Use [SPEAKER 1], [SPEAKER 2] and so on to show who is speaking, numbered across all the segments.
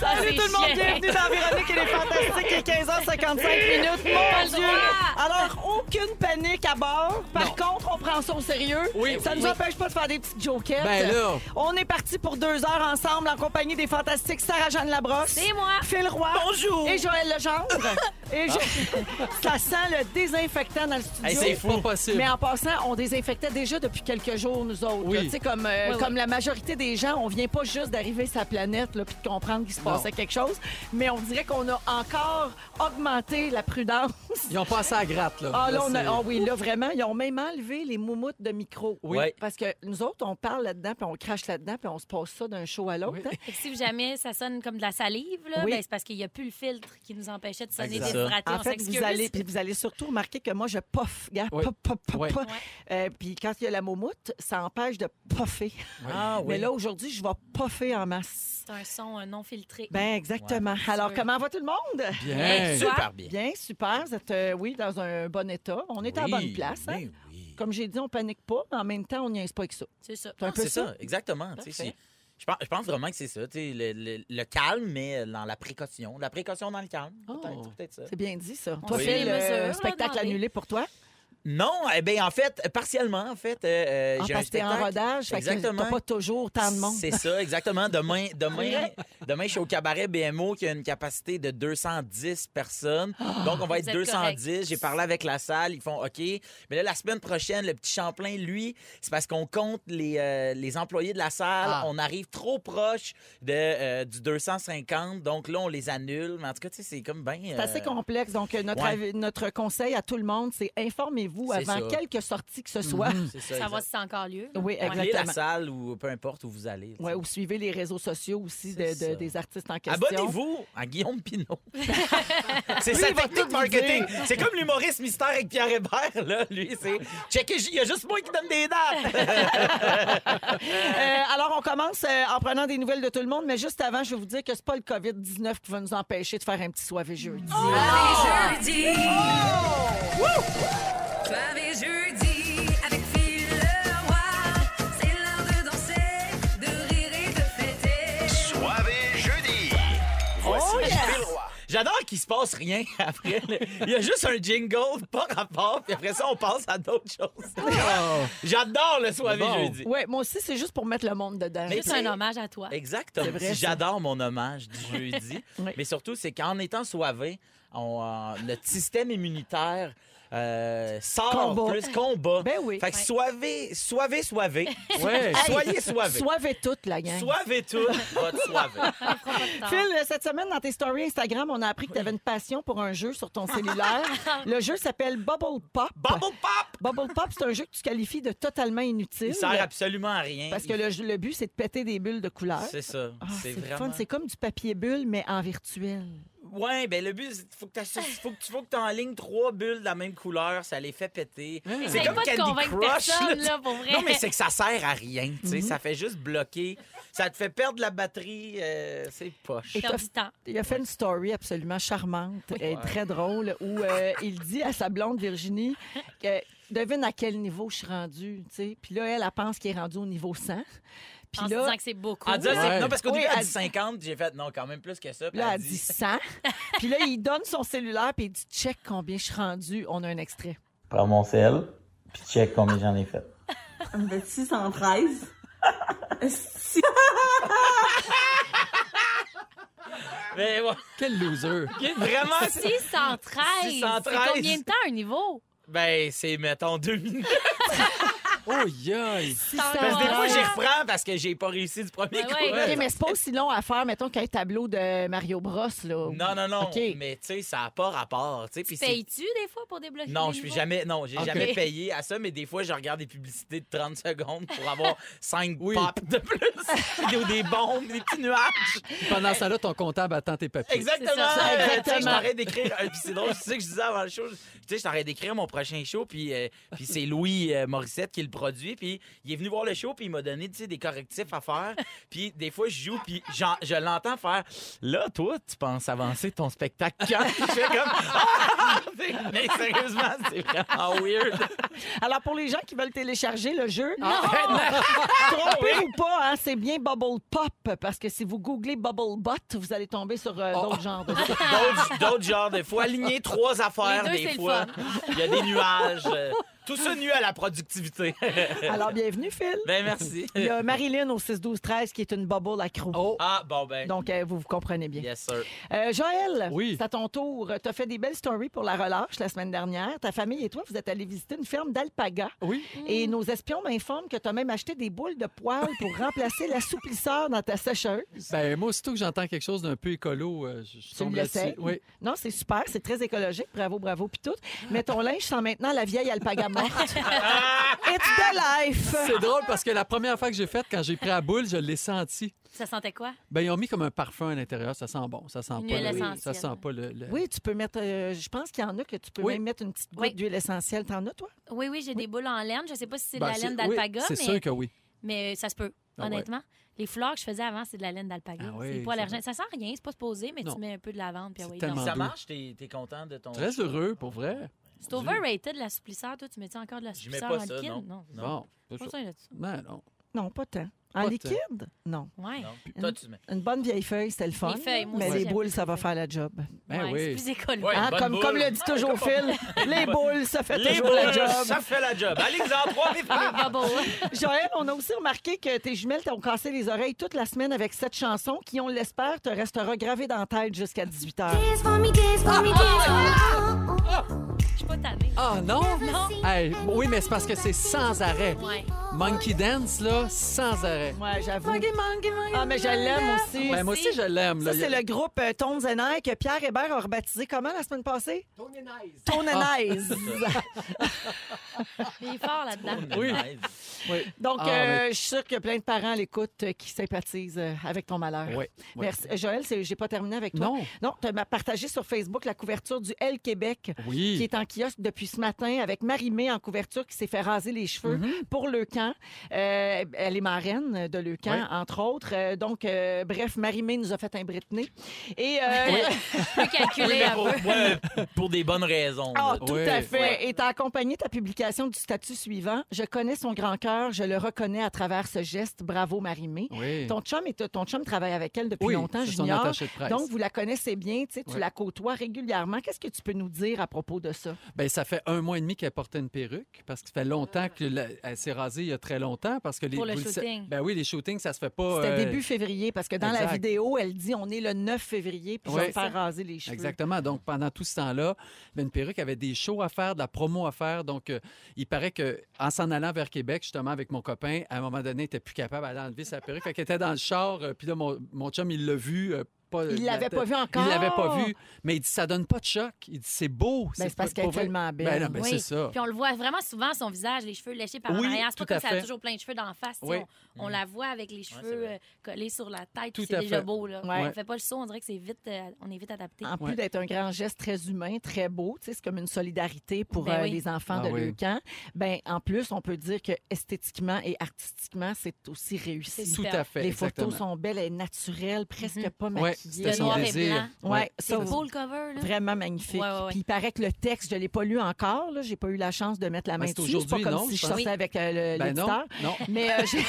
[SPEAKER 1] Salut tout le monde, bienvenue dans Véronique et les Fantastiques, il est 15h55 minutes, mon Dieu! Alors, aucune panique à bord. Par contre, on prend ça au sérieux.
[SPEAKER 2] Oui,
[SPEAKER 1] ça ne nous
[SPEAKER 2] oui.
[SPEAKER 1] empêche pas de faire des petites jokettes.
[SPEAKER 2] Ben là.
[SPEAKER 1] On est parti pour deux heures ensemble en compagnie des Fantastiques Sarah-Jeanne Labrosse.
[SPEAKER 3] C'est moi.
[SPEAKER 1] Phil Roy. Bonjour! Et Joël Legendre. et Jo- Ça sent le désinfectant dans le studio.
[SPEAKER 2] Ah. Hey, c'est pas possible.
[SPEAKER 1] Mais en passant, on désinfectait déjà depuis quelques jours, nous autres.
[SPEAKER 2] Oui.
[SPEAKER 1] là. Tu sais, comme, euh,
[SPEAKER 3] oui.
[SPEAKER 1] comme la majorité des gens, on vient pas juste d'arriver sur la planète là, puis de comprendre qu'il se passait quelque chose, mais on dirait qu'on a encore augmenté la prudence.
[SPEAKER 2] Ils ont passé à gratte, là.
[SPEAKER 1] Ah, là, on a-
[SPEAKER 2] c'est-
[SPEAKER 1] ah oui, là, vraiment, ils ont même enlevé les moumoutes de micro.
[SPEAKER 2] Oui.
[SPEAKER 4] Ouais.
[SPEAKER 1] Parce que nous autres, on parle là-dedans, puis on crache là-dedans, puis on se passe ça d'un show à l'autre.
[SPEAKER 2] Oui.
[SPEAKER 1] hein.
[SPEAKER 3] Fait que si jamais ça sonne comme de la salive, là,
[SPEAKER 1] Oui.
[SPEAKER 3] ben, c'est parce qu'il n'y a plus le filtre qui nous empêchait de sonner
[SPEAKER 4] Exact.
[SPEAKER 3] déshydraté.
[SPEAKER 1] En
[SPEAKER 3] on
[SPEAKER 1] fait, vous
[SPEAKER 3] s'excuse.
[SPEAKER 1] allez, puis vous allez surtout remarquer que moi, je poffe. gars,
[SPEAKER 2] Oui.
[SPEAKER 1] pop, pop, pop,
[SPEAKER 2] Oui.
[SPEAKER 1] pop. Euh, puis quand il y a la moumoute, ça empêche de poffer.
[SPEAKER 4] Ah
[SPEAKER 1] Mais là, aujourd'hui, je vais poffer en masse.
[SPEAKER 3] C'est un son euh, non filtré.
[SPEAKER 1] Ben, exactement. Alors,
[SPEAKER 3] Sûr.
[SPEAKER 1] comment va tout le monde?
[SPEAKER 2] Bien.
[SPEAKER 3] Hey, tu-
[SPEAKER 4] super bien.
[SPEAKER 1] Bien, super. Vous êtes, euh, oui, dans un bon état. On est en
[SPEAKER 4] Oui,
[SPEAKER 1] bonne place. hein.
[SPEAKER 4] mais oui.
[SPEAKER 1] Comme j'ai dit, on panique pas, mais en même temps, on n'y pas que ça.
[SPEAKER 3] c'est ça.
[SPEAKER 1] C'est un peu
[SPEAKER 4] C'est ça, exactement. tu sais,
[SPEAKER 1] Parfait.
[SPEAKER 4] c'est- Je pense, je pense vraiment que c'est ça. tu sais, Le, le- le calme, mais dans la précaution. La précaution dans le calme. Peut-être
[SPEAKER 1] Oh.
[SPEAKER 4] c'est peut-être ça.
[SPEAKER 1] C'est bien dit, ça.
[SPEAKER 3] On
[SPEAKER 1] Toi,
[SPEAKER 4] suit
[SPEAKER 1] Phil,
[SPEAKER 3] les
[SPEAKER 1] euh,
[SPEAKER 3] mesures, là,
[SPEAKER 1] spectacle
[SPEAKER 3] demandé.
[SPEAKER 1] annulé pour toi.
[SPEAKER 4] Non, eh bien, en fait, partiellement, en fait, euh,
[SPEAKER 1] Ah,
[SPEAKER 4] j'ai un
[SPEAKER 1] parce que t'es en
[SPEAKER 4] spectacle.
[SPEAKER 1] rodage, fait que
[SPEAKER 4] Exactement.
[SPEAKER 1] t'as pas toujours tant de monde.
[SPEAKER 4] C'est ça, exactement. Demain, demain, demain, je suis au cabaret BMO qui a une capacité de 210 personnes.
[SPEAKER 1] Ah,
[SPEAKER 4] Donc, on va être
[SPEAKER 3] Vous êtes correct.
[SPEAKER 4] 210. J'ai parlé avec la salle. Ils font OK. Mais là, la semaine prochaine, le petit Champlain, lui, c'est parce qu'on compte les, euh, les employés de la salle.
[SPEAKER 2] Ah.
[SPEAKER 4] On arrive trop proche de, euh, du 250. Donc là, on les annule. Mais en tout cas, tu sais, c'est comme bien.
[SPEAKER 1] C'est assez complexe. Donc, euh, notre,
[SPEAKER 4] ouais.
[SPEAKER 1] avis- notre conseil à tout le monde, c'est informez-vous
[SPEAKER 4] C'est
[SPEAKER 1] avant
[SPEAKER 4] ça. Mhm.
[SPEAKER 1] quelque sortie que ce soit.
[SPEAKER 4] C'est ça.
[SPEAKER 3] Savoir
[SPEAKER 4] exact.
[SPEAKER 3] si c'est encore lieu.
[SPEAKER 1] Oui,
[SPEAKER 3] Ouais.
[SPEAKER 1] exact.
[SPEAKER 4] Allez à
[SPEAKER 1] exactement.
[SPEAKER 4] la salle ou peu importe où vous allez.
[SPEAKER 1] Ouais, ou suivez les réseaux sociaux aussi de-
[SPEAKER 4] C'est
[SPEAKER 1] de-
[SPEAKER 4] ça.
[SPEAKER 1] des artistes en question.
[SPEAKER 4] Abonnez-vous à Guillaume Pinot. c'est
[SPEAKER 1] Lui,
[SPEAKER 4] sa
[SPEAKER 1] il va tout
[SPEAKER 4] technique
[SPEAKER 1] vous
[SPEAKER 4] marketing.
[SPEAKER 1] dire.
[SPEAKER 4] C'est comme l'humoriste mystère avec Pierre Hébert, là. Lui, c'est. Checker, il y a juste moi qui donne des dates.
[SPEAKER 1] Euh, alors, on commence euh, en prenant des nouvelles de tout le monde, mais juste avant, je vais vous dire que c'est pas le COVID-19 qui va nous empêcher de faire un petit soirée jeudi.
[SPEAKER 4] Oh!
[SPEAKER 5] Soirée jeudi. Soirée jeudi avec Phil Leroy. C'est l'heure de danser, de rire et de fêter.
[SPEAKER 6] Soirée jeudi. Voici Phil Roy.
[SPEAKER 4] J'adore qu'il se passe rien après. là. Il y a juste un jingle, pas rapport, puis après ça, on passe à d'autres choses.
[SPEAKER 1] Oh!
[SPEAKER 4] J'adore le soirée
[SPEAKER 2] Bon.
[SPEAKER 4] jeudi.
[SPEAKER 1] Ouais, moi aussi, c'est juste pour mettre le monde dedans.
[SPEAKER 4] Mais-
[SPEAKER 3] Juste un hommage à toi.
[SPEAKER 4] Exactement.
[SPEAKER 1] C'est vrai, ça.
[SPEAKER 4] J'adore mon hommage du jeudi.
[SPEAKER 1] Oui.
[SPEAKER 4] Mais surtout, c'est qu'en étant soivé, on, euh, notre système immunitaire euh, sort
[SPEAKER 1] Combat.
[SPEAKER 4] plus combat.
[SPEAKER 1] Ben oui.
[SPEAKER 4] Fait que soivé, soivé, soivé.
[SPEAKER 2] Ouais.
[SPEAKER 4] Soyez soivé.
[SPEAKER 1] Soivez toutes, la gang.
[SPEAKER 4] Soivez tout, votre soivé.
[SPEAKER 3] Prends pas de temps.
[SPEAKER 1] Phil, euh, cette semaine, dans tes stories Instagram, on a appris que tu avais une passion pour un jeu sur ton cellulaire. Le jeu s'appelle Bubble Pop.
[SPEAKER 4] Bubble Pop!
[SPEAKER 1] Bubble Pop, c'est un jeu que tu qualifies de totalement inutile.
[SPEAKER 4] Il sert absolument à rien.
[SPEAKER 1] Parce que le, le but, c'est de péter des bulles de couleur.
[SPEAKER 4] C'est ça.
[SPEAKER 1] Ah,
[SPEAKER 4] c'est
[SPEAKER 1] c'est le
[SPEAKER 4] vraiment.
[SPEAKER 1] fun. C'est comme du papier bulle, mais en virtuel.
[SPEAKER 4] Ouais, ben le but, c'est faut que tu faut que tu faut que t'enlignes trois bulles de la même couleur, ça les fait péter.
[SPEAKER 3] Essaye pas de convaincre personne, là, pour vrai.
[SPEAKER 4] Non, mais c'est que ça sert à rien, tu sais. Ça fait juste bloquer. Ça te fait perdre la batterie. euh, c'est poche.
[SPEAKER 3] Perdre du temps.
[SPEAKER 1] Il a fait une story absolument charmante et très drôle où euh, il dit à sa blonde Virginie que devine à quel niveau je suis rendue. tu sais. Puis là, elle, elle pense qu'il est rendu au niveau 100. Puis
[SPEAKER 3] En se
[SPEAKER 1] là,
[SPEAKER 3] disant que c'est beaucoup.
[SPEAKER 4] En disant,
[SPEAKER 3] là.
[SPEAKER 4] Ah, c'est-
[SPEAKER 2] Ouais.
[SPEAKER 4] Non, parce qu'au
[SPEAKER 1] Oui,
[SPEAKER 4] début, elle
[SPEAKER 1] elle
[SPEAKER 4] dit 50, j'ai fait non, quand même plus que ça. puis
[SPEAKER 1] là, elle
[SPEAKER 4] elle
[SPEAKER 1] dit 100. Puis là, il donne son cellulaire puis il dit check combien je suis rendue. On a un extrait.
[SPEAKER 7] Prends mon sel, puis check combien j'en ai fait.
[SPEAKER 8] Un petit 613. Esti.
[SPEAKER 4] Mais Ben, ouais,
[SPEAKER 2] Quel loser.
[SPEAKER 4] vraiment, c'est-
[SPEAKER 3] 613.
[SPEAKER 4] 613.
[SPEAKER 3] C'est combien de temps un niveau?
[SPEAKER 4] ben, c'est mettons deux minutes.
[SPEAKER 2] Oh, yoï.
[SPEAKER 4] Parce que des fois,
[SPEAKER 3] Ouais.
[SPEAKER 4] j'y reprends parce que j'ai pas réussi du premier
[SPEAKER 3] Ouais,
[SPEAKER 4] coup.
[SPEAKER 3] ouais.
[SPEAKER 1] OK, mais c'est pas aussi long à faire, mettons, qu'un tableau de Mario Bros. Là.
[SPEAKER 4] Non, non, non.
[SPEAKER 1] OK.
[SPEAKER 4] Mais tu sais, ça n'a pas rapport. tu sais, puis c'est-
[SPEAKER 3] Payes-tu des fois pour débloquer
[SPEAKER 4] Non,
[SPEAKER 3] des
[SPEAKER 4] je suis
[SPEAKER 3] niveaux?
[SPEAKER 4] jamais, non, j'ai
[SPEAKER 2] Ok.
[SPEAKER 4] jamais payé à ça, mais des fois, je regarde des publicités de 30 secondes pour avoir 5 pops de plus, ou des bombes, des petits nuages.
[SPEAKER 2] Pendant ça, là, ton comptable attend tes papiers.
[SPEAKER 4] Exactement.
[SPEAKER 3] C'est ça.
[SPEAKER 4] Euh, tu sais,
[SPEAKER 1] Exactement.
[SPEAKER 4] Je t'arrête d'écrire. euh, puis c'est drôle, tu sais que je disais avant le show, je- tu sais, je t'arrête d'écrire mon prochain show, puis, euh, puis c'est Louis euh, Morissette qui est le produit, puis il est venu voir le show, puis il m'a donné, tu sais, des correctifs à faire. Puis des fois, je joue, puis j'en- je l'entends faire « Là, toi, tu penses avancer ton spectacle quand? » Je fais comme Ah! Mais sérieusement, c'est vraiment weird.
[SPEAKER 1] Alors, pour les gens qui veulent télécharger le jeu, Ah, trompez ou pas, hein, c'est bien Bubble Pop, parce que si vous googlez Bubble Bot, vous allez tomber sur euh, d'autres genres de jeux.
[SPEAKER 4] D'autres d'autres genres de fois. Aligner trois affaires
[SPEAKER 3] Les deux, c'est
[SPEAKER 4] des
[SPEAKER 3] le
[SPEAKER 4] fois.
[SPEAKER 3] fun.
[SPEAKER 4] Il y a des nuages. euh, Tout ça nu à la productivité.
[SPEAKER 1] Alors, bienvenue, Phil.
[SPEAKER 4] ben merci.
[SPEAKER 1] Il y a Marilyn au 6-12-13 qui est une bubble accro.
[SPEAKER 2] Oh,
[SPEAKER 4] Ah, bon ben.
[SPEAKER 1] Donc, euh, vous vous comprenez bien.
[SPEAKER 4] Yes, sir.
[SPEAKER 1] Euh, Joël,
[SPEAKER 2] Oui.
[SPEAKER 1] c'est à ton tour. Tu as fait des belles stories pour la relâche la semaine dernière. Ta famille et toi, vous êtes allés visiter une ferme d'alpaga.
[SPEAKER 2] oui.
[SPEAKER 1] Et nos espions m'informent que tu as même acheté des boules de poils pour remplacer l'assouplisseur dans ta sécheuse.
[SPEAKER 2] Ben, moi, aussitôt que j'entends quelque chose d'un peu écolo, euh, je- je
[SPEAKER 1] Tu
[SPEAKER 2] tombe là-dessus.
[SPEAKER 1] l'essayes?
[SPEAKER 2] Oui.
[SPEAKER 1] Non, c'est super, c'est très écologique. Bravo, bravo, puis tout. Mais ton linge sent maintenant la vieille alpaga morte. It's the life!
[SPEAKER 2] C'est drôle parce que la première fois que j'ai faite, quand j'ai pris la boule, je l'ai senti.
[SPEAKER 3] Ça sentait quoi?
[SPEAKER 2] Ben, ils ont mis comme un parfum à l'intérieur. Ça sent bon. Ça sent
[SPEAKER 3] Une
[SPEAKER 2] pas
[SPEAKER 3] huile
[SPEAKER 2] le,
[SPEAKER 3] essentielle.
[SPEAKER 2] ça sent pas le, le-
[SPEAKER 1] Oui, tu peux mettre. euh, je pense qu'il y en a que tu peux
[SPEAKER 2] Oui.
[SPEAKER 1] même mettre une petite goutte
[SPEAKER 3] Oui.
[SPEAKER 1] d'huile essentielle. T'en as, toi?
[SPEAKER 3] Oui, oui, j'ai des boules en laine. Je sais pas si c'est de
[SPEAKER 2] Ben,
[SPEAKER 3] la
[SPEAKER 2] c'est-
[SPEAKER 3] laine
[SPEAKER 2] oui,
[SPEAKER 3] d'alpaga,
[SPEAKER 2] C'est
[SPEAKER 3] mais,
[SPEAKER 2] sûr que oui.
[SPEAKER 3] mais ça se peut,
[SPEAKER 2] Ah ouais.
[SPEAKER 3] honnêtement. Les fleurs que je faisais avant, c'est de la laine d'alpaga.
[SPEAKER 2] Ah oui,
[SPEAKER 3] c'est pas
[SPEAKER 2] ça
[SPEAKER 3] allergène. Ça sent rien, c'est pas supposé, mais
[SPEAKER 2] Non.
[SPEAKER 3] tu mets un peu de lavande. Puis ah
[SPEAKER 2] C'est
[SPEAKER 3] oui,
[SPEAKER 2] tellement-
[SPEAKER 3] non.
[SPEAKER 4] Ça
[SPEAKER 2] deux.
[SPEAKER 4] marche? T'es es content de ton...
[SPEAKER 2] Très heureux, pour vrai.
[SPEAKER 3] C'est overrated, l'assouplisseur. Toi, tu mets encore de
[SPEAKER 4] Je mets
[SPEAKER 3] l'assouplisseur
[SPEAKER 4] pas
[SPEAKER 3] en
[SPEAKER 4] ça,
[SPEAKER 3] liquide?
[SPEAKER 4] non. Non.
[SPEAKER 2] Bon.
[SPEAKER 3] Pas ça, là-dessus.
[SPEAKER 2] Ben, non.
[SPEAKER 1] Non, pas tant.
[SPEAKER 2] Pas
[SPEAKER 1] En
[SPEAKER 2] tant.
[SPEAKER 1] liquide? Non.
[SPEAKER 3] Ouais.
[SPEAKER 4] Non. Puis Toi, tu mets.
[SPEAKER 1] Une bonne vieille feuille, c'est le fun.
[SPEAKER 3] Les feuilles, moi
[SPEAKER 1] mais
[SPEAKER 3] aussi,
[SPEAKER 1] les
[SPEAKER 3] j'aime
[SPEAKER 1] boules,
[SPEAKER 3] les
[SPEAKER 1] ça va
[SPEAKER 3] feuilles.
[SPEAKER 1] faire la job.
[SPEAKER 2] Ben
[SPEAKER 3] Ouais,
[SPEAKER 2] oui.
[SPEAKER 3] C'est plus écolo.
[SPEAKER 4] Ouais.
[SPEAKER 1] Hein,
[SPEAKER 4] bonne
[SPEAKER 1] comme,
[SPEAKER 4] boule.
[SPEAKER 1] comme le dit toujours Phil, les boules, ça fait
[SPEAKER 4] Les
[SPEAKER 1] toujours la
[SPEAKER 4] boules,
[SPEAKER 1] job.
[SPEAKER 4] ça fait la job. Allez-en, trois des femmes.
[SPEAKER 3] Pas beau, hein?
[SPEAKER 1] Joël, on a aussi remarqué que tes jumelles t'ont cassé les oreilles toute la semaine avec cette chanson qui, on l'espère, te restera gravée dans la tête jusqu'à 18 h.
[SPEAKER 3] Je suis pas tannée.
[SPEAKER 2] Ah non? Hey, oui, mais c'est parce que c'est sans arrêt.
[SPEAKER 3] Ouais.
[SPEAKER 2] Monkey Dance, là, sans arrêt.
[SPEAKER 1] Ouais, j'avoue. Ah, mais je l'aime aussi.
[SPEAKER 2] Ben, moi aussi, je l'aime.
[SPEAKER 1] Ça,
[SPEAKER 2] là.
[SPEAKER 1] c'est le groupe euh, Tones and I que Pierre Hébert a rebaptisé comment la semaine passée? Tones and
[SPEAKER 4] Ah.
[SPEAKER 1] Eyes.
[SPEAKER 3] Il est fort là-dedans.
[SPEAKER 2] Oui.
[SPEAKER 4] Nice.
[SPEAKER 2] Oui.
[SPEAKER 1] Donc,
[SPEAKER 2] Ah,
[SPEAKER 1] euh,
[SPEAKER 2] mais-
[SPEAKER 1] je suis sûre qu'il y a plein de parents à l'écoute euh, qui sympathisent euh, avec ton malheur.
[SPEAKER 2] Oui, oui.
[SPEAKER 1] Merci. Euh, Joël, c'est- j'ai pas terminé avec toi.
[SPEAKER 2] Non.
[SPEAKER 1] Non, tu m'as partagé sur Facebook la couverture du L Québec.
[SPEAKER 2] Oui.
[SPEAKER 1] qui est en kiosque depuis ce matin avec Marie-Mé en couverture qui s'est fait raser les cheveux
[SPEAKER 2] Mhm.
[SPEAKER 1] pour Le Camp. Euh, elle est marraine de Le Camp,
[SPEAKER 2] Oui.
[SPEAKER 1] entre autres. Euh, donc, euh, bref, Marie-Mé nous a fait un Britney. Et. euh,
[SPEAKER 3] Plus calculé
[SPEAKER 4] Mais
[SPEAKER 3] un
[SPEAKER 4] pour,
[SPEAKER 3] peu.
[SPEAKER 4] ouais, pour des bonnes raisons.
[SPEAKER 1] Ah,
[SPEAKER 4] là.
[SPEAKER 1] tout
[SPEAKER 2] Oui.
[SPEAKER 1] à fait. Et t'as accompagné ta publication du statut suivant. Je connais son grand cœur, je le reconnais à travers ce geste. Bravo, Marie-Mé.
[SPEAKER 2] Oui.
[SPEAKER 1] Ton chum, est, ton chum travaille avec elle depuis
[SPEAKER 2] Oui,
[SPEAKER 1] longtemps,
[SPEAKER 2] c'est son
[SPEAKER 1] Junior.
[SPEAKER 2] attaché de presse.
[SPEAKER 1] Donc, vous la connaissez bien, tu sais, tu
[SPEAKER 2] Oui.
[SPEAKER 1] la côtoies régulièrement. Qu'est-ce que tu peux nous dire à propos de ça?
[SPEAKER 2] Ben, ça fait un mois et demi qu'elle portait une perruque parce que ça fait longtemps qu'elle s'est rasée il y a très longtemps parce que les
[SPEAKER 3] Pour le
[SPEAKER 2] vous sa-
[SPEAKER 3] shooting.
[SPEAKER 2] Ben oui, les shootings, ça se fait pas.
[SPEAKER 1] C'était
[SPEAKER 2] euh,
[SPEAKER 1] début février, parce que dans la
[SPEAKER 2] exact.
[SPEAKER 1] vidéo, elle dit on est le 9 février, puis je vais
[SPEAKER 2] Ouais.
[SPEAKER 1] me faire raser les cheveux.
[SPEAKER 2] Exactement. Donc, pendant tout ce temps-là, ben, une perruque avait des shows à faire, de la promo à faire. Donc, euh, il paraît que en s'en allant vers Québec, justement, avec mon copain, à un moment donné, il n'était plus capable d'aller enlever sa perruque. Fait qu'elle était dans le char. euh, Puis là, mon, mon chum, il l'a vu. euh, pas,
[SPEAKER 1] Il l'avait
[SPEAKER 2] la-
[SPEAKER 1] pas vu encore. Ben,
[SPEAKER 2] Il l'avait pas vu. Mais il dit, ça donne pas de choc. Il dit, c'est beau.
[SPEAKER 1] c'est parce
[SPEAKER 2] pas-
[SPEAKER 1] qu'elle est
[SPEAKER 2] pas vrai.
[SPEAKER 1] tellement belle.
[SPEAKER 2] Ben non, ben,
[SPEAKER 3] Oui.
[SPEAKER 2] c'est ça.
[SPEAKER 3] Puis on le voit vraiment souvent, son visage, les cheveux léchés par
[SPEAKER 2] Oui,
[SPEAKER 3] en arrière. C'est
[SPEAKER 2] tout
[SPEAKER 3] pas comme
[SPEAKER 2] à
[SPEAKER 3] ça
[SPEAKER 2] fait.
[SPEAKER 3] a toujours plein de cheveux d'en face. tu sais,
[SPEAKER 2] Oui.
[SPEAKER 3] On, on la voit avec les
[SPEAKER 4] Mm. c'est
[SPEAKER 3] cheveux
[SPEAKER 4] vrai.
[SPEAKER 3] euh, collés sur la tête.
[SPEAKER 2] Tout
[SPEAKER 3] puis C'est
[SPEAKER 2] à
[SPEAKER 3] déjà
[SPEAKER 2] fait. Ah,
[SPEAKER 3] beau. Là.
[SPEAKER 1] Ouais.
[SPEAKER 3] On fait pas le saut. On dirait que c'est vite, euh, on est vite adapté.
[SPEAKER 1] En plus
[SPEAKER 2] Ouais.
[SPEAKER 1] d'être un grand geste très humain, très beau, tu sais, c'est comme une solidarité pour
[SPEAKER 3] Ben
[SPEAKER 1] euh,
[SPEAKER 3] oui.
[SPEAKER 1] les enfants
[SPEAKER 2] Ah
[SPEAKER 1] de
[SPEAKER 2] oui.
[SPEAKER 1] Leucan. Ben, en plus, on peut dire que esthétiquement et artistiquement, c'est aussi
[SPEAKER 3] C'est
[SPEAKER 1] réussi.
[SPEAKER 2] Tout
[SPEAKER 3] Super.
[SPEAKER 2] à fait.
[SPEAKER 1] Les
[SPEAKER 2] Ben, exactement.
[SPEAKER 1] photos sont belles et naturelles, presque pas
[SPEAKER 2] Ouais,
[SPEAKER 1] maquillées.
[SPEAKER 2] c'était
[SPEAKER 3] Le
[SPEAKER 2] son
[SPEAKER 3] Mhm. noir et
[SPEAKER 2] désir.
[SPEAKER 3] blanc.
[SPEAKER 1] Ouais,
[SPEAKER 3] C'est
[SPEAKER 1] ça, vous-
[SPEAKER 3] beau le cover. Là.
[SPEAKER 1] Vraiment magnifique.
[SPEAKER 3] Ouais, ouais, ouais.
[SPEAKER 1] Puis il paraît que le texte, je ne l'ai pas lu encore. là. J'ai pas eu la chance de mettre la main
[SPEAKER 2] Ben, c'est
[SPEAKER 1] dessus. C'est pas
[SPEAKER 2] aujourd'hui,
[SPEAKER 1] comme
[SPEAKER 2] non,
[SPEAKER 1] si
[SPEAKER 2] je
[SPEAKER 1] je
[SPEAKER 2] pense.
[SPEAKER 1] sortais avec euh, le-
[SPEAKER 2] Ben non,
[SPEAKER 1] l'éditeur.
[SPEAKER 2] non.
[SPEAKER 1] Mais euh, j'ai-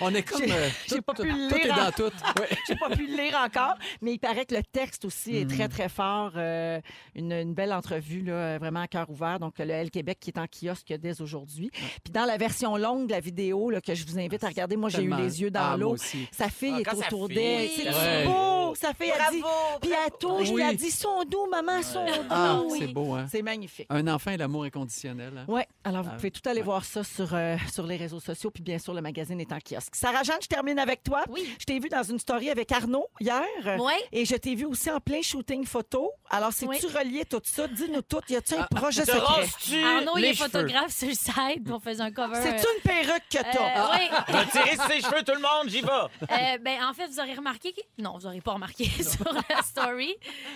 [SPEAKER 2] On est comme.
[SPEAKER 1] J'ai-
[SPEAKER 2] euh,
[SPEAKER 1] j'ai
[SPEAKER 2] tout-
[SPEAKER 1] pas pu
[SPEAKER 2] tout-
[SPEAKER 1] le
[SPEAKER 2] Tout est
[SPEAKER 1] lire en-
[SPEAKER 2] dans tout. Oui.
[SPEAKER 1] J'ai pas pu le lire encore, mais il paraît que le texte aussi est
[SPEAKER 2] Hmm.
[SPEAKER 1] très, très fort. Euh, une, une belle entrevue, là, euh, vraiment à cœur ouvert. Donc, le L Québec qui est en kiosque dès aujourd'hui. Puis dans la version longue de la vidéo là, que je vous invite à regarder, moi, j'ai eu
[SPEAKER 2] Ah, Tellement.
[SPEAKER 1] les yeux dans
[SPEAKER 2] Ah, moi
[SPEAKER 1] l'eau.
[SPEAKER 2] aussi.
[SPEAKER 1] Sa fille
[SPEAKER 4] Ah,
[SPEAKER 1] est
[SPEAKER 4] quand sa
[SPEAKER 1] autour
[SPEAKER 4] fille-
[SPEAKER 1] d'elle.
[SPEAKER 4] Oui.
[SPEAKER 1] C'est
[SPEAKER 2] Ouais.
[SPEAKER 1] beau! Sa fille a dit... Puis elle touche, puis
[SPEAKER 2] Oui.
[SPEAKER 1] elle dit « Son doux, maman, son doux!
[SPEAKER 2] Ah,
[SPEAKER 3] oui.
[SPEAKER 2] c'est beau, hein?
[SPEAKER 1] C'est magnifique.
[SPEAKER 2] Un enfant et l'amour inconditionnel. hein?
[SPEAKER 1] Oui, alors vous
[SPEAKER 2] Ah,
[SPEAKER 1] pouvez tout aller
[SPEAKER 2] ouais.
[SPEAKER 1] voir ça sur, euh, sur les réseaux sociaux, puis bien sûr, le magazine est en kiosque. Sarah-Jeanne, je termine avec toi.
[SPEAKER 3] Oui.
[SPEAKER 1] Je t'ai vu dans une story avec Arnaud hier.
[SPEAKER 3] Ouais.
[SPEAKER 1] Et je t'ai vu aussi en plein shooting photo. Alors, si tu relié tout ça? Dis-nous tout. Y a-tu
[SPEAKER 2] Ah,
[SPEAKER 1] un projet
[SPEAKER 4] Te
[SPEAKER 1] secret?
[SPEAKER 4] rases-tu
[SPEAKER 3] Arnaud, il
[SPEAKER 4] les
[SPEAKER 3] est
[SPEAKER 4] cheveux?
[SPEAKER 3] photographe sur le site. On faisait un cover.
[SPEAKER 1] C'est-tu
[SPEAKER 3] euh,
[SPEAKER 1] une perruque que t'as?
[SPEAKER 3] euh, oui.
[SPEAKER 4] Retirez ses cheveux, tout le monde, j'y vais.
[SPEAKER 3] Euh, ben, en fait, vous aurez remarqué que... Non, vous n'aurez pas remarqué sur la story.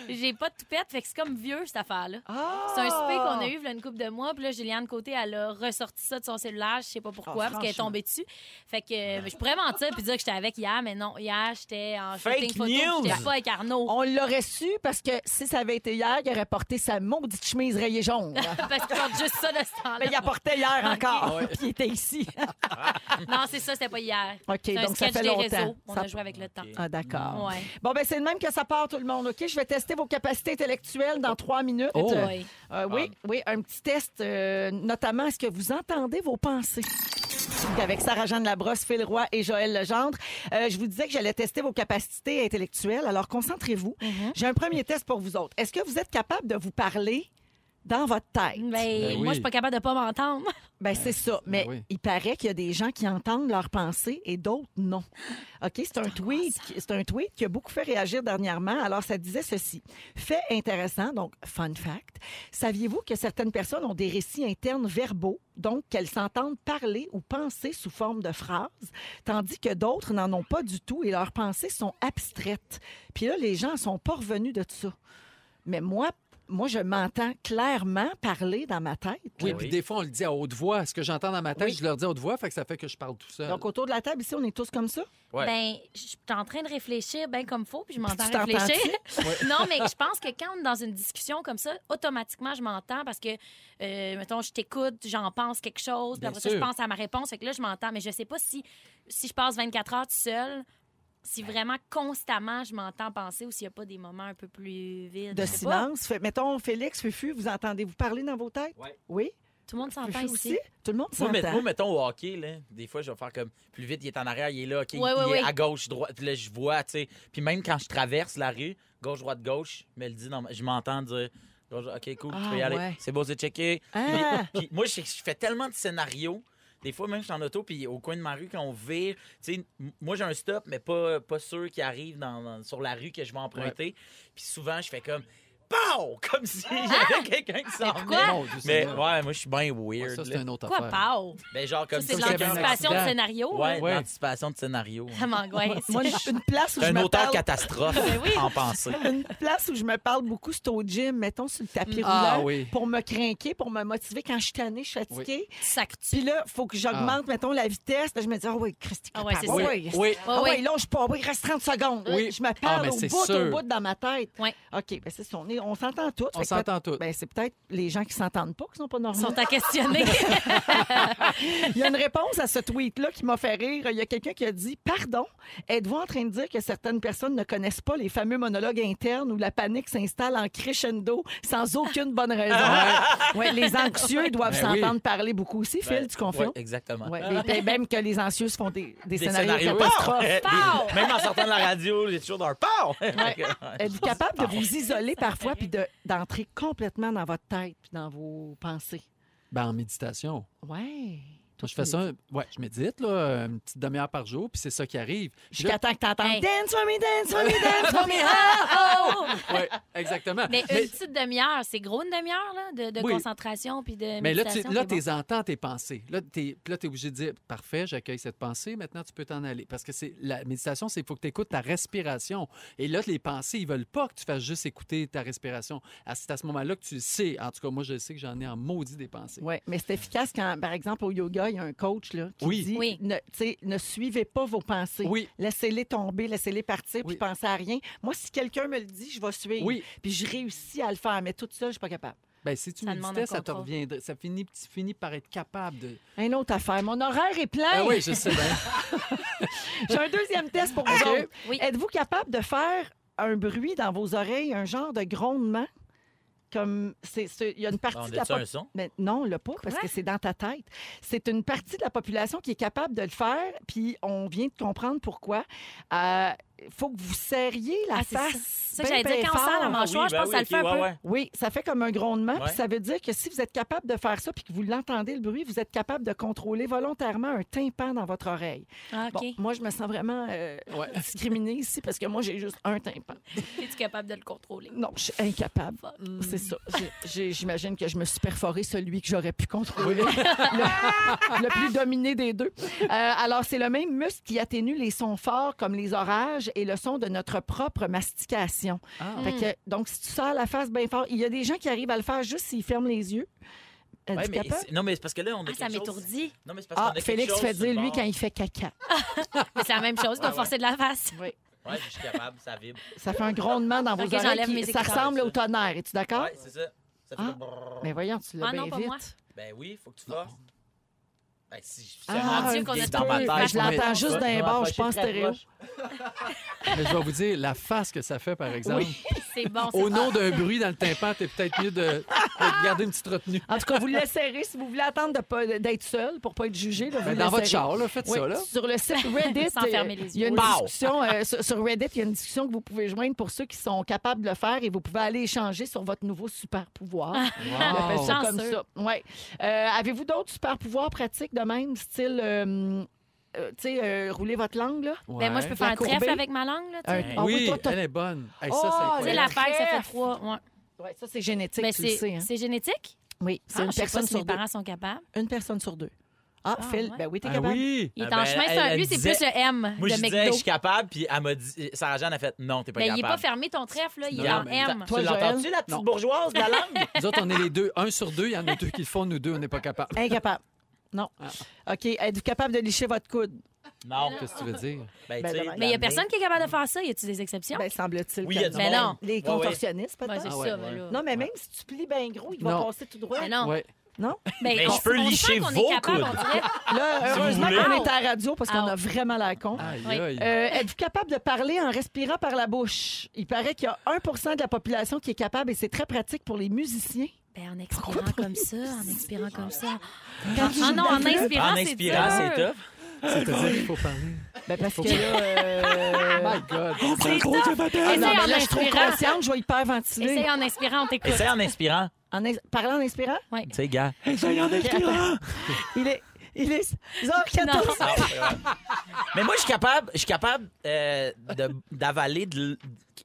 [SPEAKER 3] J'ai pas de toupette, fait que c'est comme vieux, cette affaire-là.
[SPEAKER 1] Ah!
[SPEAKER 3] C'est un souper qu'on a eu il une couple de mois. Puis là, Juliane Côté, elle a ressorti ça de son cellulaire. Je sais pas pourquoi,
[SPEAKER 1] Ah,
[SPEAKER 3] parce qu'elle est
[SPEAKER 1] franchement.
[SPEAKER 3] tombée dessus. Fait que euh, je pourrais mentir puis dire que j'étais avec hier, mais non. Hier, j'étais en
[SPEAKER 4] Fake
[SPEAKER 3] shooting photo.
[SPEAKER 4] news!
[SPEAKER 3] puis J'étais pas avec Arnaud.
[SPEAKER 1] On l'aurait su parce que si ça avait été hier, il aurait porté sa maudite chemise rayée jaune.
[SPEAKER 3] parce qu'ils portent juste ça de ce temps-là.
[SPEAKER 1] Mais il la portait hier
[SPEAKER 2] Ah
[SPEAKER 1] encore, puis il était ici.
[SPEAKER 3] Non, c'est ça, c'était pas hier.
[SPEAKER 1] OK,
[SPEAKER 3] C'est un
[SPEAKER 1] donc ça
[SPEAKER 3] sketch
[SPEAKER 1] fait
[SPEAKER 3] des
[SPEAKER 1] longtemps.
[SPEAKER 3] réseaux. On
[SPEAKER 1] Ça-
[SPEAKER 3] a joué avec le temps.
[SPEAKER 1] Ah, d'accord.
[SPEAKER 3] Ouais.
[SPEAKER 1] Bon, ben c'est le même que ça part, tout le monde, OK? Je vais tester vos capacités intellectuelles dans trois minutes.
[SPEAKER 2] Oh.
[SPEAKER 1] Euh,
[SPEAKER 3] Ouais.
[SPEAKER 1] euh, oui, oui, un petit test, euh, notamment, est-ce que vous entendez vos pensées? Donc, Avec Sarah-Jeanne Labrosse, Phil Roy et Joël Legendre. Euh, je vous disais que j'allais tester vos capacités intellectuelles, alors concentrez-vous.
[SPEAKER 2] Mm-hmm.
[SPEAKER 1] J'ai un premier test pour vous autres. Est-ce que vous êtes capable de vous parler dans votre tête?
[SPEAKER 3] Mais
[SPEAKER 2] Ben oui.
[SPEAKER 3] moi, je suis pas capable de pas m'entendre.
[SPEAKER 1] Ben, c'est ça. Mais
[SPEAKER 2] oui.
[SPEAKER 1] il paraît qu'il y a des gens qui entendent leurs pensées et d'autres non. OK, c'est un tweet, qui- c'est un tweet qui a beaucoup fait réagir dernièrement. Alors ça disait ceci. Fait intéressant, donc fun fact. Saviez-vous que certaines personnes ont des récits internes verbaux, donc qu'elles s'entendent parler ou penser sous forme de phrases, tandis que d'autres n'en ont pas du tout et leurs pensées sont abstraites. Puis là les gens sont pas revenus de ça. Mais moi moi, je m'entends clairement parler dans ma tête.
[SPEAKER 2] Oui,
[SPEAKER 1] là.
[SPEAKER 2] puis des fois, on le dit à haute voix. Ce que j'entends dans ma tête,
[SPEAKER 1] Ben Oui.
[SPEAKER 2] je leur dis à haute voix, fait que ça fait que je parle tout seul.
[SPEAKER 1] Donc, autour de la table, ici, on est tous comme ça.
[SPEAKER 4] Ouais.
[SPEAKER 3] Ben, je suis en train de réfléchir bien comme faut, puis je m'entends
[SPEAKER 1] tu t'entends-tu?
[SPEAKER 3] réfléchir. non, mais je pense que quand on est dans une discussion comme ça, automatiquement, je m'entends parce que, euh, mettons, je t'écoute, j'en pense quelque chose, puis
[SPEAKER 2] Bien
[SPEAKER 3] après ça, je
[SPEAKER 2] sûr.
[SPEAKER 3] pense à ma réponse, fait que là, je m'entends. Mais je sais pas si, si je passe 24 heures tout seul, si
[SPEAKER 2] Ben.
[SPEAKER 3] vraiment constamment je m'entends penser ou s'il n'y a pas des moments un peu plus vides.
[SPEAKER 1] De
[SPEAKER 3] je sais pas.
[SPEAKER 1] silence. Fait- mettons, Félix, Fufu, vous entendez-vous parler dans vos têtes?
[SPEAKER 4] Ouais.
[SPEAKER 1] Oui?
[SPEAKER 3] Tout le monde s'entend
[SPEAKER 1] Fufu
[SPEAKER 3] ici.
[SPEAKER 1] aussi? Tout le monde
[SPEAKER 4] Moi, met-
[SPEAKER 1] s'entend.
[SPEAKER 4] moi, mettons au hockey, là, des fois, je vais faire comme plus vite, il est en arrière, il est là, OK,
[SPEAKER 3] Ouais,
[SPEAKER 4] il
[SPEAKER 3] ouais,
[SPEAKER 4] est
[SPEAKER 3] ouais.
[SPEAKER 4] à gauche, droite, Puis là, je vois, tu sais. Puis même quand je traverse la rue, gauche, droite, gauche, je me le dis, dans ma- je m'entends dire, gauche, OK, cool, tu
[SPEAKER 1] Ah,
[SPEAKER 4] peux y aller.
[SPEAKER 1] ouais.
[SPEAKER 4] C'est beau, c'est checké.
[SPEAKER 1] Ah!
[SPEAKER 4] Puis, puis moi, je, je fais tellement de scénarios. Des fois, même, je suis en auto, puis au coin de ma rue, quand on vire, tu sais, m- moi, j'ai un stop, mais pas, pas sûr qui arrive dans, dans- sur la rue que je vais emprunter. Puis souvent, je fais comme, pow! Comme si j'avais quelqu'un qui s'en venait.
[SPEAKER 3] pourquoi?
[SPEAKER 2] Mon Dieu,
[SPEAKER 4] Mais
[SPEAKER 2] Seigneur.
[SPEAKER 4] ouais, moi, je suis bien
[SPEAKER 2] Ouais,
[SPEAKER 4] weird.
[SPEAKER 2] ça, c'est
[SPEAKER 4] là.
[SPEAKER 2] une autre
[SPEAKER 3] Quoi,
[SPEAKER 2] affaire.
[SPEAKER 3] Pau?
[SPEAKER 4] Ben, genre
[SPEAKER 3] Ça,
[SPEAKER 4] comme
[SPEAKER 3] c'est de
[SPEAKER 4] si quelqu'un-
[SPEAKER 3] l'anticipation de
[SPEAKER 2] accident.
[SPEAKER 3] scénario.
[SPEAKER 4] Ouais,
[SPEAKER 3] hein?
[SPEAKER 2] Ouais.
[SPEAKER 4] l'anticipation de scénario.
[SPEAKER 3] Ça m'angoisse.
[SPEAKER 1] Moi, je- une place où
[SPEAKER 4] C'est
[SPEAKER 1] je
[SPEAKER 4] un
[SPEAKER 1] me
[SPEAKER 4] auteur
[SPEAKER 1] parle...
[SPEAKER 4] catastrophe en pensée.
[SPEAKER 1] Une place où je me parle beaucoup, c'est au gym, mettons, sur le tapis roulant,
[SPEAKER 2] Ah oui.
[SPEAKER 1] pour me craquer, pour me motiver quand je suis tannée, je suis fatiguée.
[SPEAKER 3] Ça que tu-
[SPEAKER 1] Puis là, il faut que j'augmente, mettons, la vitesse. Là, je me dis, ah oui, Christy,
[SPEAKER 3] Ah ouais,
[SPEAKER 1] capable.
[SPEAKER 3] c'est ça.
[SPEAKER 1] oui.
[SPEAKER 2] Ah. Oui.
[SPEAKER 1] Ah
[SPEAKER 3] Ouais,
[SPEAKER 1] oui,
[SPEAKER 3] ouais.
[SPEAKER 1] longe pas. Oui, reste 30 secondes.
[SPEAKER 2] Oui.
[SPEAKER 1] Je me parle
[SPEAKER 2] Ah, mais
[SPEAKER 1] au
[SPEAKER 2] c'est
[SPEAKER 1] bout, au
[SPEAKER 2] sûr.
[SPEAKER 1] bout dans ma tête.
[SPEAKER 3] Ouais.
[SPEAKER 1] OK, ben c'est ça. On, est- on s'entend tous.
[SPEAKER 2] On
[SPEAKER 1] Fait que
[SPEAKER 2] s'entend
[SPEAKER 1] peut-
[SPEAKER 2] tous.
[SPEAKER 1] Ben, c'est peut-être les gens qui s'entendent pas qui sont pas normaux.
[SPEAKER 3] Ils sont à questionner.
[SPEAKER 1] Il y a une réponse à ce tweet-là qui m'a fait rire. Il y a quelqu'un qui a dit Pardon, êtes-vous en train de dire que certaines personnes ne connaissent pas les fameux monologues internes où la panique s'installe en crescendo sans aucune bonne raison ouais, Les anxieux doivent
[SPEAKER 2] Ben oui. Ben
[SPEAKER 1] s'entendre parler beaucoup aussi. Phil, tu confirmes
[SPEAKER 4] Ouais, exactement.
[SPEAKER 1] Ouais, les- les- Même que les anxieux se font des,
[SPEAKER 4] Des
[SPEAKER 1] des scénarios,
[SPEAKER 4] scénarios.
[SPEAKER 1] catastrophes.
[SPEAKER 4] Pow! Des- Même en sortant de la radio, j'ai toujours d'un pow!
[SPEAKER 1] Êtes-vous capable de vous isoler parfois puis de- d'entrer complètement dans votre tête puis dans vos pensées?
[SPEAKER 2] Ben, en méditation.
[SPEAKER 1] Ouais.
[SPEAKER 2] Moi, je fais ça, ouais, je médite, là, une petite demi-heure par jour, puis c'est ça qui arrive. Puis là-
[SPEAKER 1] Jusqu'à temps que t'entends
[SPEAKER 3] Hey.
[SPEAKER 1] Dance for me, dance for me, dance for me.
[SPEAKER 2] Ouais, exactement.
[SPEAKER 3] Mais
[SPEAKER 2] Mais-
[SPEAKER 3] une petite demi-heure, c'est gros une demi-heure là, de, de
[SPEAKER 2] Oui.
[SPEAKER 3] concentration puis de
[SPEAKER 2] Mais là, tu
[SPEAKER 3] méditation,
[SPEAKER 2] là,
[SPEAKER 3] c'est bon.
[SPEAKER 2] t'es entends tes pensées. Là, t'es puis là, t'es obligé de dire Parfait, j'accueille cette pensée, maintenant tu peux t'en aller. Parce que c'est la méditation, c'est qu'il faut que tu écoutes ta respiration. Et là, les pensées, ils veulent pas que tu fasses juste écouter ta respiration. Ah, C'est à ce moment-là que tu le sais. En tout cas, moi, je sais que j'en ai en maudit des pensées.
[SPEAKER 1] Oui, mais c'est efficace quand, par exemple, au yoga, il y a un coach là, qui
[SPEAKER 2] Oui.
[SPEAKER 1] dit
[SPEAKER 3] Oui.
[SPEAKER 1] ne, tu sais, ne suivez pas vos pensées.
[SPEAKER 2] Oui.
[SPEAKER 1] Laissez-les tomber, laissez-les partir, puis
[SPEAKER 2] Oui.
[SPEAKER 1] pensez à rien. Moi, si quelqu'un me le dit, je vais suivre.
[SPEAKER 2] Oui.
[SPEAKER 1] Puis je réussis à le faire, mais toute seule, je suis pas capable.
[SPEAKER 2] Ben, si tu
[SPEAKER 3] Ça demande un
[SPEAKER 2] méditais, ça te
[SPEAKER 3] contrôle.
[SPEAKER 2] reviendrait. Ça finit, tu finis par être capable de.
[SPEAKER 1] Une autre affaire. Mon horaire est plein.
[SPEAKER 2] Ah oui, je sais. bien.
[SPEAKER 1] J'ai un deuxième test pour vous autres.
[SPEAKER 3] Oui.
[SPEAKER 1] Êtes-vous capable de faire un bruit dans vos oreilles, un genre de grondement? Comme c'est, c'est- il y a une
[SPEAKER 4] On
[SPEAKER 1] partie de la
[SPEAKER 4] a-tu
[SPEAKER 1] pop-
[SPEAKER 4] un son?
[SPEAKER 1] Mais non, on l'a pas parce
[SPEAKER 3] Quoi?
[SPEAKER 1] que c'est dans ta tête. C'est une partie de la population qui est capable de le faire, puis on vient de comprendre pourquoi. Euh, faut que vous serriez la
[SPEAKER 3] Ah, c'est ça,
[SPEAKER 1] face.
[SPEAKER 3] ça
[SPEAKER 1] ben,
[SPEAKER 3] que j'allais dire.
[SPEAKER 1] ben
[SPEAKER 3] Quand on serre la
[SPEAKER 4] Ah
[SPEAKER 1] fort.
[SPEAKER 3] mâchoire, je
[SPEAKER 4] ben
[SPEAKER 3] pense que ça le fait un peu.
[SPEAKER 1] Oui, ça fait comme un grondement,
[SPEAKER 4] Ouais.
[SPEAKER 1] puis ça veut dire que si vous êtes capable de faire ça puis que vous l'entendez le bruit, vous êtes capable de contrôler volontairement un tympan dans votre oreille.
[SPEAKER 3] Ah,
[SPEAKER 1] Bon,
[SPEAKER 3] OK.
[SPEAKER 1] moi je me sens vraiment euh,
[SPEAKER 2] Ouais.
[SPEAKER 1] discriminée ici parce que moi j'ai juste un tympan.
[SPEAKER 3] Es-tu capable de le contrôler?
[SPEAKER 1] Non, je suis incapable.
[SPEAKER 3] Fuck.
[SPEAKER 4] Mm.
[SPEAKER 1] C'est ça. J'ai- j'ai- J'imagine que je me suis perforé celui que j'aurais pu contrôler. le, le plus dominé des deux. Euh, alors, c'est le même muscle qui atténue les sons forts comme les orages l'image et le son de notre propre mastication.
[SPEAKER 2] Ah.
[SPEAKER 1] Fait
[SPEAKER 4] Mm.
[SPEAKER 1] que, donc, si tu sors la face bien fort, il y a des gens qui arrivent à le faire juste s'ils ferment les yeux. Euh,
[SPEAKER 4] Ouais,
[SPEAKER 1] du
[SPEAKER 4] mais
[SPEAKER 1] caca.
[SPEAKER 4] c'est- non, mais c'est parce que là, on a
[SPEAKER 3] Ah, ça
[SPEAKER 4] quelque chose-
[SPEAKER 3] m'étourdit.
[SPEAKER 4] Non, mais c'est parce
[SPEAKER 1] Ah,
[SPEAKER 4] qu'on a quelque
[SPEAKER 1] Félix
[SPEAKER 4] chose
[SPEAKER 1] fait
[SPEAKER 4] sur
[SPEAKER 1] dire,
[SPEAKER 4] le
[SPEAKER 1] lui,
[SPEAKER 4] bord.
[SPEAKER 1] quand il fait caca.
[SPEAKER 3] Mais C'est la même chose,
[SPEAKER 1] Ah,
[SPEAKER 3] t'as
[SPEAKER 4] Ouais,
[SPEAKER 3] forcé de la face.
[SPEAKER 4] Ouais, je suis capable, ça vibre.
[SPEAKER 1] Ça fait un grondement dans vos
[SPEAKER 3] Ok,
[SPEAKER 1] oreilles.
[SPEAKER 3] j'enlève
[SPEAKER 1] qui-
[SPEAKER 3] mes
[SPEAKER 1] ça
[SPEAKER 3] écouteurs,
[SPEAKER 1] ressemble
[SPEAKER 4] ça.
[SPEAKER 1] au tonnerre. Es-tu d'accord?
[SPEAKER 4] Ouais, c'est ça. Ça fait
[SPEAKER 1] Ah.
[SPEAKER 4] comme brrrr.
[SPEAKER 1] Mais voyons, tu l'as
[SPEAKER 3] Ah
[SPEAKER 1] bien
[SPEAKER 3] non, pas
[SPEAKER 1] vite.
[SPEAKER 3] moi.
[SPEAKER 4] Ben oui, faut que tu fasses. Ben si, je suis
[SPEAKER 1] Ah,
[SPEAKER 4] tellement
[SPEAKER 3] Dieu,
[SPEAKER 4] dit
[SPEAKER 3] qu'on a
[SPEAKER 4] que
[SPEAKER 3] tout eu. Ben,
[SPEAKER 1] je l'entends juste
[SPEAKER 4] Ouais,
[SPEAKER 1] d'un
[SPEAKER 4] vais
[SPEAKER 1] bord, je
[SPEAKER 4] m'approcher
[SPEAKER 1] pense
[SPEAKER 4] très
[SPEAKER 1] stéréo.
[SPEAKER 4] proche.
[SPEAKER 2] Mais je vais vous dire, la face que ça fait, par exemple.
[SPEAKER 3] C'est bon, ça.
[SPEAKER 2] Au nom d'un bruit dans le tympan, t'es peut-être mieux de, de garder une petite retenue.
[SPEAKER 3] Ah,
[SPEAKER 1] En tout cas, vous le serrez si vous voulez attendre de pas- d'être seul pour pas être jugé. là, vous
[SPEAKER 2] Ben,
[SPEAKER 1] le
[SPEAKER 2] dans votre
[SPEAKER 1] serrez.
[SPEAKER 2] char, là, faites
[SPEAKER 1] Oui,
[SPEAKER 2] ça. Là.
[SPEAKER 1] Sur le site Reddit,
[SPEAKER 3] Sans fermer les
[SPEAKER 1] euh, il y a une
[SPEAKER 4] yeux. Wow.
[SPEAKER 1] discussion euh, sur, sur Reddit, il y a une discussion que vous pouvez joindre pour ceux qui sont capables de le faire et vous pouvez aller échanger sur votre nouveau super pouvoir.
[SPEAKER 3] Ah,
[SPEAKER 1] On appelle ça comme
[SPEAKER 3] Chanceux.
[SPEAKER 1] ça. Ouais. Euh, Avez-vous d'autres super pouvoirs pratiques de même, style, euh, euh, tu sais, euh, rouler votre langue là?
[SPEAKER 2] Ouais.
[SPEAKER 3] Ben, moi, je peux
[SPEAKER 1] La
[SPEAKER 3] faire un
[SPEAKER 1] courbée.
[SPEAKER 3] trèfle avec ma langue, là, tu sais.
[SPEAKER 1] Un- Ah
[SPEAKER 2] Oui,
[SPEAKER 1] toi, t'as-
[SPEAKER 2] elle est bonne. Hey,
[SPEAKER 1] Oh,
[SPEAKER 2] ça, c'est
[SPEAKER 1] tu
[SPEAKER 3] Tu sais,
[SPEAKER 2] incroyable.
[SPEAKER 1] un
[SPEAKER 3] la faille, ça fait
[SPEAKER 1] trèfle.
[SPEAKER 3] trois. ouais.
[SPEAKER 1] Ouais, ça c'est génétique,
[SPEAKER 3] Mais
[SPEAKER 1] tu le sais.
[SPEAKER 3] c'est
[SPEAKER 1] hein.
[SPEAKER 3] c'est génétique?
[SPEAKER 1] Oui, c'est
[SPEAKER 3] Ah,
[SPEAKER 1] une
[SPEAKER 3] je sais pas
[SPEAKER 1] personne
[SPEAKER 3] si mes
[SPEAKER 1] sur deux.
[SPEAKER 3] parents sont capables.
[SPEAKER 1] Une personne sur deux. Ah,
[SPEAKER 3] Ah,
[SPEAKER 1] Phil,
[SPEAKER 3] ouais.
[SPEAKER 1] ben oui, t'es
[SPEAKER 2] Ah
[SPEAKER 1] capable.
[SPEAKER 2] oui.
[SPEAKER 3] Il est
[SPEAKER 4] Ah,
[SPEAKER 3] en
[SPEAKER 4] ben,
[SPEAKER 3] chemin,
[SPEAKER 4] elle-
[SPEAKER 3] c'est un-
[SPEAKER 4] elle
[SPEAKER 3] lui, c'est
[SPEAKER 4] disait-
[SPEAKER 3] plus le M
[SPEAKER 4] Moi,
[SPEAKER 3] de
[SPEAKER 4] je disais, je
[SPEAKER 3] McDo.
[SPEAKER 4] suis capable, puis elle m'a dit, Sarah-Jeanne a fait, non, t'es pas
[SPEAKER 3] Mais il
[SPEAKER 4] capable.
[SPEAKER 3] est pas fermé, ton trèfle, là, il est
[SPEAKER 2] Non,
[SPEAKER 3] en
[SPEAKER 2] mais
[SPEAKER 3] M.
[SPEAKER 4] Tu l'entends-tu, la petite
[SPEAKER 2] Non.
[SPEAKER 4] bourgeoise de la langue?
[SPEAKER 2] Nous autres, on est les deux. Un sur deux, il y en a deux qui le font, nous deux, on n'est pas capables.
[SPEAKER 1] Incapable. Non.
[SPEAKER 4] Ah.
[SPEAKER 1] OK. Êtes-vous capable de licher votre coude?
[SPEAKER 4] non.
[SPEAKER 2] Qu'est-ce que tu veux dire?
[SPEAKER 4] Ben,
[SPEAKER 1] Ben,
[SPEAKER 4] tu sais,
[SPEAKER 1] demain.
[SPEAKER 3] Mais il y a
[SPEAKER 4] l'amener.
[SPEAKER 3] personne qui est capable de faire ça. Y a-tu des exceptions?
[SPEAKER 1] Ben, semble-t-il.
[SPEAKER 4] Oui,
[SPEAKER 1] que
[SPEAKER 4] il y a du
[SPEAKER 3] Mais
[SPEAKER 4] monde.
[SPEAKER 3] non.
[SPEAKER 1] Les
[SPEAKER 4] Ouais, ouais.
[SPEAKER 1] contorsionnistes,
[SPEAKER 3] Ben,
[SPEAKER 1] peut-être.
[SPEAKER 3] c'est
[SPEAKER 2] Ah ouais,
[SPEAKER 3] ça,
[SPEAKER 2] ouais.
[SPEAKER 3] mais là.
[SPEAKER 1] Non, mais même si tu plies bien gros, il va
[SPEAKER 2] Non.
[SPEAKER 1] passer tout droit.
[SPEAKER 3] Ben non.
[SPEAKER 2] Ouais.
[SPEAKER 3] Ben,
[SPEAKER 4] Mais
[SPEAKER 3] on-
[SPEAKER 4] je peux
[SPEAKER 3] on
[SPEAKER 4] licher
[SPEAKER 3] sent qu'on est
[SPEAKER 4] vos
[SPEAKER 3] capable,
[SPEAKER 4] coudes.
[SPEAKER 3] on dirait.
[SPEAKER 1] Là,
[SPEAKER 4] Si
[SPEAKER 1] heureusement
[SPEAKER 4] vous
[SPEAKER 1] qu'on
[SPEAKER 3] Ah, voulez. Ah.
[SPEAKER 1] est à la radio parce qu'on a vraiment la con.
[SPEAKER 2] Aïe,
[SPEAKER 3] Oui.
[SPEAKER 2] aïe.
[SPEAKER 1] Euh, Êtes-vous capable de parler en respirant par la bouche? Il paraît qu'il y a 1 de la population qui est capable et c'est très pratique pour les musiciens.
[SPEAKER 3] Ben, en expirant comme ça, en expirant comme ça.
[SPEAKER 1] Quand tu
[SPEAKER 3] Ah
[SPEAKER 1] joues
[SPEAKER 3] non,
[SPEAKER 1] de la
[SPEAKER 3] en
[SPEAKER 1] flûte,
[SPEAKER 3] inspirant,
[SPEAKER 4] En inspirant, c'est
[SPEAKER 3] dur.
[SPEAKER 4] top.
[SPEAKER 2] C'est-à-dire qu'il faut parler.
[SPEAKER 1] ben parce que là, euh,
[SPEAKER 2] My God.
[SPEAKER 1] ah non,
[SPEAKER 3] Essaye
[SPEAKER 1] mais là,
[SPEAKER 3] en
[SPEAKER 1] je suis trop
[SPEAKER 3] inspirant.
[SPEAKER 1] consciente, je vais hyperventiler.
[SPEAKER 3] Essaye en inspirant, on t'écoute.
[SPEAKER 4] Essaye en inspirant.
[SPEAKER 1] En ex- Parler en inspirant?
[SPEAKER 4] Tu sais, gars.
[SPEAKER 1] Il est... Il est... 14
[SPEAKER 3] Non.
[SPEAKER 4] Ah, ouais, ouais. Mais moi, je suis capable, je suis capable euh, de- d'avaler de l-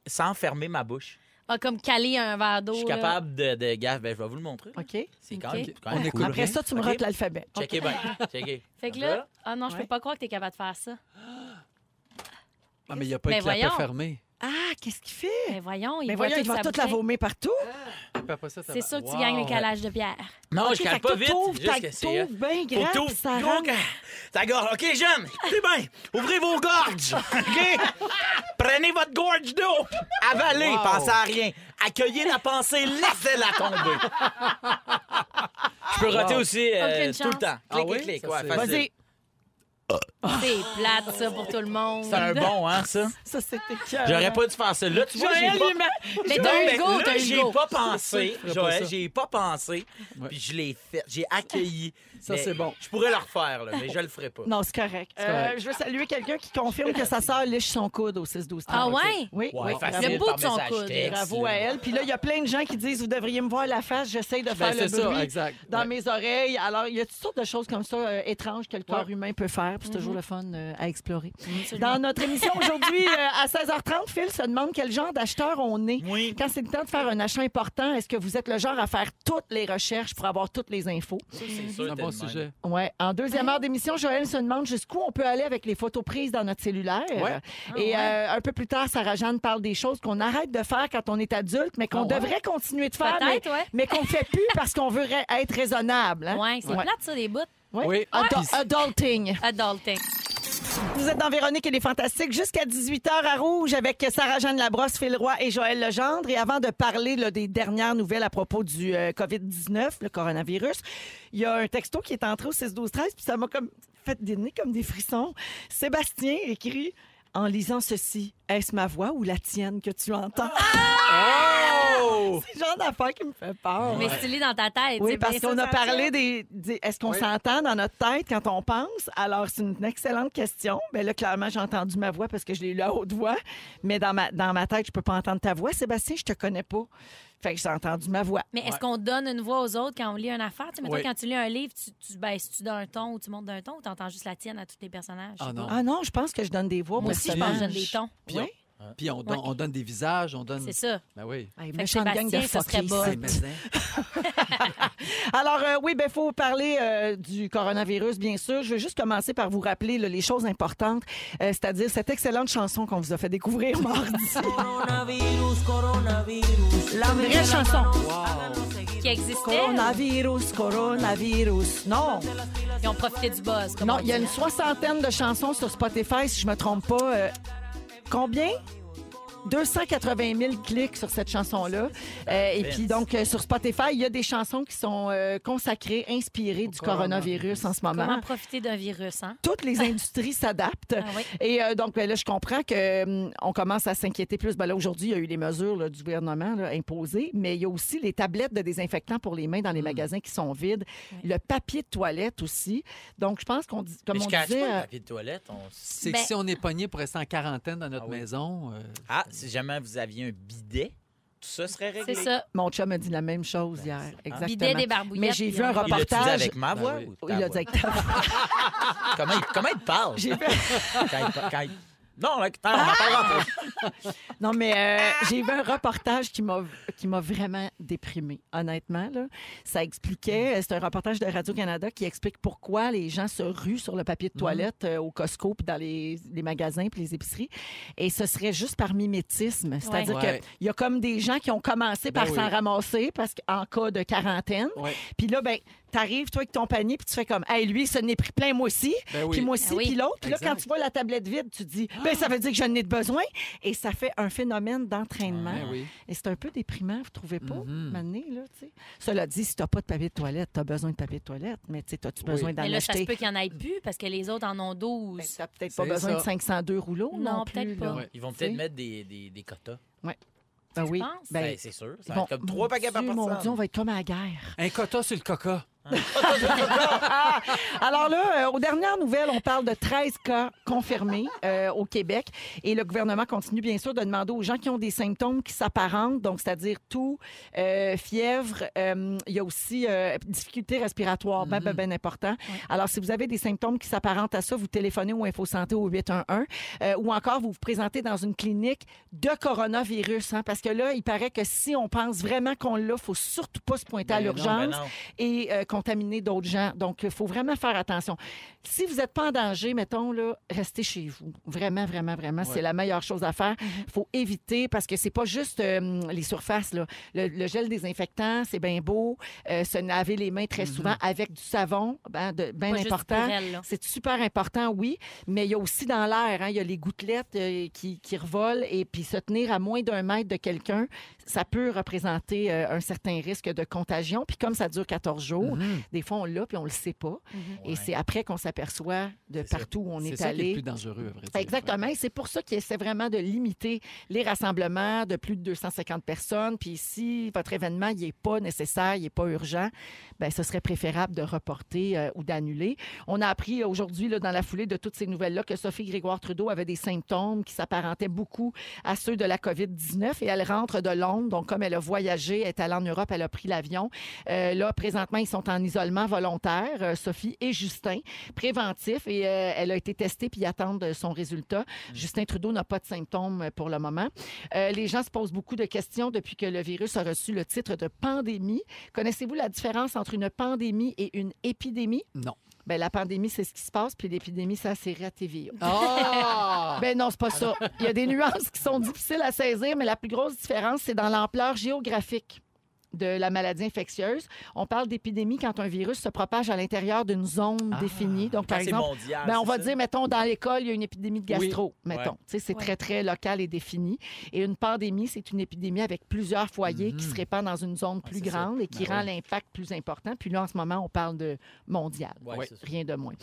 [SPEAKER 4] sans fermer ma bouche.
[SPEAKER 3] Ah, comme caler un verre d'eau.
[SPEAKER 4] Je suis
[SPEAKER 3] là.
[SPEAKER 4] capable de, de gaffe. Ben, je vais vous le montrer. là.
[SPEAKER 1] Oh OK.
[SPEAKER 4] C'est quand même.
[SPEAKER 3] Ok.
[SPEAKER 4] quand même
[SPEAKER 2] On
[SPEAKER 4] cool.
[SPEAKER 2] écoute.
[SPEAKER 1] Après ça, tu me
[SPEAKER 4] Ok.
[SPEAKER 1] rotes l'alphabet.
[SPEAKER 4] Checkez bien. Checkez.
[SPEAKER 3] Fait que
[SPEAKER 4] Comme
[SPEAKER 3] là, ah non, je
[SPEAKER 1] Ouais.
[SPEAKER 3] peux pas croire que t'es capable de faire ça.
[SPEAKER 2] Ah, mais il n'y a pas
[SPEAKER 3] Ben
[SPEAKER 2] éclaté
[SPEAKER 3] voyons.
[SPEAKER 2] fermé.
[SPEAKER 1] Ah, qu'est-ce qu'il fait?
[SPEAKER 3] Mais voyons, il
[SPEAKER 1] Mais
[SPEAKER 3] voit
[SPEAKER 1] voyons, il
[SPEAKER 3] toute
[SPEAKER 1] va
[SPEAKER 3] sa
[SPEAKER 1] toute la
[SPEAKER 3] bouteille.
[SPEAKER 1] vomir partout.
[SPEAKER 3] C'est sûr que tu gagnes le calage de bière.
[SPEAKER 4] Non,
[SPEAKER 1] Ok,
[SPEAKER 4] Ah, je
[SPEAKER 1] fait
[SPEAKER 4] cale
[SPEAKER 1] que
[SPEAKER 4] pas
[SPEAKER 1] toi,
[SPEAKER 4] vite.
[SPEAKER 1] t'ouvres
[SPEAKER 4] Juste
[SPEAKER 1] ta-
[SPEAKER 4] que c'est. euh,
[SPEAKER 1] t'ouvres bien
[SPEAKER 4] Faut
[SPEAKER 1] grand,
[SPEAKER 4] t'ouvres
[SPEAKER 1] puis ça
[SPEAKER 4] gros,
[SPEAKER 1] rentre.
[SPEAKER 4] quand- Ta gorge. OK, jeunes, écoutez bien. Ouvrez vos gorges. OK? Prenez votre gorge d'eau. Avalez.
[SPEAKER 2] Wow.
[SPEAKER 4] Pensez à rien. Accueillez la pensée. Laissez-la tomber. Je peux roter aussi euh,
[SPEAKER 3] Aucune
[SPEAKER 4] tout le
[SPEAKER 3] chance.
[SPEAKER 4] temps. Clic,
[SPEAKER 2] Ah oui?
[SPEAKER 4] clic, clic.
[SPEAKER 2] Ça,
[SPEAKER 4] Ouais,
[SPEAKER 2] c'est-
[SPEAKER 4] facile.
[SPEAKER 1] Vas-y.
[SPEAKER 3] C'est plate, ça, pour tout le monde.
[SPEAKER 4] C'est un bon, hein, ça?
[SPEAKER 1] Ça, c'était cœur.
[SPEAKER 4] J'aurais pas dû faire ça. Là, tu vois, j'ai
[SPEAKER 1] Joël,
[SPEAKER 4] pas...
[SPEAKER 1] il m'a-
[SPEAKER 3] Mais
[SPEAKER 4] Non,
[SPEAKER 3] t'as
[SPEAKER 4] mais
[SPEAKER 3] un go,
[SPEAKER 4] là,
[SPEAKER 3] t'as
[SPEAKER 4] j'ai
[SPEAKER 3] un go.
[SPEAKER 4] pas pensé,
[SPEAKER 2] ferais pas
[SPEAKER 4] Joël,
[SPEAKER 2] ça.
[SPEAKER 4] j'ai pas pensé,
[SPEAKER 2] Ouais.
[SPEAKER 4] puis je l'ai fait, j'ai accueilli.
[SPEAKER 2] Ça,
[SPEAKER 4] Mais
[SPEAKER 2] c'est bon.
[SPEAKER 4] Je pourrais le refaire, là, mais je le ferai pas.
[SPEAKER 1] Non, c'est correct.
[SPEAKER 2] C'est
[SPEAKER 1] Euh,
[SPEAKER 2] correct.
[SPEAKER 1] je veux saluer quelqu'un qui confirme que sa sœur liche son coude au 6-12
[SPEAKER 3] Ah ouais?
[SPEAKER 1] Oui,
[SPEAKER 4] Ouais,
[SPEAKER 1] oui,
[SPEAKER 4] facile,
[SPEAKER 3] Le bout
[SPEAKER 4] par
[SPEAKER 3] de son
[SPEAKER 4] message
[SPEAKER 3] coude.
[SPEAKER 4] texte,
[SPEAKER 1] Bravo
[SPEAKER 4] là.
[SPEAKER 1] à elle. Puis là, il y a plein de gens qui disent Vous devriez me voir la face, j'essaye de
[SPEAKER 2] Ben,
[SPEAKER 1] faire le
[SPEAKER 2] c'est ça,
[SPEAKER 1] bruit
[SPEAKER 2] exact.
[SPEAKER 1] dans
[SPEAKER 2] Ouais.
[SPEAKER 1] mes oreilles. Alors, il y a toutes sortes de choses comme ça euh, étranges que le corps humain peut faire. puis C'est toujours le fun euh, à explorer. Dans notre émission aujourd'hui, euh, à 16h30, Phil se demande quel genre d'acheteur on est.
[SPEAKER 4] Oui.
[SPEAKER 1] Quand c'est le temps de faire un achat important, est-ce que vous êtes le genre à faire toutes les recherches pour avoir toutes les infos?
[SPEAKER 4] Ça, c'est
[SPEAKER 2] C'est
[SPEAKER 4] sûr,
[SPEAKER 2] un
[SPEAKER 4] t'es
[SPEAKER 2] bon
[SPEAKER 4] de même.
[SPEAKER 2] sujet.
[SPEAKER 1] Ouais. En deuxième heure d'émission, Joël se demande jusqu'où on peut aller avec les photos prises dans notre cellulaire.
[SPEAKER 2] Ouais.
[SPEAKER 1] Et
[SPEAKER 3] Ah ouais.
[SPEAKER 1] euh, un peu plus tard, Sarah-Jeanne parle des choses qu'on arrête de faire quand on est adulte, mais qu'on
[SPEAKER 2] Ah ouais?
[SPEAKER 1] devrait continuer de faire, mais,
[SPEAKER 3] Peut-être, ouais.
[SPEAKER 1] mais qu'on ne fait plus parce qu'on veut ra- être raisonnable. hein?
[SPEAKER 3] Ouais, c'est
[SPEAKER 1] Ouais.
[SPEAKER 3] plate, ça, les bouts.
[SPEAKER 1] Ouais.
[SPEAKER 2] Oui.
[SPEAKER 1] Ado-
[SPEAKER 2] Puis-
[SPEAKER 1] adulting.
[SPEAKER 3] Adulting.
[SPEAKER 1] Vous êtes dans Véronique et les Fantastiques jusqu'à 18h à Rouge avec Sarah-Jeanne Labrosse, Phil Roy et Joël Legendre. Et avant de parler là, des dernières nouvelles à propos du euh, COVID-19, le coronavirus, il y a un texto qui est entré au 6-12-13 puis ça m'a comme fait dénner comme des frissons. Sébastien écrit en lisant ceci, est-ce ma voix ou la tienne que tu entends?
[SPEAKER 4] Oh!
[SPEAKER 1] C'est le genre d'affaire qui me fait peur.
[SPEAKER 3] Mais stylé dans ta tête.
[SPEAKER 1] Oui,
[SPEAKER 3] c'est
[SPEAKER 1] parce
[SPEAKER 3] bien ça,
[SPEAKER 1] qu'on a
[SPEAKER 3] ça,
[SPEAKER 1] parlé des, des- est-ce qu'on s'entend dans notre tête quand on pense? Alors, c'est une excellente question. Mais là, clairement, j'ai entendu ma voix parce que je l'ai eu à haute voix. Mais dans ma, dans ma tête, je peux pas entendre ta voix, Sébastien, je te connais pas. Fait que j'ai entendu ma voix.
[SPEAKER 3] Mais est-ce
[SPEAKER 2] Ouais.
[SPEAKER 3] qu'on donne une voix aux autres quand on lit une affaire? Tu sais, mettons,
[SPEAKER 2] Oui.
[SPEAKER 3] quand tu lis un livre, tu, tu baisses-tu d'un ton ou tu montes d'un ton ou t'entends juste la tienne à tous les personnages? Je
[SPEAKER 2] Ah
[SPEAKER 3] sais
[SPEAKER 2] non.
[SPEAKER 3] pas.
[SPEAKER 1] Ah non, je pense que je donne des voix.
[SPEAKER 3] Moi aussi, je pense que je donne des tons.
[SPEAKER 2] Puis on-
[SPEAKER 1] Oui.
[SPEAKER 2] Puis on, don- on donne des visages, on donne.
[SPEAKER 3] C'est ça.
[SPEAKER 2] Ben oui.
[SPEAKER 1] Hey,
[SPEAKER 3] Fait que
[SPEAKER 1] méchante gang de
[SPEAKER 3] Sébastien, ce serait
[SPEAKER 1] fuckés,
[SPEAKER 3] bot.
[SPEAKER 1] c'est-
[SPEAKER 2] mais, hein.
[SPEAKER 1] Alors, euh, oui, ben faut parler euh, du coronavirus, bien sûr. Je veux juste commencer par vous rappeler là, les choses importantes, euh, c'est-à-dire cette excellente chanson qu'on vous a fait découvrir mardi. Une vraie chanson.
[SPEAKER 3] qui existait.
[SPEAKER 1] Coronavirus, coronavirus. Non,
[SPEAKER 3] Ils ont profité du buzz. comme
[SPEAKER 1] non,
[SPEAKER 3] on
[SPEAKER 1] il y a
[SPEAKER 3] dit.
[SPEAKER 1] une soixantaine de chansons sur Spotify, si je me trompe pas. Euh, combien? 280 000 clics sur cette chanson-là. Euh, et puis donc, euh, sur Spotify, il y a des chansons qui sont euh, consacrées, inspirées du coronavirus en ce moment.
[SPEAKER 3] Comment profiter d'un virus, hein?
[SPEAKER 1] Toutes les industries s'adaptent.
[SPEAKER 3] Ah oui.
[SPEAKER 1] Et euh, donc, ben là, je comprends que hum, on commence à s'inquiéter plus. Ben là, aujourd'hui, il y a eu les mesures là, du gouvernement là, imposées, mais il y a aussi les tablettes de désinfectants pour les mains dans les magasins qui sont vides, le papier de toilette aussi. Donc, je pense qu'on dit, comme
[SPEAKER 4] Mais je
[SPEAKER 1] on
[SPEAKER 4] cache
[SPEAKER 1] disait,
[SPEAKER 4] pas le
[SPEAKER 1] euh,
[SPEAKER 4] papier de toilette. on s-
[SPEAKER 2] C'est que
[SPEAKER 3] Ben-
[SPEAKER 2] si on est pogné pour rester en quarantaine dans notre
[SPEAKER 4] Ah oui.
[SPEAKER 2] maison, euh,
[SPEAKER 4] Ah, si jamais vous aviez un bidet, tout ça serait réglé.
[SPEAKER 3] C'est ça.
[SPEAKER 1] mon chum a dit la même chose hier. Exactement. Ah
[SPEAKER 3] Bidet des barbouillettes.
[SPEAKER 1] Mais j'ai
[SPEAKER 3] puis
[SPEAKER 1] vu
[SPEAKER 3] on
[SPEAKER 1] un
[SPEAKER 3] va-
[SPEAKER 4] Il l'a-tu dit
[SPEAKER 1] Reportage.
[SPEAKER 4] avec ma
[SPEAKER 2] Ben
[SPEAKER 4] voix?
[SPEAKER 2] oui.
[SPEAKER 4] ou ta
[SPEAKER 1] Il a
[SPEAKER 4] voix?
[SPEAKER 1] dit que
[SPEAKER 4] Comment il, comment il te parle?
[SPEAKER 1] j'ai fait-
[SPEAKER 4] Quand il pa- quand il- Non, là, attends, on en parlera après.
[SPEAKER 1] Non, mais euh,
[SPEAKER 2] Ah!
[SPEAKER 1] j'ai vu un reportage qui m'a qui m'a vraiment déprimée, honnêtement. Là. Ça
[SPEAKER 2] Mm.
[SPEAKER 1] expliquait, euh, c'est un reportage de Radio-Canada qui explique pourquoi les gens se ruent sur le
[SPEAKER 2] Mm.
[SPEAKER 1] papier de toilette euh, au Costco, puis dans les, les magasins, puis les épiceries. Et ce serait juste par mimétisme. C'est-à-dire
[SPEAKER 2] Ouais.
[SPEAKER 1] qu'il y a comme des gens qui ont commencé
[SPEAKER 2] Ben
[SPEAKER 1] par s'en
[SPEAKER 2] oui.
[SPEAKER 1] ramasser parce qu'en cas de quarantaine.
[SPEAKER 2] ouais.
[SPEAKER 1] Puis là, ben, t'arrives, toi, avec ton panier, puis tu fais comme, hey, lui, ça n'est pris plein, moi aussi.
[SPEAKER 2] Ben oui.
[SPEAKER 1] Puis moi aussi,
[SPEAKER 3] Ah oui. Ah.
[SPEAKER 1] puis l'autre. Puis Là,
[SPEAKER 2] Exact.
[SPEAKER 1] quand tu vois la tablette vide, tu dis, ben ça veut dire que j'en ai de besoin. Et ça fait un phénomène d'entraînement.
[SPEAKER 2] Ben oui.
[SPEAKER 1] Et c'est un peu déprimant, vous trouvez pas,
[SPEAKER 3] Mm-hmm.
[SPEAKER 1] Mané, là, tu sais. Cela dit, si t'as pas de papier de toilette, t'as besoin de papier de toilette, mais tu sais, as-tu besoin
[SPEAKER 3] Mais
[SPEAKER 1] d'en
[SPEAKER 3] là, ça se
[SPEAKER 1] acheter?
[SPEAKER 3] peut qu'il n'y en ait plus parce que les autres en ont 12.
[SPEAKER 1] Ben, T'as peut-être pas
[SPEAKER 2] C'est
[SPEAKER 1] besoin
[SPEAKER 2] ça.
[SPEAKER 1] de 502 rouleaux, non,
[SPEAKER 3] Non,
[SPEAKER 1] plus,
[SPEAKER 3] peut-être
[SPEAKER 1] là.
[SPEAKER 3] pas.
[SPEAKER 2] Ouais.
[SPEAKER 4] Ils vont peut-être
[SPEAKER 1] Oui.
[SPEAKER 4] mettre des, des, des quotas.
[SPEAKER 1] Ben oui.
[SPEAKER 3] penses?
[SPEAKER 1] Ben,
[SPEAKER 4] Ben, c'est sûr. Ça
[SPEAKER 1] ils
[SPEAKER 4] va
[SPEAKER 1] vont-
[SPEAKER 4] être comme trois
[SPEAKER 1] Mon
[SPEAKER 4] paquets par
[SPEAKER 1] Dieu,
[SPEAKER 4] personne.
[SPEAKER 1] Mon Dieu, on va être comme à la guerre.
[SPEAKER 2] Un quota sur le coca.
[SPEAKER 1] Alors là, euh, aux dernières nouvelles, on parle de 13 cas confirmés euh, au Québec. Et le gouvernement continue, bien sûr, de demander aux gens qui ont des symptômes qui s'apparentent, donc c'est-à-dire tout, fièvre, euh, il y a aussi euh, difficulté respiratoire, bien,
[SPEAKER 4] Mm-hmm.
[SPEAKER 1] bien, ben, important. Alors, si vous avez des symptômes qui s'apparentent à ça, vous téléphonez au Info Santé au 811 euh, ou encore vous vous présentez dans une clinique de coronavirus. hein, parce que là, il paraît que si on pense vraiment qu'on l'a, faut surtout pas se pointer à
[SPEAKER 4] Ben non, ben
[SPEAKER 1] l'urgence
[SPEAKER 4] non.
[SPEAKER 1] et euh, contaminer d'autres gens. Donc, il faut vraiment faire attention. Si vous n'êtes pas en danger, mettons, là, restez chez vous. Vraiment, vraiment, vraiment, c'est la meilleure chose à faire.
[SPEAKER 3] Mhm.
[SPEAKER 1] Il faut éviter parce que c'est pas juste euh, les surfaces. Là. Le, le gel désinfectant, c'est bien beau. Euh, se laver les mains très souvent avec du savon, ben, de- bien
[SPEAKER 3] Mhm. Pas juste
[SPEAKER 1] important.
[SPEAKER 3] pour elles, là.
[SPEAKER 1] C'est super important, oui, mais il y a aussi dans l'air, hein, il y a les gouttelettes euh, qui, qui revolent et puis se tenir à moins d'un mètre de quelqu'un, ça peut représenter euh, un certain risque de contagion. Puis comme ça dure 14
[SPEAKER 2] Mm-hmm.
[SPEAKER 1] jours,
[SPEAKER 2] Mmh.
[SPEAKER 1] des fois on l'a puis on le sait pas. Et
[SPEAKER 4] Ouais.
[SPEAKER 1] c'est après qu'on s'aperçoit de
[SPEAKER 2] ça.
[SPEAKER 1] partout où on est,
[SPEAKER 2] Mm-hmm. C'est ça qui est le
[SPEAKER 1] allé.
[SPEAKER 2] plus dangereux, à vrai dire.
[SPEAKER 1] Exactement. Et c'est pour ça qu'ils essaient vraiment de limiter les rassemblements de plus de 250 personnes. Puis si votre événement n'est pas nécessaire, il n'est pas urgent, ben ce serait préférable de reporter euh, ou d'annuler. On a appris euh, aujourd'hui, là, dans la foulée de toutes ces nouvelles-là, que Sophie Grégoire Trudeau avait des symptômes qui s'apparentaient beaucoup à ceux de la COVID-19 et elle rentre de Londres. Donc, comme elle a voyagé, elle est allée en Europe, elle a pris l'avion. Euh, là, présentement, ils sont en isolement volontaire, euh, Sophie et Justin, préventif. Et euh, elle a été testée puis ils attendent euh, son résultat. Justin Trudeau n'a pas de symptômes euh, pour le moment. Euh, les gens se posent beaucoup de questions depuis que le virus a reçu le titre de pandémie. Connaissez-vous la différence entre une pandémie et une épidémie?
[SPEAKER 2] Non.
[SPEAKER 1] Ben, la pandémie, c'est ce qui se passe, puis l'épidémie, ça, c'est à TVA.
[SPEAKER 2] Ah!
[SPEAKER 1] Ben non, c'est pas ça. Il y a des nuances qui sont difficiles à saisir, mais la plus grosse différence, c'est dans l'ampleur géographique de la maladie infectieuse. On parle d'épidémie quand un virus se propage à l'intérieur d'une zone définie. Donc,
[SPEAKER 4] Quand
[SPEAKER 1] par
[SPEAKER 4] c'est
[SPEAKER 1] exemple,
[SPEAKER 4] mondial,
[SPEAKER 1] ben, on
[SPEAKER 4] c'est
[SPEAKER 1] va
[SPEAKER 4] ça?
[SPEAKER 1] dire, mettons, dans l'école, il y a une épidémie de gastro, mettons.
[SPEAKER 4] Ouais.
[SPEAKER 1] Tu sais, C'est
[SPEAKER 3] Ouais.
[SPEAKER 1] très, très local et défini. Et une pandémie, c'est une épidémie avec plusieurs foyers qui se répand dans une zone plus
[SPEAKER 4] Mhm. Ah, c'est ça.
[SPEAKER 1] grande et qui
[SPEAKER 2] Ben
[SPEAKER 1] rend l'impact plus important. Puis là, en ce moment, on parle de mondial.
[SPEAKER 4] Ouais,
[SPEAKER 2] Ouais.
[SPEAKER 4] c'est ça.
[SPEAKER 1] Rien de moins.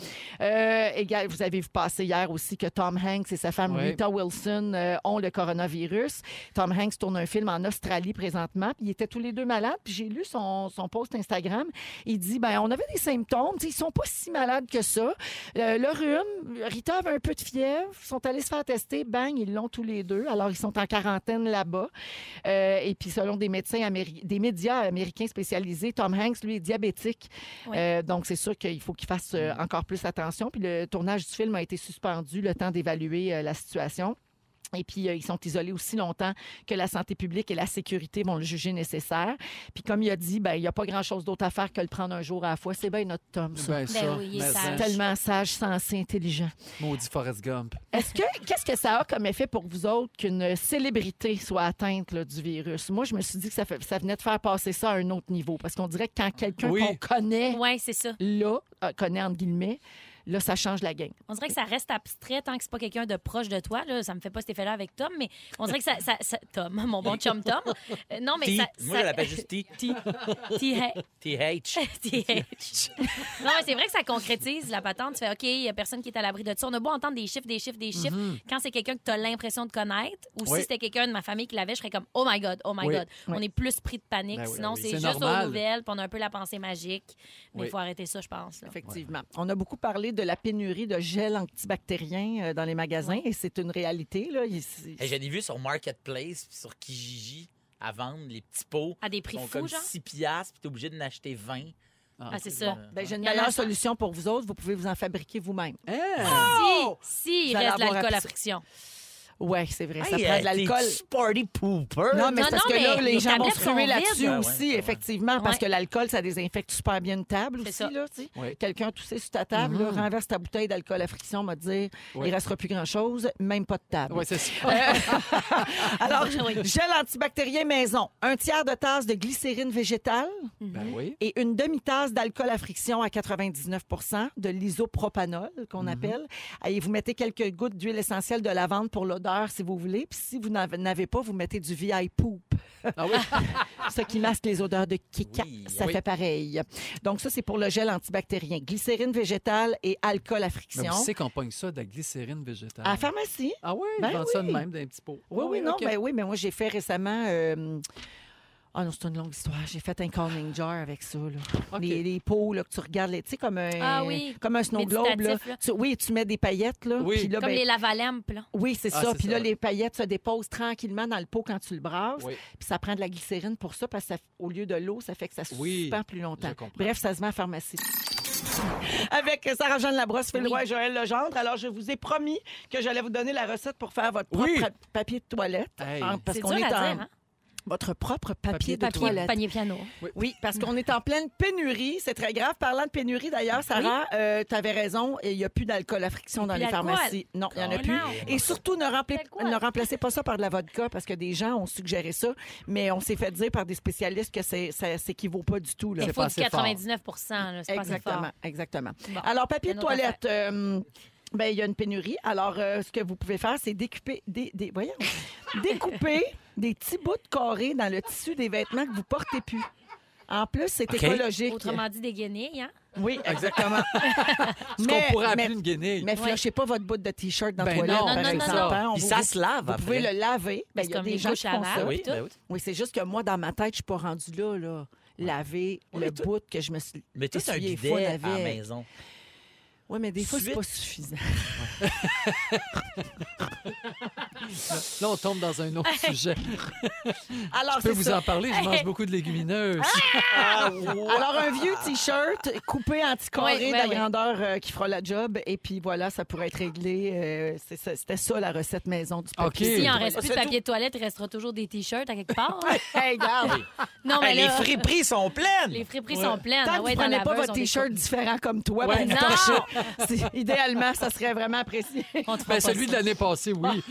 [SPEAKER 1] Euh, égal- vous avez vu passer hier aussi que Tom Hanks et sa femme
[SPEAKER 2] Ouais.
[SPEAKER 1] Rita Wilson euh, ont le coronavirus. Tom Hanks tourne un film en Australie présentement. Ils étaient tous les deux malades. Puis j'ai lu son, son post Instagram. Il dit ben on avait des symptômes. Tu sais, Ils sont pas si malades que ça. Euh, Le, le rhume, Rita avait un peu de fièvre. Ils sont allés se faire tester. Bang, ils l'ont tous les deux. Alors, ils sont en quarantaine là-bas. Euh, et puis, selon des médecins améri- des médias américains spécialisés, Tom Hanks, lui, est diabétique.
[SPEAKER 3] Ouais.
[SPEAKER 1] Euh, donc, c'est sûr qu'il faut qu'il fasse euh, encore plus attention. Puis, le tournage du film a été suspendu le temps d'évaluer euh, la situation. Et puis, euh, ils sont isolés aussi longtemps que la santé publique et la sécurité vont le juger nécessaire. Puis, comme il a dit, ben, il n'y a pas grand-chose d'autre à faire que le prendre un jour à la fois. C'est bien notre Tom, ça.
[SPEAKER 2] Ben, ça,
[SPEAKER 3] oui, il est
[SPEAKER 2] ben,
[SPEAKER 3] sage.
[SPEAKER 2] ça.
[SPEAKER 1] Tellement sage, sensé, intelligent.
[SPEAKER 2] Maudit Forrest Gump.
[SPEAKER 1] Est-ce que qu'est-ce que ça a comme effet pour vous autres qu'une célébrité soit atteinte là, du virus Moi, je me suis dit que ça, fait- ça venait de faire passer ça à un autre niveau parce qu'on dirait que quand quelqu'un
[SPEAKER 2] Oui.
[SPEAKER 1] qu'on connaît
[SPEAKER 3] Oui, c'est ça.
[SPEAKER 1] là euh, connaît entre guillemets, là ça change la game.
[SPEAKER 3] On dirait que ça reste abstrait tant que c'est pas quelqu'un de proche de toi. Là, ça me fait pas cet effet-là avec Tom, mais on dirait que ça. ça- ça- Tom, mon bon chum Tom. Euh, non, mais
[SPEAKER 4] T.
[SPEAKER 3] ça.
[SPEAKER 4] Moi,
[SPEAKER 3] ça-
[SPEAKER 4] je l'appelle juste T.
[SPEAKER 3] T. T.
[SPEAKER 4] TH.
[SPEAKER 3] TH. non, mais c'est vrai que ça concrétise la patente. Tu fais, OK, il n'y a personne qui est à l'abri de ça. On a beau entendre des chiffres, des chiffres, des chiffres. Quand c'est quelqu'un que tu as l'impression de connaître, ou
[SPEAKER 2] Mm-hmm. Oui.
[SPEAKER 3] si c'était quelqu'un de ma famille qui l'avait, je serais comme, oh my God, oh my
[SPEAKER 2] Oui.
[SPEAKER 3] God. On est plus pris de panique.
[SPEAKER 2] Ben oui,
[SPEAKER 3] Sinon,
[SPEAKER 2] ben oui.
[SPEAKER 3] c'est
[SPEAKER 2] C'est
[SPEAKER 3] juste
[SPEAKER 2] normal.
[SPEAKER 3] aux nouvelles, puis on a un peu la pensée magique. Mais il
[SPEAKER 2] Oui.
[SPEAKER 3] faut arrêter ça, je pense. là.
[SPEAKER 1] Effectivement. On a beaucoup parlé de la pénurie de gel antibactérien euh, dans les magasins et c'est une réalité là. Il- c'est-
[SPEAKER 4] Hey, J'en ai vu sur Marketplace, puis sur Kijiji, à vendre les petits pots.
[SPEAKER 3] À des prix
[SPEAKER 4] Ils sont
[SPEAKER 3] fous,
[SPEAKER 4] comme
[SPEAKER 3] genre?
[SPEAKER 4] 6 piastres, puis t'es obligé d'en acheter 20.
[SPEAKER 3] Ah, c'est ça.
[SPEAKER 1] Ben, j'ai une
[SPEAKER 3] Il y en a-
[SPEAKER 1] meilleure solution pour vous autres. Vous pouvez vous en fabriquer vous-même.
[SPEAKER 2] Hein?
[SPEAKER 1] Oh!
[SPEAKER 3] Si, si,
[SPEAKER 1] Vous
[SPEAKER 3] il
[SPEAKER 1] allez
[SPEAKER 3] reste de
[SPEAKER 1] avoir
[SPEAKER 3] l'alcool à
[SPEAKER 1] appris-
[SPEAKER 3] friction.
[SPEAKER 1] Ouais, c'est vrai. Ça
[SPEAKER 4] Hey,
[SPEAKER 1] prend
[SPEAKER 4] euh,
[SPEAKER 1] de l'alcool.
[SPEAKER 4] t'es-tu party pooper.
[SPEAKER 1] Non, mais
[SPEAKER 3] Non,
[SPEAKER 1] c'est parce
[SPEAKER 3] non,
[SPEAKER 1] que là,
[SPEAKER 3] mais
[SPEAKER 1] les,
[SPEAKER 3] les
[SPEAKER 1] gens vont
[SPEAKER 3] tablettes
[SPEAKER 1] se
[SPEAKER 3] sont
[SPEAKER 1] ruer
[SPEAKER 3] vides.
[SPEAKER 1] là-dessus
[SPEAKER 4] Ah ouais,
[SPEAKER 1] aussi,
[SPEAKER 4] ouais.
[SPEAKER 1] effectivement, parce que
[SPEAKER 3] Ouais.
[SPEAKER 1] l'alcool, ça désinfecte super bien une table
[SPEAKER 3] C'est
[SPEAKER 1] aussi.
[SPEAKER 3] ça. Mm-hmm.
[SPEAKER 1] Là, tu sais.
[SPEAKER 2] Ouais.
[SPEAKER 1] Quelqu'un a toussé sur ta table, là, renverse ta bouteille d'alcool à friction, m'a dire
[SPEAKER 2] Ouais.
[SPEAKER 1] il restera plus grand-chose, même pas de table.
[SPEAKER 2] Oui, c'est ça.
[SPEAKER 1] Euh, Alors, gel antibactérien maison, un tiers de tasse de glycérine végétale
[SPEAKER 2] Ben oui.
[SPEAKER 1] et une demi-tasse d'alcool à friction à 99 de l'isopropanol,
[SPEAKER 2] Mhm.
[SPEAKER 1] qu'on appelle. Et vous mettez quelques gouttes d'huile essentielle de lavande pour l'odeur, si vous voulez. Puis si vous n'avez n'avez pas, vous mettez du VI Poop.
[SPEAKER 2] Ah oui.
[SPEAKER 1] Ce qui masque les odeurs de kika,
[SPEAKER 4] Oui,
[SPEAKER 1] ça
[SPEAKER 4] oui.
[SPEAKER 1] fait pareil. Donc ça, c'est pour le gel antibactérien. Glycérine végétale et alcool à
[SPEAKER 2] Mais
[SPEAKER 1] friction.
[SPEAKER 2] vous savez qu'on pogne ça de la glycérine végétale.
[SPEAKER 1] À la pharmacie.
[SPEAKER 2] Ah oui, ils
[SPEAKER 1] Ben
[SPEAKER 2] vendent ça de
[SPEAKER 1] oui.
[SPEAKER 2] même d'un petit pot.
[SPEAKER 1] Oui,
[SPEAKER 2] Ah
[SPEAKER 1] oui, non,
[SPEAKER 2] OK.
[SPEAKER 1] ben oui, mais moi, j'ai fait récemment... euh, Ah non, c'est une longue histoire. J'ai fait un calming jar avec ça. Là.
[SPEAKER 2] OK.
[SPEAKER 1] Les, les pots là, que tu regardes, les- tu sais, comme un,
[SPEAKER 3] Ah oui.
[SPEAKER 1] comme un snow globe. Là.
[SPEAKER 3] Méditatif, là.
[SPEAKER 1] Tu- oui, tu mets des paillettes. Là,
[SPEAKER 2] Oui.
[SPEAKER 1] puis là,
[SPEAKER 3] Comme
[SPEAKER 1] ben,
[SPEAKER 3] les lavalemps, là.
[SPEAKER 1] Oui, c'est
[SPEAKER 2] Ah,
[SPEAKER 1] ça.
[SPEAKER 2] c'est
[SPEAKER 1] Puis
[SPEAKER 2] ça,
[SPEAKER 1] là,
[SPEAKER 2] oui.
[SPEAKER 1] les paillettes se déposent tranquillement dans le pot quand tu le braves.
[SPEAKER 2] Oui.
[SPEAKER 1] Puis ça prend de la glycérine pour ça, parce que ça- au lieu de l'eau, ça fait que ça se
[SPEAKER 2] Oui,
[SPEAKER 1] suspend plus longtemps.
[SPEAKER 2] je comprends.
[SPEAKER 1] Bref, ça se vend en pharmacie. Avec Sarah-Jeanne Labrosse, Phil Roy et Joël Legendre. Alors, je vous ai promis que j'allais vous donner la recette pour faire votre propre
[SPEAKER 2] Oui.
[SPEAKER 1] pa- papier de toilette.
[SPEAKER 2] Hey.
[SPEAKER 1] Hein, parce
[SPEAKER 3] C'est
[SPEAKER 1] qu'on
[SPEAKER 3] dur
[SPEAKER 1] est
[SPEAKER 3] à
[SPEAKER 1] en...
[SPEAKER 3] dire, hein?
[SPEAKER 1] Votre propre papier,
[SPEAKER 2] Papier
[SPEAKER 1] de
[SPEAKER 2] de
[SPEAKER 3] Papier,
[SPEAKER 1] toilette.
[SPEAKER 3] panier piano.
[SPEAKER 1] Oui, parce qu'on est en pleine pénurie. C'est très grave. Parlant de pénurie, d'ailleurs, Sarah, tu avais raison. Il n'y a plus d'alcool à friction dans
[SPEAKER 3] plus
[SPEAKER 1] les
[SPEAKER 3] d'alcool.
[SPEAKER 1] pharmacies. Non, il n'y en a
[SPEAKER 3] Mais
[SPEAKER 1] plus.
[SPEAKER 3] non.
[SPEAKER 1] Et surtout, ne, rempli-
[SPEAKER 3] D'alcool.
[SPEAKER 1] ne remplacez pas ça par de la vodka, parce que des gens ont suggéré ça, mais on s'est fait dire par des spécialistes que c'est- ça s'équivaut pas du tout. Là.
[SPEAKER 3] Il faut du
[SPEAKER 2] passé fort.
[SPEAKER 3] 99 là, c'est passé
[SPEAKER 1] Exactement,
[SPEAKER 3] fort.
[SPEAKER 1] exactement.
[SPEAKER 3] Bon,
[SPEAKER 1] Alors, papier
[SPEAKER 3] une
[SPEAKER 1] de
[SPEAKER 3] autre
[SPEAKER 1] toilette. euh, ben, il y a une pénurie. Alors, euh, ce que vous pouvez faire, c'est découper, des, des- voyons, découper des petits bouts de carré dans le tissu des vêtements que vous portez plus. En plus, c'est
[SPEAKER 4] OK.
[SPEAKER 1] écologique.
[SPEAKER 3] Autrement dit, des guenilles, hein?
[SPEAKER 1] Oui, exactement.
[SPEAKER 2] Ce
[SPEAKER 1] mais-
[SPEAKER 2] qu'on pourrait
[SPEAKER 1] mais-
[SPEAKER 2] appeler une guenille.
[SPEAKER 1] Mais
[SPEAKER 3] Ouais.
[SPEAKER 1] flashez pas votre bout de T-shirt dans la
[SPEAKER 2] Ben
[SPEAKER 1] toilette,
[SPEAKER 2] non,
[SPEAKER 1] par
[SPEAKER 3] non, non,
[SPEAKER 1] exemple,
[SPEAKER 3] non.
[SPEAKER 1] hein. On
[SPEAKER 4] Puis
[SPEAKER 1] vous-
[SPEAKER 4] ça se lave
[SPEAKER 1] Vous pouvez
[SPEAKER 4] après.
[SPEAKER 1] le laver. Ben,
[SPEAKER 3] C'est
[SPEAKER 1] Il y a
[SPEAKER 3] comme
[SPEAKER 1] des
[SPEAKER 3] les
[SPEAKER 1] gens qui
[SPEAKER 3] douches à
[SPEAKER 1] font ça.
[SPEAKER 3] lave.
[SPEAKER 1] Oui,
[SPEAKER 4] Oui, ben oui.
[SPEAKER 1] c'est juste que moi, dans ma tête, je suis pas rendue là, là. Laver le bout que je me suis.
[SPEAKER 4] Mais toi, c'est un
[SPEAKER 1] essuyé,
[SPEAKER 4] bidet
[SPEAKER 1] faut
[SPEAKER 4] à
[SPEAKER 1] laver.
[SPEAKER 4] la maison.
[SPEAKER 1] Oui, mais des fois, c'est
[SPEAKER 4] Suite.
[SPEAKER 1] pas suffisant.
[SPEAKER 2] Là, on tombe dans un autre sujet.
[SPEAKER 1] Alors,
[SPEAKER 2] Je peux
[SPEAKER 1] c'est
[SPEAKER 2] vous
[SPEAKER 1] ça.
[SPEAKER 2] en parler, je mange beaucoup de légumineuses.
[SPEAKER 1] Alors, un vieux T-shirt coupé anti-carré
[SPEAKER 3] Ouais, ouais,
[SPEAKER 1] de la
[SPEAKER 3] ouais.
[SPEAKER 1] grandeur euh, qui fera la job. Et puis voilà, ça pourrait être réglé. Euh, c'est ça- C'était ça, la recette maison du
[SPEAKER 2] OK.
[SPEAKER 1] papier.
[SPEAKER 3] S'il en
[SPEAKER 2] Ouais,
[SPEAKER 3] reste
[SPEAKER 4] ça,
[SPEAKER 3] plus de
[SPEAKER 4] c'est
[SPEAKER 3] papier de toilette, il restera toujours des t-shirts à quelque part.
[SPEAKER 1] Hey, regarde,
[SPEAKER 3] non, mais
[SPEAKER 4] Hey, les
[SPEAKER 3] là,
[SPEAKER 4] friperies sont pleines!
[SPEAKER 3] les friperies sont pleines.
[SPEAKER 1] tant
[SPEAKER 3] Ah
[SPEAKER 1] que
[SPEAKER 3] ouais,
[SPEAKER 1] vous
[SPEAKER 3] dans
[SPEAKER 1] prenez
[SPEAKER 3] la
[SPEAKER 1] pas
[SPEAKER 3] laveuse,
[SPEAKER 1] votre
[SPEAKER 3] on les
[SPEAKER 1] T-shirt différent comme toi
[SPEAKER 2] Ouais.
[SPEAKER 1] pour vous
[SPEAKER 3] Non!
[SPEAKER 1] torcher, c'est- idéalement, ça serait vraiment apprécié.
[SPEAKER 3] coupe. On te fera pas
[SPEAKER 2] Ben, celui
[SPEAKER 3] ça.
[SPEAKER 2] de l'année passée,
[SPEAKER 1] Ah,
[SPEAKER 2] oui.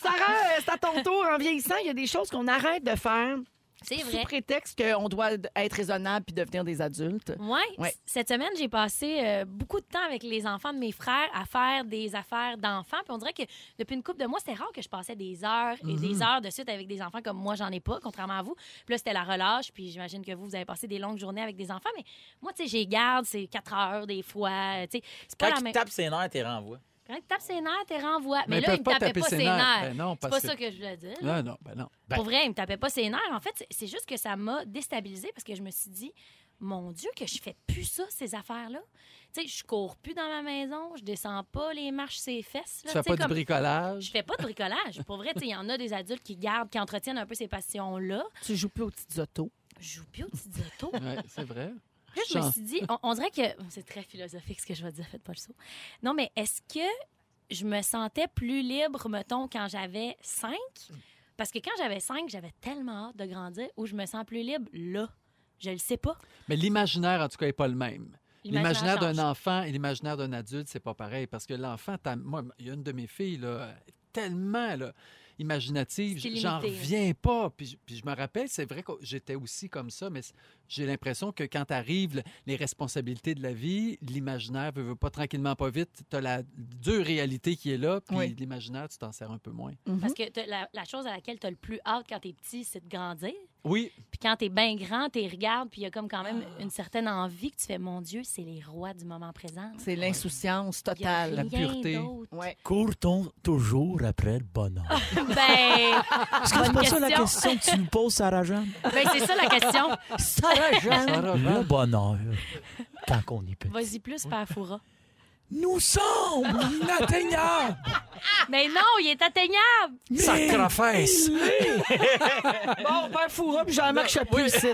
[SPEAKER 1] Sarah, euh, c'est à ton tour. En vieillissant, il y a des choses qu'on arrête de faire
[SPEAKER 3] C'est
[SPEAKER 1] sous
[SPEAKER 3] vrai.
[SPEAKER 1] prétexte qu'on doit être raisonnable puis devenir des adultes.
[SPEAKER 3] Oui.
[SPEAKER 1] Ouais.
[SPEAKER 3] Cette semaine, j'ai passé euh, beaucoup de temps avec les enfants de mes frères à faire des affaires d'enfants. Puis on dirait que depuis une couple de mois, c'était rare que je passais des heures et des
[SPEAKER 2] Mm-hmm.
[SPEAKER 3] heures de suite avec des enfants comme moi, j'en ai pas, contrairement à vous. Puis là, c'était la relâche. Puis j'imagine que vous, vous avez passé des longues journées avec des enfants. Mais moi, tu sais, j'ai garde, c'est quatre heures des fois. euh, Tu sais, c'est pas
[SPEAKER 4] Quand
[SPEAKER 3] la
[SPEAKER 4] tu
[SPEAKER 3] même.
[SPEAKER 4] tapes ses nerfs, t'es renvoie.
[SPEAKER 3] Quand tu tapes ses nerfs, t'es renvoie. Mais,
[SPEAKER 2] Mais ils
[SPEAKER 3] là,
[SPEAKER 2] peuvent
[SPEAKER 3] il me
[SPEAKER 2] pas
[SPEAKER 3] tapait
[SPEAKER 2] taper
[SPEAKER 3] pas
[SPEAKER 2] ses
[SPEAKER 3] ses nerfs.
[SPEAKER 2] nerfs. Ben non,
[SPEAKER 3] c'est
[SPEAKER 2] parce
[SPEAKER 3] pas
[SPEAKER 2] que-
[SPEAKER 3] ça que je voulais dire.
[SPEAKER 2] Non, non, ben non.
[SPEAKER 4] Ben-
[SPEAKER 3] Pour vrai, il me tapait pas ses nerfs. En fait, c'est- c'est juste que ça m'a déstabilisée parce que je me suis dit, mon Dieu, que je fais plus ça, ces affaires-là. Tu sais, je cours plus dans ma maison, je descends pas les marches, ses fesses. là.
[SPEAKER 2] Tu
[SPEAKER 3] Tu sais,
[SPEAKER 2] fais pas du
[SPEAKER 3] comme- Je
[SPEAKER 2] bricolage.
[SPEAKER 3] fais pas de bricolage. Pour vrai, tu sais, il y en a des adultes qui gardent, qui entretiennent un peu ces passions-là.
[SPEAKER 1] Tu joues plus aux petites autos.
[SPEAKER 3] Je joue plus aux petites autos.
[SPEAKER 2] Ouais, c'est vrai.
[SPEAKER 3] Là, je me
[SPEAKER 2] Chance.
[SPEAKER 3] suis dit, on, on dirait que. C'est très philosophique ce que je vais dire, faites pas le saut. Non, mais est-ce que je me sentais plus libre, mettons, quand j'avais 5. Parce que quand j'avais 5, j'avais tellement hâte de grandir où je me sens plus libre là. Je le sais pas.
[SPEAKER 2] Mais l'imaginaire, en tout cas, n'est pas le même. L'imaginaire d'un
[SPEAKER 3] change.
[SPEAKER 2] enfant et l'imaginaire d'un adulte, c'est pas pareil. Parce que l'enfant, t'as- moi, il y a une de mes filles, là, tellement là, imaginative,
[SPEAKER 3] C'est
[SPEAKER 2] j'en
[SPEAKER 3] limité, hein.
[SPEAKER 2] reviens pas. Puis, je- puis je me rappelle, c'est vrai que j'étais aussi comme ça, mais c'est- j'ai l'impression que quand arrivent les responsabilités de la vie, l'imaginaire veut, veut pas tranquillement, pas vite. T'as la dure réalité qui est là, puis
[SPEAKER 1] Oui.
[SPEAKER 2] l'imaginaire, tu t'en sers un peu moins.
[SPEAKER 3] Parce que t'as- la, la chose à laquelle tu as le plus hâte quand tu es petit, c'est de grandir.
[SPEAKER 2] Oui,
[SPEAKER 3] Puis quand t'es bien grand, t'es regardes, puis il y a comme quand même
[SPEAKER 2] Ah.
[SPEAKER 3] une certaine envie que tu fais, mon Dieu, c'est les rois du moment présent.
[SPEAKER 1] C'est l'insouciance
[SPEAKER 3] Y a
[SPEAKER 1] totale.
[SPEAKER 2] la
[SPEAKER 3] rien
[SPEAKER 2] pureté.
[SPEAKER 3] d'autre.
[SPEAKER 1] Ouais.
[SPEAKER 9] Court-on toujours après le bonheur?
[SPEAKER 3] Ben,
[SPEAKER 9] Est-ce que c'est
[SPEAKER 3] Bonne
[SPEAKER 9] pas ça la
[SPEAKER 3] question.
[SPEAKER 9] question que tu nous poses, Sarah-Jeanne?
[SPEAKER 3] ben, c'est ça la question.
[SPEAKER 2] ça
[SPEAKER 1] Ah,
[SPEAKER 2] va,
[SPEAKER 9] Le bonheur, quand on est petit.
[SPEAKER 3] Vas-y plus, Père Foura.
[SPEAKER 9] Nous sommes inatteignables!
[SPEAKER 3] Mais non, il est atteignable.
[SPEAKER 2] Sacrefesse!
[SPEAKER 1] Bon, père Foura, puis Jean-Marc Chaput, ici.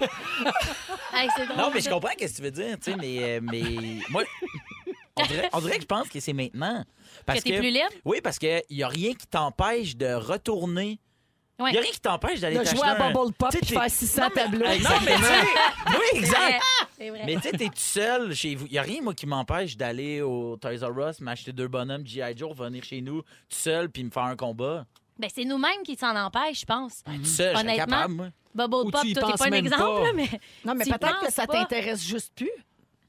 [SPEAKER 3] Hey, c'est drôle.
[SPEAKER 4] Non, mais je comprends ce que tu veux dire, tu sais, mais, euh, mais moi, on dirait, on dirait que je pense que c'est maintenant. Parce
[SPEAKER 3] Que t'es plus libre?
[SPEAKER 4] Oui, parce qu'il n'y a rien qui t'empêche de retourner. Il
[SPEAKER 3] Ouais.
[SPEAKER 4] n'y a rien qui t'empêche d'aller
[SPEAKER 1] De
[SPEAKER 4] t'acheter
[SPEAKER 1] jouer à
[SPEAKER 4] un-
[SPEAKER 1] Bubble Pop
[SPEAKER 4] Tu sais,
[SPEAKER 1] puis
[SPEAKER 4] t'es-
[SPEAKER 1] faire 600 tableaux.
[SPEAKER 4] Hey, Non, mais tu sais- Oui,
[SPEAKER 3] C'est vrai,
[SPEAKER 4] exact.
[SPEAKER 3] Euh, C'est vrai.
[SPEAKER 4] Mais tu sais, t'es tout seul chez vous. Il n'y a rien, moi, qui m'empêche d'aller au Toys R Us, m'acheter deux bonhommes G.I. Joe, venir chez nous tout seul puis me faire un combat.
[SPEAKER 3] Ben, c'est nous-mêmes qui s'en empêchent, je pense.
[SPEAKER 4] Tout seul, je serais
[SPEAKER 3] Honnêtement,
[SPEAKER 4] capable, moi.
[SPEAKER 2] Ou
[SPEAKER 3] Bubble Pop,
[SPEAKER 2] tu y
[SPEAKER 3] toi, t'es
[SPEAKER 2] penses
[SPEAKER 3] pas un
[SPEAKER 2] même
[SPEAKER 3] exemple,
[SPEAKER 2] pas.
[SPEAKER 3] là, mais.
[SPEAKER 1] Non, mais
[SPEAKER 3] Tu y
[SPEAKER 1] peut-être que
[SPEAKER 3] penses
[SPEAKER 1] ça
[SPEAKER 3] pas.
[SPEAKER 1] t'intéresse juste plus.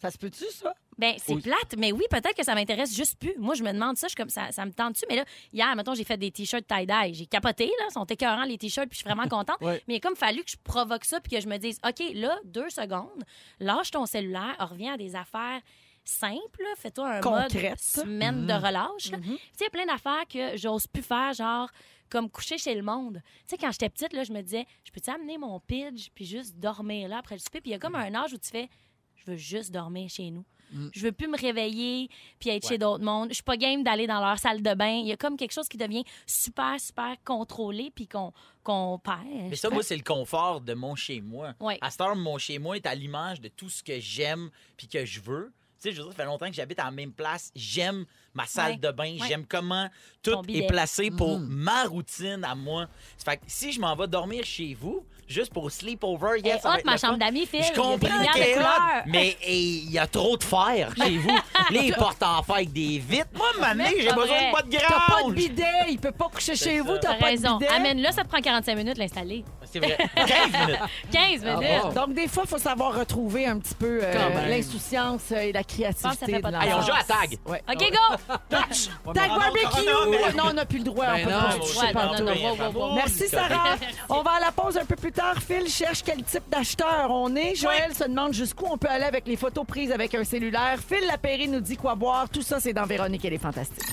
[SPEAKER 1] Ça se peut-tu, ça?
[SPEAKER 3] Ben, c'est
[SPEAKER 2] Ou-
[SPEAKER 3] plate, mais oui, peut-être que ça m'intéresse juste plus. Moi, je me demande ça, je suis comme ça, ça me tente-tu? Mais là, hier, mettons, j'ai fait des t-shirts tie-dye. J'ai capoté, là. Ils sont écœurants, les t-shirts, puis je suis vraiment contente.
[SPEAKER 2] Ouais.
[SPEAKER 3] Mais il a comme fallu que je provoque ça, puis que je me dise, OK, là, deux secondes, lâche ton cellulaire, reviens à des affaires simples, là. fais-toi un mode
[SPEAKER 1] Concrètes.
[SPEAKER 3] semaine
[SPEAKER 4] Mm-hmm.
[SPEAKER 3] de relâche. là. Tu sais, il y a plein d'affaires que j'ose plus faire, genre comme coucher chez le monde. Tu sais, quand j'étais petite, là, je me disais, je peux-tu amener mon pidge puis juste dormir là après le souper? Puis il y a comme un âge où tu fais, je veux juste dormir chez nous.
[SPEAKER 4] Mm.
[SPEAKER 3] Je veux plus me réveiller puis être chez d'autres mondes. Je suis pas game d'aller dans leur salle de bain. Il y a comme quelque chose qui devient super, super contrôlé puis qu'on qu'on perd.
[SPEAKER 4] Mais ça, moi, c'est le confort de mon chez-moi.
[SPEAKER 3] Ouais.
[SPEAKER 4] À cette heure, mon chez-moi est à l'image de tout ce que j'aime puis que je veux. Tu sais, je veux dire, ça fait longtemps que j'habite à la même place. J'aime ma salle
[SPEAKER 3] Ouais.
[SPEAKER 4] de bain.
[SPEAKER 3] Ouais.
[SPEAKER 4] J'aime comment
[SPEAKER 3] Ton
[SPEAKER 4] tout
[SPEAKER 3] bidet.
[SPEAKER 4] est placé pour ma routine à moi. Ça fait que si je m'en vais dormir chez vous, juste pour sleepover,
[SPEAKER 3] Elle est
[SPEAKER 4] yes, ça va
[SPEAKER 3] hot,
[SPEAKER 4] être
[SPEAKER 3] ma
[SPEAKER 4] le fun.
[SPEAKER 3] chambre d'amis, Phil.
[SPEAKER 4] Je
[SPEAKER 3] Il y a des
[SPEAKER 4] comprends
[SPEAKER 3] lumières de
[SPEAKER 4] qu'elle est hot,
[SPEAKER 3] couleur.
[SPEAKER 4] mais eh, il y a trop de fer chez vous. Les portes en fer avec des vitres. Moi, maintenant, j'ai
[SPEAKER 3] pas
[SPEAKER 4] besoin
[SPEAKER 3] vrai.
[SPEAKER 4] de pas de
[SPEAKER 1] T'as pas de
[SPEAKER 4] grange.
[SPEAKER 1] bidet, il peut pas coucher chez vous, t'as
[SPEAKER 3] T'as
[SPEAKER 1] pas
[SPEAKER 3] raison.
[SPEAKER 1] de bidet.
[SPEAKER 3] Amène-le, ça te prend 45 minutes de l'installer.
[SPEAKER 4] C'est vrai. 15 minutes.
[SPEAKER 3] 15 minutes.
[SPEAKER 2] Ah bon.
[SPEAKER 1] Donc, des fois, il faut savoir retrouver un petit peu euh,
[SPEAKER 2] Quand même.
[SPEAKER 1] l'insouciance euh, et la
[SPEAKER 3] pense que ça
[SPEAKER 1] créativité.
[SPEAKER 3] fait
[SPEAKER 1] de
[SPEAKER 3] pas de
[SPEAKER 1] l'enfant.
[SPEAKER 4] Hey, on joue à tag.
[SPEAKER 1] Ouais.
[SPEAKER 3] OK, go!
[SPEAKER 1] Tag
[SPEAKER 4] Ah non,
[SPEAKER 1] barbecue!
[SPEAKER 4] ah non, mais-
[SPEAKER 1] Non, on n'a plus le droit.
[SPEAKER 2] Ben
[SPEAKER 1] on peut
[SPEAKER 2] non,
[SPEAKER 1] pas
[SPEAKER 2] ouais,
[SPEAKER 1] toucher
[SPEAKER 3] ouais,
[SPEAKER 1] partout.
[SPEAKER 3] non, non, wow, wow, wow.
[SPEAKER 1] Merci, Sarah. On va à la pause un peu plus tard. Phil cherche quel type d'acheteur on est. Joël se demande jusqu'où on peut aller avec les photos prises avec un cellulaire. Phil Lapéry nous dit quoi boire. Tout ça, c'est dans Véronique et les Fantastiques.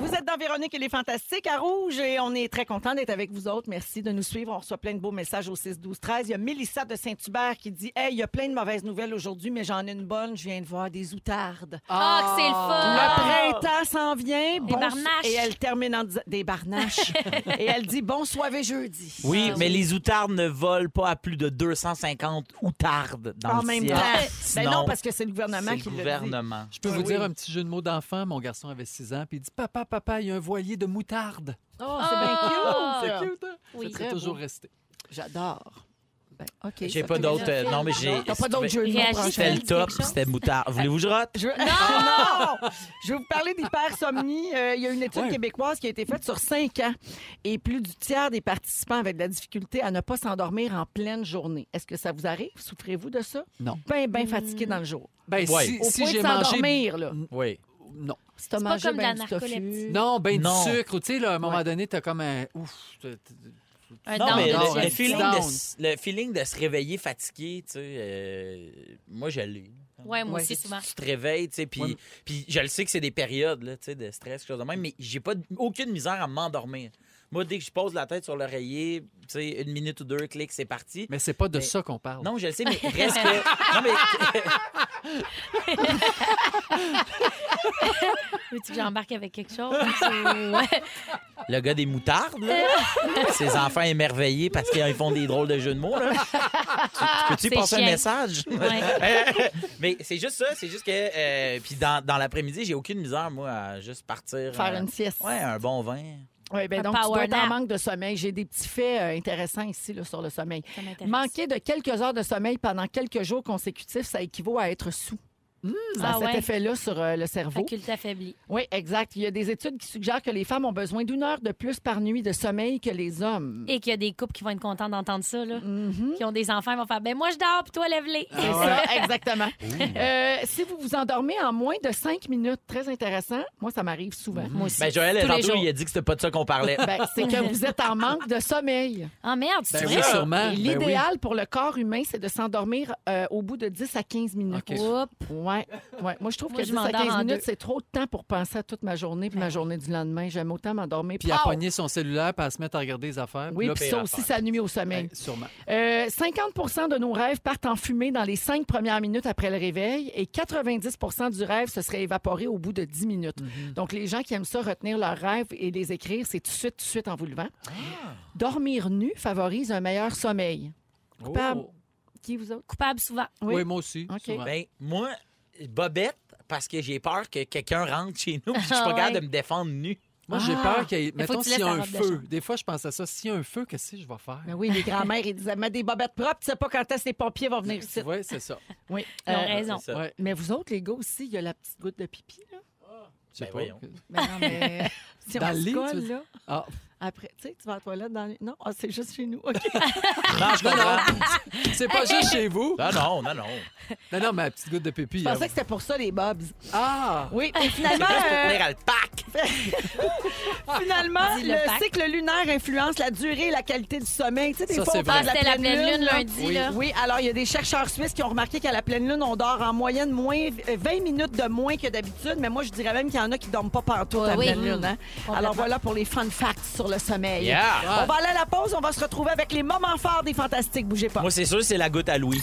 [SPEAKER 1] Vous êtes dans Véronique et les Fantastiques à Rouge et on est très content d'être avec vous autres. Merci de nous suivre. On reçoit plein de beaux messages au 6 12 13. Il y a Mélissa de Saint-Hubert qui dit "Hey, il y a plein de mauvaises nouvelles aujourd'hui, mais j'en ai une bonne, je viens de voir des outardes."
[SPEAKER 3] Ah, que c'est le fun!
[SPEAKER 1] Le printemps s'en vient. Bon-
[SPEAKER 3] barnaches.
[SPEAKER 1] Et elle termine en disant des barnaches. et elle dit bon soirée jeudi.
[SPEAKER 4] Oui,
[SPEAKER 3] Ah
[SPEAKER 4] mais
[SPEAKER 3] oui.
[SPEAKER 4] les outardes ne volent pas à plus de 250 outardes dans
[SPEAKER 1] En
[SPEAKER 4] le
[SPEAKER 1] même
[SPEAKER 4] ciel.
[SPEAKER 1] temps. Ben
[SPEAKER 4] Sinon,
[SPEAKER 1] non, parce que c'est le gouvernement
[SPEAKER 4] c'est
[SPEAKER 1] qui
[SPEAKER 4] le
[SPEAKER 1] le dit.
[SPEAKER 4] gouvernement.
[SPEAKER 2] Je peux vous
[SPEAKER 1] Oui.
[SPEAKER 2] dire un petit jeu de mots d'enfant. Mon garçon avait 6 ans, puis il dit Papa, papa, il y a un voilier de moutarde.
[SPEAKER 1] Oh,
[SPEAKER 3] c'est bien
[SPEAKER 1] bien
[SPEAKER 3] cute,
[SPEAKER 1] cute.
[SPEAKER 3] ça.
[SPEAKER 2] hein?
[SPEAKER 3] Oui.
[SPEAKER 2] Ça,
[SPEAKER 1] Ah. Très
[SPEAKER 2] C'est
[SPEAKER 1] beau.
[SPEAKER 2] toujours resté.
[SPEAKER 1] J'adore. Ben, OK.
[SPEAKER 4] J'ai
[SPEAKER 1] ça
[SPEAKER 4] pas
[SPEAKER 1] fait
[SPEAKER 4] d'autres.
[SPEAKER 1] plaisir.
[SPEAKER 4] euh, non, mais j'ai.
[SPEAKER 1] T'as pas d'autres jeux de mots
[SPEAKER 3] Réagis,
[SPEAKER 1] prochains?
[SPEAKER 4] C'était le
[SPEAKER 3] Dis
[SPEAKER 4] top,
[SPEAKER 3] quelque chose.
[SPEAKER 4] c'était moutarde. Voulez-vous que je rate?
[SPEAKER 1] Je veux... Non! Je vais vous parler d'hypersomnie. Euh, il y a une étude
[SPEAKER 2] Ouais.
[SPEAKER 1] québécoise qui a été faite sur cinq ans et plus du tiers des participants avaient de la difficulté à ne pas s'endormir en pleine journée. Est-ce que ça vous arrive? Souffrez-vous de ça?
[SPEAKER 2] Non.
[SPEAKER 1] Ben, ben fatigué dans le jour.
[SPEAKER 2] Ben,
[SPEAKER 4] Ouais.
[SPEAKER 2] si,
[SPEAKER 1] Au
[SPEAKER 2] si
[SPEAKER 1] point de
[SPEAKER 2] j'ai mangé.
[SPEAKER 1] s'endormir, là.
[SPEAKER 4] Oui.
[SPEAKER 2] Non.
[SPEAKER 1] Si t'as
[SPEAKER 3] pas
[SPEAKER 1] mangé
[SPEAKER 3] comme de la
[SPEAKER 1] ben du tofu.
[SPEAKER 3] narcolepsie.
[SPEAKER 2] Non, ben
[SPEAKER 4] Non.
[SPEAKER 2] du sucre. ou Tu sais, là, à un moment
[SPEAKER 1] Ouais.
[SPEAKER 2] donné, t'as comme un. Ouf. t'as- t'as-
[SPEAKER 3] Un
[SPEAKER 4] Non,
[SPEAKER 3] down,
[SPEAKER 4] mais
[SPEAKER 2] down,
[SPEAKER 4] le,
[SPEAKER 2] un
[SPEAKER 4] le
[SPEAKER 2] petit
[SPEAKER 4] feeling
[SPEAKER 2] down.
[SPEAKER 4] de, s- le feeling de se réveiller fatigué, tu sais, euh, moi, je l'ai.
[SPEAKER 3] Ouais, moi
[SPEAKER 1] Ouais.
[SPEAKER 3] aussi, souvent.
[SPEAKER 4] Tu te réveilles, tu sais, puis
[SPEAKER 2] Ouais.
[SPEAKER 4] puis je le sais que c'est des périodes, là, tu sais, de stress, quelque chose de même, mais j'ai pas d- aucune misère à m'endormir. Moi, dès que je pose la tête sur l'oreiller, tu sais, une minute ou deux, clic, c'est parti.
[SPEAKER 2] Mais c'est pas de
[SPEAKER 1] Ben,
[SPEAKER 4] Mais-
[SPEAKER 2] ça qu'on parle.
[SPEAKER 4] Non, je le sais, mais reste que. Non, mais.
[SPEAKER 3] Veux-tu que j'embarque avec quelque chose? ouais.
[SPEAKER 4] Le gars des moutardes, là. Ses enfants émerveillés parce qu'ils font des drôles de jeux de mots, là. Peux-tu y
[SPEAKER 3] C'est
[SPEAKER 4] passer un
[SPEAKER 3] chiant.
[SPEAKER 4] message?
[SPEAKER 3] Ouais.
[SPEAKER 4] Mais c'est juste ça, c'est juste que. euh, puis dans, dans l'après-midi, j'ai aucune misère, moi, à juste partir.
[SPEAKER 1] Faire
[SPEAKER 4] euh,
[SPEAKER 1] une sieste.
[SPEAKER 4] Ouais, un bon vin.
[SPEAKER 1] Oui, ben
[SPEAKER 3] Un
[SPEAKER 1] donc, tu dois
[SPEAKER 3] power
[SPEAKER 1] être en
[SPEAKER 3] nap.
[SPEAKER 1] manque de sommeil. J'ai des petits faits euh, intéressants ici là, sur le sommeil.
[SPEAKER 3] Ça m'intéresse.
[SPEAKER 1] Manquer de quelques heures de sommeil pendant quelques jours consécutifs, ça équivaut à être sous.
[SPEAKER 4] Mmh.
[SPEAKER 1] Ça a
[SPEAKER 3] Ah
[SPEAKER 1] cet
[SPEAKER 3] ouais.
[SPEAKER 1] effet-là sur euh, le cerveau.
[SPEAKER 3] Faculté affaiblie.
[SPEAKER 1] Oui, exact. Il y a des études qui suggèrent que les femmes ont besoin d'une heure de plus par nuit de sommeil que les hommes.
[SPEAKER 3] Et qu'il y a des couples qui vont être contents d'entendre ça, là. Qui ont des enfants, ils vont faire Ben, moi, je dors, puis toi, lève-les.
[SPEAKER 4] Ah
[SPEAKER 1] C'est ça, exactement. Euh, si vous vous endormez en moins de cinq minutes, très intéressant. Moi, ça m'arrive souvent.
[SPEAKER 3] Moi aussi.
[SPEAKER 4] Ben, Joël,
[SPEAKER 3] Tous les
[SPEAKER 4] tantôt,
[SPEAKER 3] jours.
[SPEAKER 4] il a dit que c'était pas de ça qu'on parlait.
[SPEAKER 1] Ben, c'est que vous êtes en manque de sommeil.
[SPEAKER 3] Ah, merde, c'est
[SPEAKER 2] Ben
[SPEAKER 3] vrai.
[SPEAKER 2] oui, sûrement.
[SPEAKER 1] Et
[SPEAKER 2] Ben
[SPEAKER 1] L'idéal pour le corps humain, c'est de s'endormir euh, au bout de 10 à 15 minutes.
[SPEAKER 2] OK.
[SPEAKER 3] Oups.
[SPEAKER 1] Ouais, ouais. Moi, je trouve
[SPEAKER 3] Moi,
[SPEAKER 1] que
[SPEAKER 3] je
[SPEAKER 1] 10 à
[SPEAKER 3] m'endors
[SPEAKER 1] 15
[SPEAKER 3] en
[SPEAKER 1] minutes,
[SPEAKER 3] deux.
[SPEAKER 1] c'est trop de temps pour penser à toute ma journée puis ma journée du lendemain. J'aime autant m'endormir.
[SPEAKER 2] Puis à
[SPEAKER 1] Pow!
[SPEAKER 2] pogner son cellulaire, puis à se mettre à regarder les affaires.
[SPEAKER 1] Oui,
[SPEAKER 2] là, ben,
[SPEAKER 1] puis ça
[SPEAKER 2] pire
[SPEAKER 1] aussi,
[SPEAKER 2] affaire.
[SPEAKER 1] ça nuit au sommeil.
[SPEAKER 2] Ouais, Ben, sûrement.
[SPEAKER 1] Euh, 50 de nos rêves partent en fumée dans les cinq premières minutes après le réveil et 90 du rêve se serait évaporé au bout de 10 minutes.
[SPEAKER 2] Mm-hmm.
[SPEAKER 1] Donc, les gens qui aiment ça, retenir leurs rêves et les écrire, c'est tout de suite, tout de suite en vous levant.
[SPEAKER 2] Ah!
[SPEAKER 1] Dormir nu favorise un meilleur sommeil. Coupable.
[SPEAKER 2] Oh.
[SPEAKER 1] Qui vous autres?
[SPEAKER 3] Coupable souvent.
[SPEAKER 2] Oui.
[SPEAKER 1] Oui.
[SPEAKER 2] moi aussi.
[SPEAKER 1] OK.
[SPEAKER 2] souvent.
[SPEAKER 4] Ben, moi, Bobette, parce que j'ai peur que quelqu'un rentre chez nous, puis je suis
[SPEAKER 3] Ah
[SPEAKER 4] pas capable
[SPEAKER 3] ouais.
[SPEAKER 4] de me défendre nu.
[SPEAKER 2] Moi, j'ai
[SPEAKER 1] Ah.
[SPEAKER 2] peur qu'il y ait.
[SPEAKER 3] Mais faut que
[SPEAKER 2] Mettons,
[SPEAKER 3] tu
[SPEAKER 2] s'il y a
[SPEAKER 3] laisses
[SPEAKER 2] un
[SPEAKER 3] la robe de
[SPEAKER 2] feu.
[SPEAKER 3] chambre.
[SPEAKER 2] Des fois, je pense à ça. S'il y a un feu, qu'est-ce que je vais faire?
[SPEAKER 1] Ben oui, les grands-mères, ils disaient, mets des bobettes propres, tu sais pas quand est-ce que les pompiers vont venir ici.
[SPEAKER 2] Oui, c'est ça.
[SPEAKER 1] Oui.
[SPEAKER 3] Ils ont
[SPEAKER 1] Euh,
[SPEAKER 3] raison.
[SPEAKER 4] C'est ça.
[SPEAKER 2] Ouais.
[SPEAKER 1] mais vous autres, les gars aussi, il y a la petite goutte de pipi. Là.
[SPEAKER 2] Je sais
[SPEAKER 4] Ben
[SPEAKER 2] pas.
[SPEAKER 4] voyons.
[SPEAKER 1] Mais non, mais... si
[SPEAKER 2] Dans
[SPEAKER 1] on
[SPEAKER 2] le
[SPEAKER 1] se
[SPEAKER 2] lit, tu
[SPEAKER 1] colle,
[SPEAKER 2] veux-
[SPEAKER 1] là,
[SPEAKER 2] Ah,
[SPEAKER 1] après, tu sais, tu vas à la toilette dans le- Non, ah, c'est juste chez nous. OK.
[SPEAKER 4] Non, je comprends.
[SPEAKER 2] c'est pas juste chez vous.
[SPEAKER 4] Non, non, non, non.
[SPEAKER 2] Non, non, ma petite goutte de pépi. hein.
[SPEAKER 1] Je pensais que c'était pour ça, les bobs.
[SPEAKER 2] Ah!
[SPEAKER 1] Oui, et
[SPEAKER 4] C'est
[SPEAKER 3] Ben,
[SPEAKER 1] finalement,
[SPEAKER 4] juste pour
[SPEAKER 1] euh,
[SPEAKER 4] tenir à le pack.
[SPEAKER 1] finalement
[SPEAKER 3] Dis le
[SPEAKER 1] le
[SPEAKER 3] fact.
[SPEAKER 1] cycle lunaire influence la durée et la qualité du sommeil. Tu sais, des
[SPEAKER 2] Ça,
[SPEAKER 1] fois,
[SPEAKER 2] c'est
[SPEAKER 1] on
[SPEAKER 2] vrai.
[SPEAKER 1] parle de
[SPEAKER 3] C'était la pleine lune
[SPEAKER 1] là.
[SPEAKER 3] lundi,
[SPEAKER 1] oui.
[SPEAKER 3] là.
[SPEAKER 1] Oui, alors il y a des chercheurs suisses qui ont remarqué qu'à la pleine lune, on dort en moyenne moins 20 minutes de moins que d'habitude, mais moi, je dirais même qu'il y en a qui dorment pas partout à la
[SPEAKER 3] Oui.
[SPEAKER 1] pleine lune. hein.
[SPEAKER 3] Complètement.
[SPEAKER 1] Alors voilà pour les fun facts sur le sommeil.
[SPEAKER 4] Yeah.
[SPEAKER 1] On va aller à la pause, on va se retrouver avec les moments forts des Fantastiques. Bougez pas.
[SPEAKER 4] Moi, c'est sûr, c'est la goutte à Louis.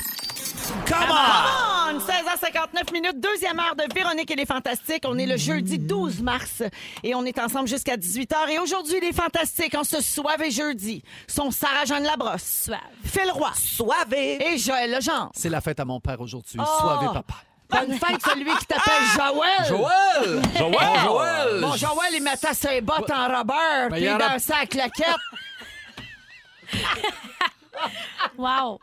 [SPEAKER 4] Come on!
[SPEAKER 1] On! 16h59 minutes, deuxième heure de Véronique et les Fantastiques. On est le jeudi 12 mars et on est ensemble jusqu'à 18h. Et aujourd'hui, les Fantastiques, en ce soir et jeudi, sont Sarah-Jeanne Labrosse,
[SPEAKER 3] Suave.
[SPEAKER 1] Phil Roy
[SPEAKER 4] Soivé!
[SPEAKER 1] et Joël Legendre.
[SPEAKER 2] C'est la fête à mon père aujourd'hui.
[SPEAKER 1] Oh!
[SPEAKER 2] Soivez, papa.
[SPEAKER 1] Bonne fête, celui qui t'appelle Ah! Joël.
[SPEAKER 2] Joël!
[SPEAKER 4] Joël!
[SPEAKER 1] Bon, Joël, il mettait ses bottes en robeur, puis
[SPEAKER 2] il y
[SPEAKER 1] Ben, il
[SPEAKER 2] en a-
[SPEAKER 1] dansait à la claquette.
[SPEAKER 3] Wow.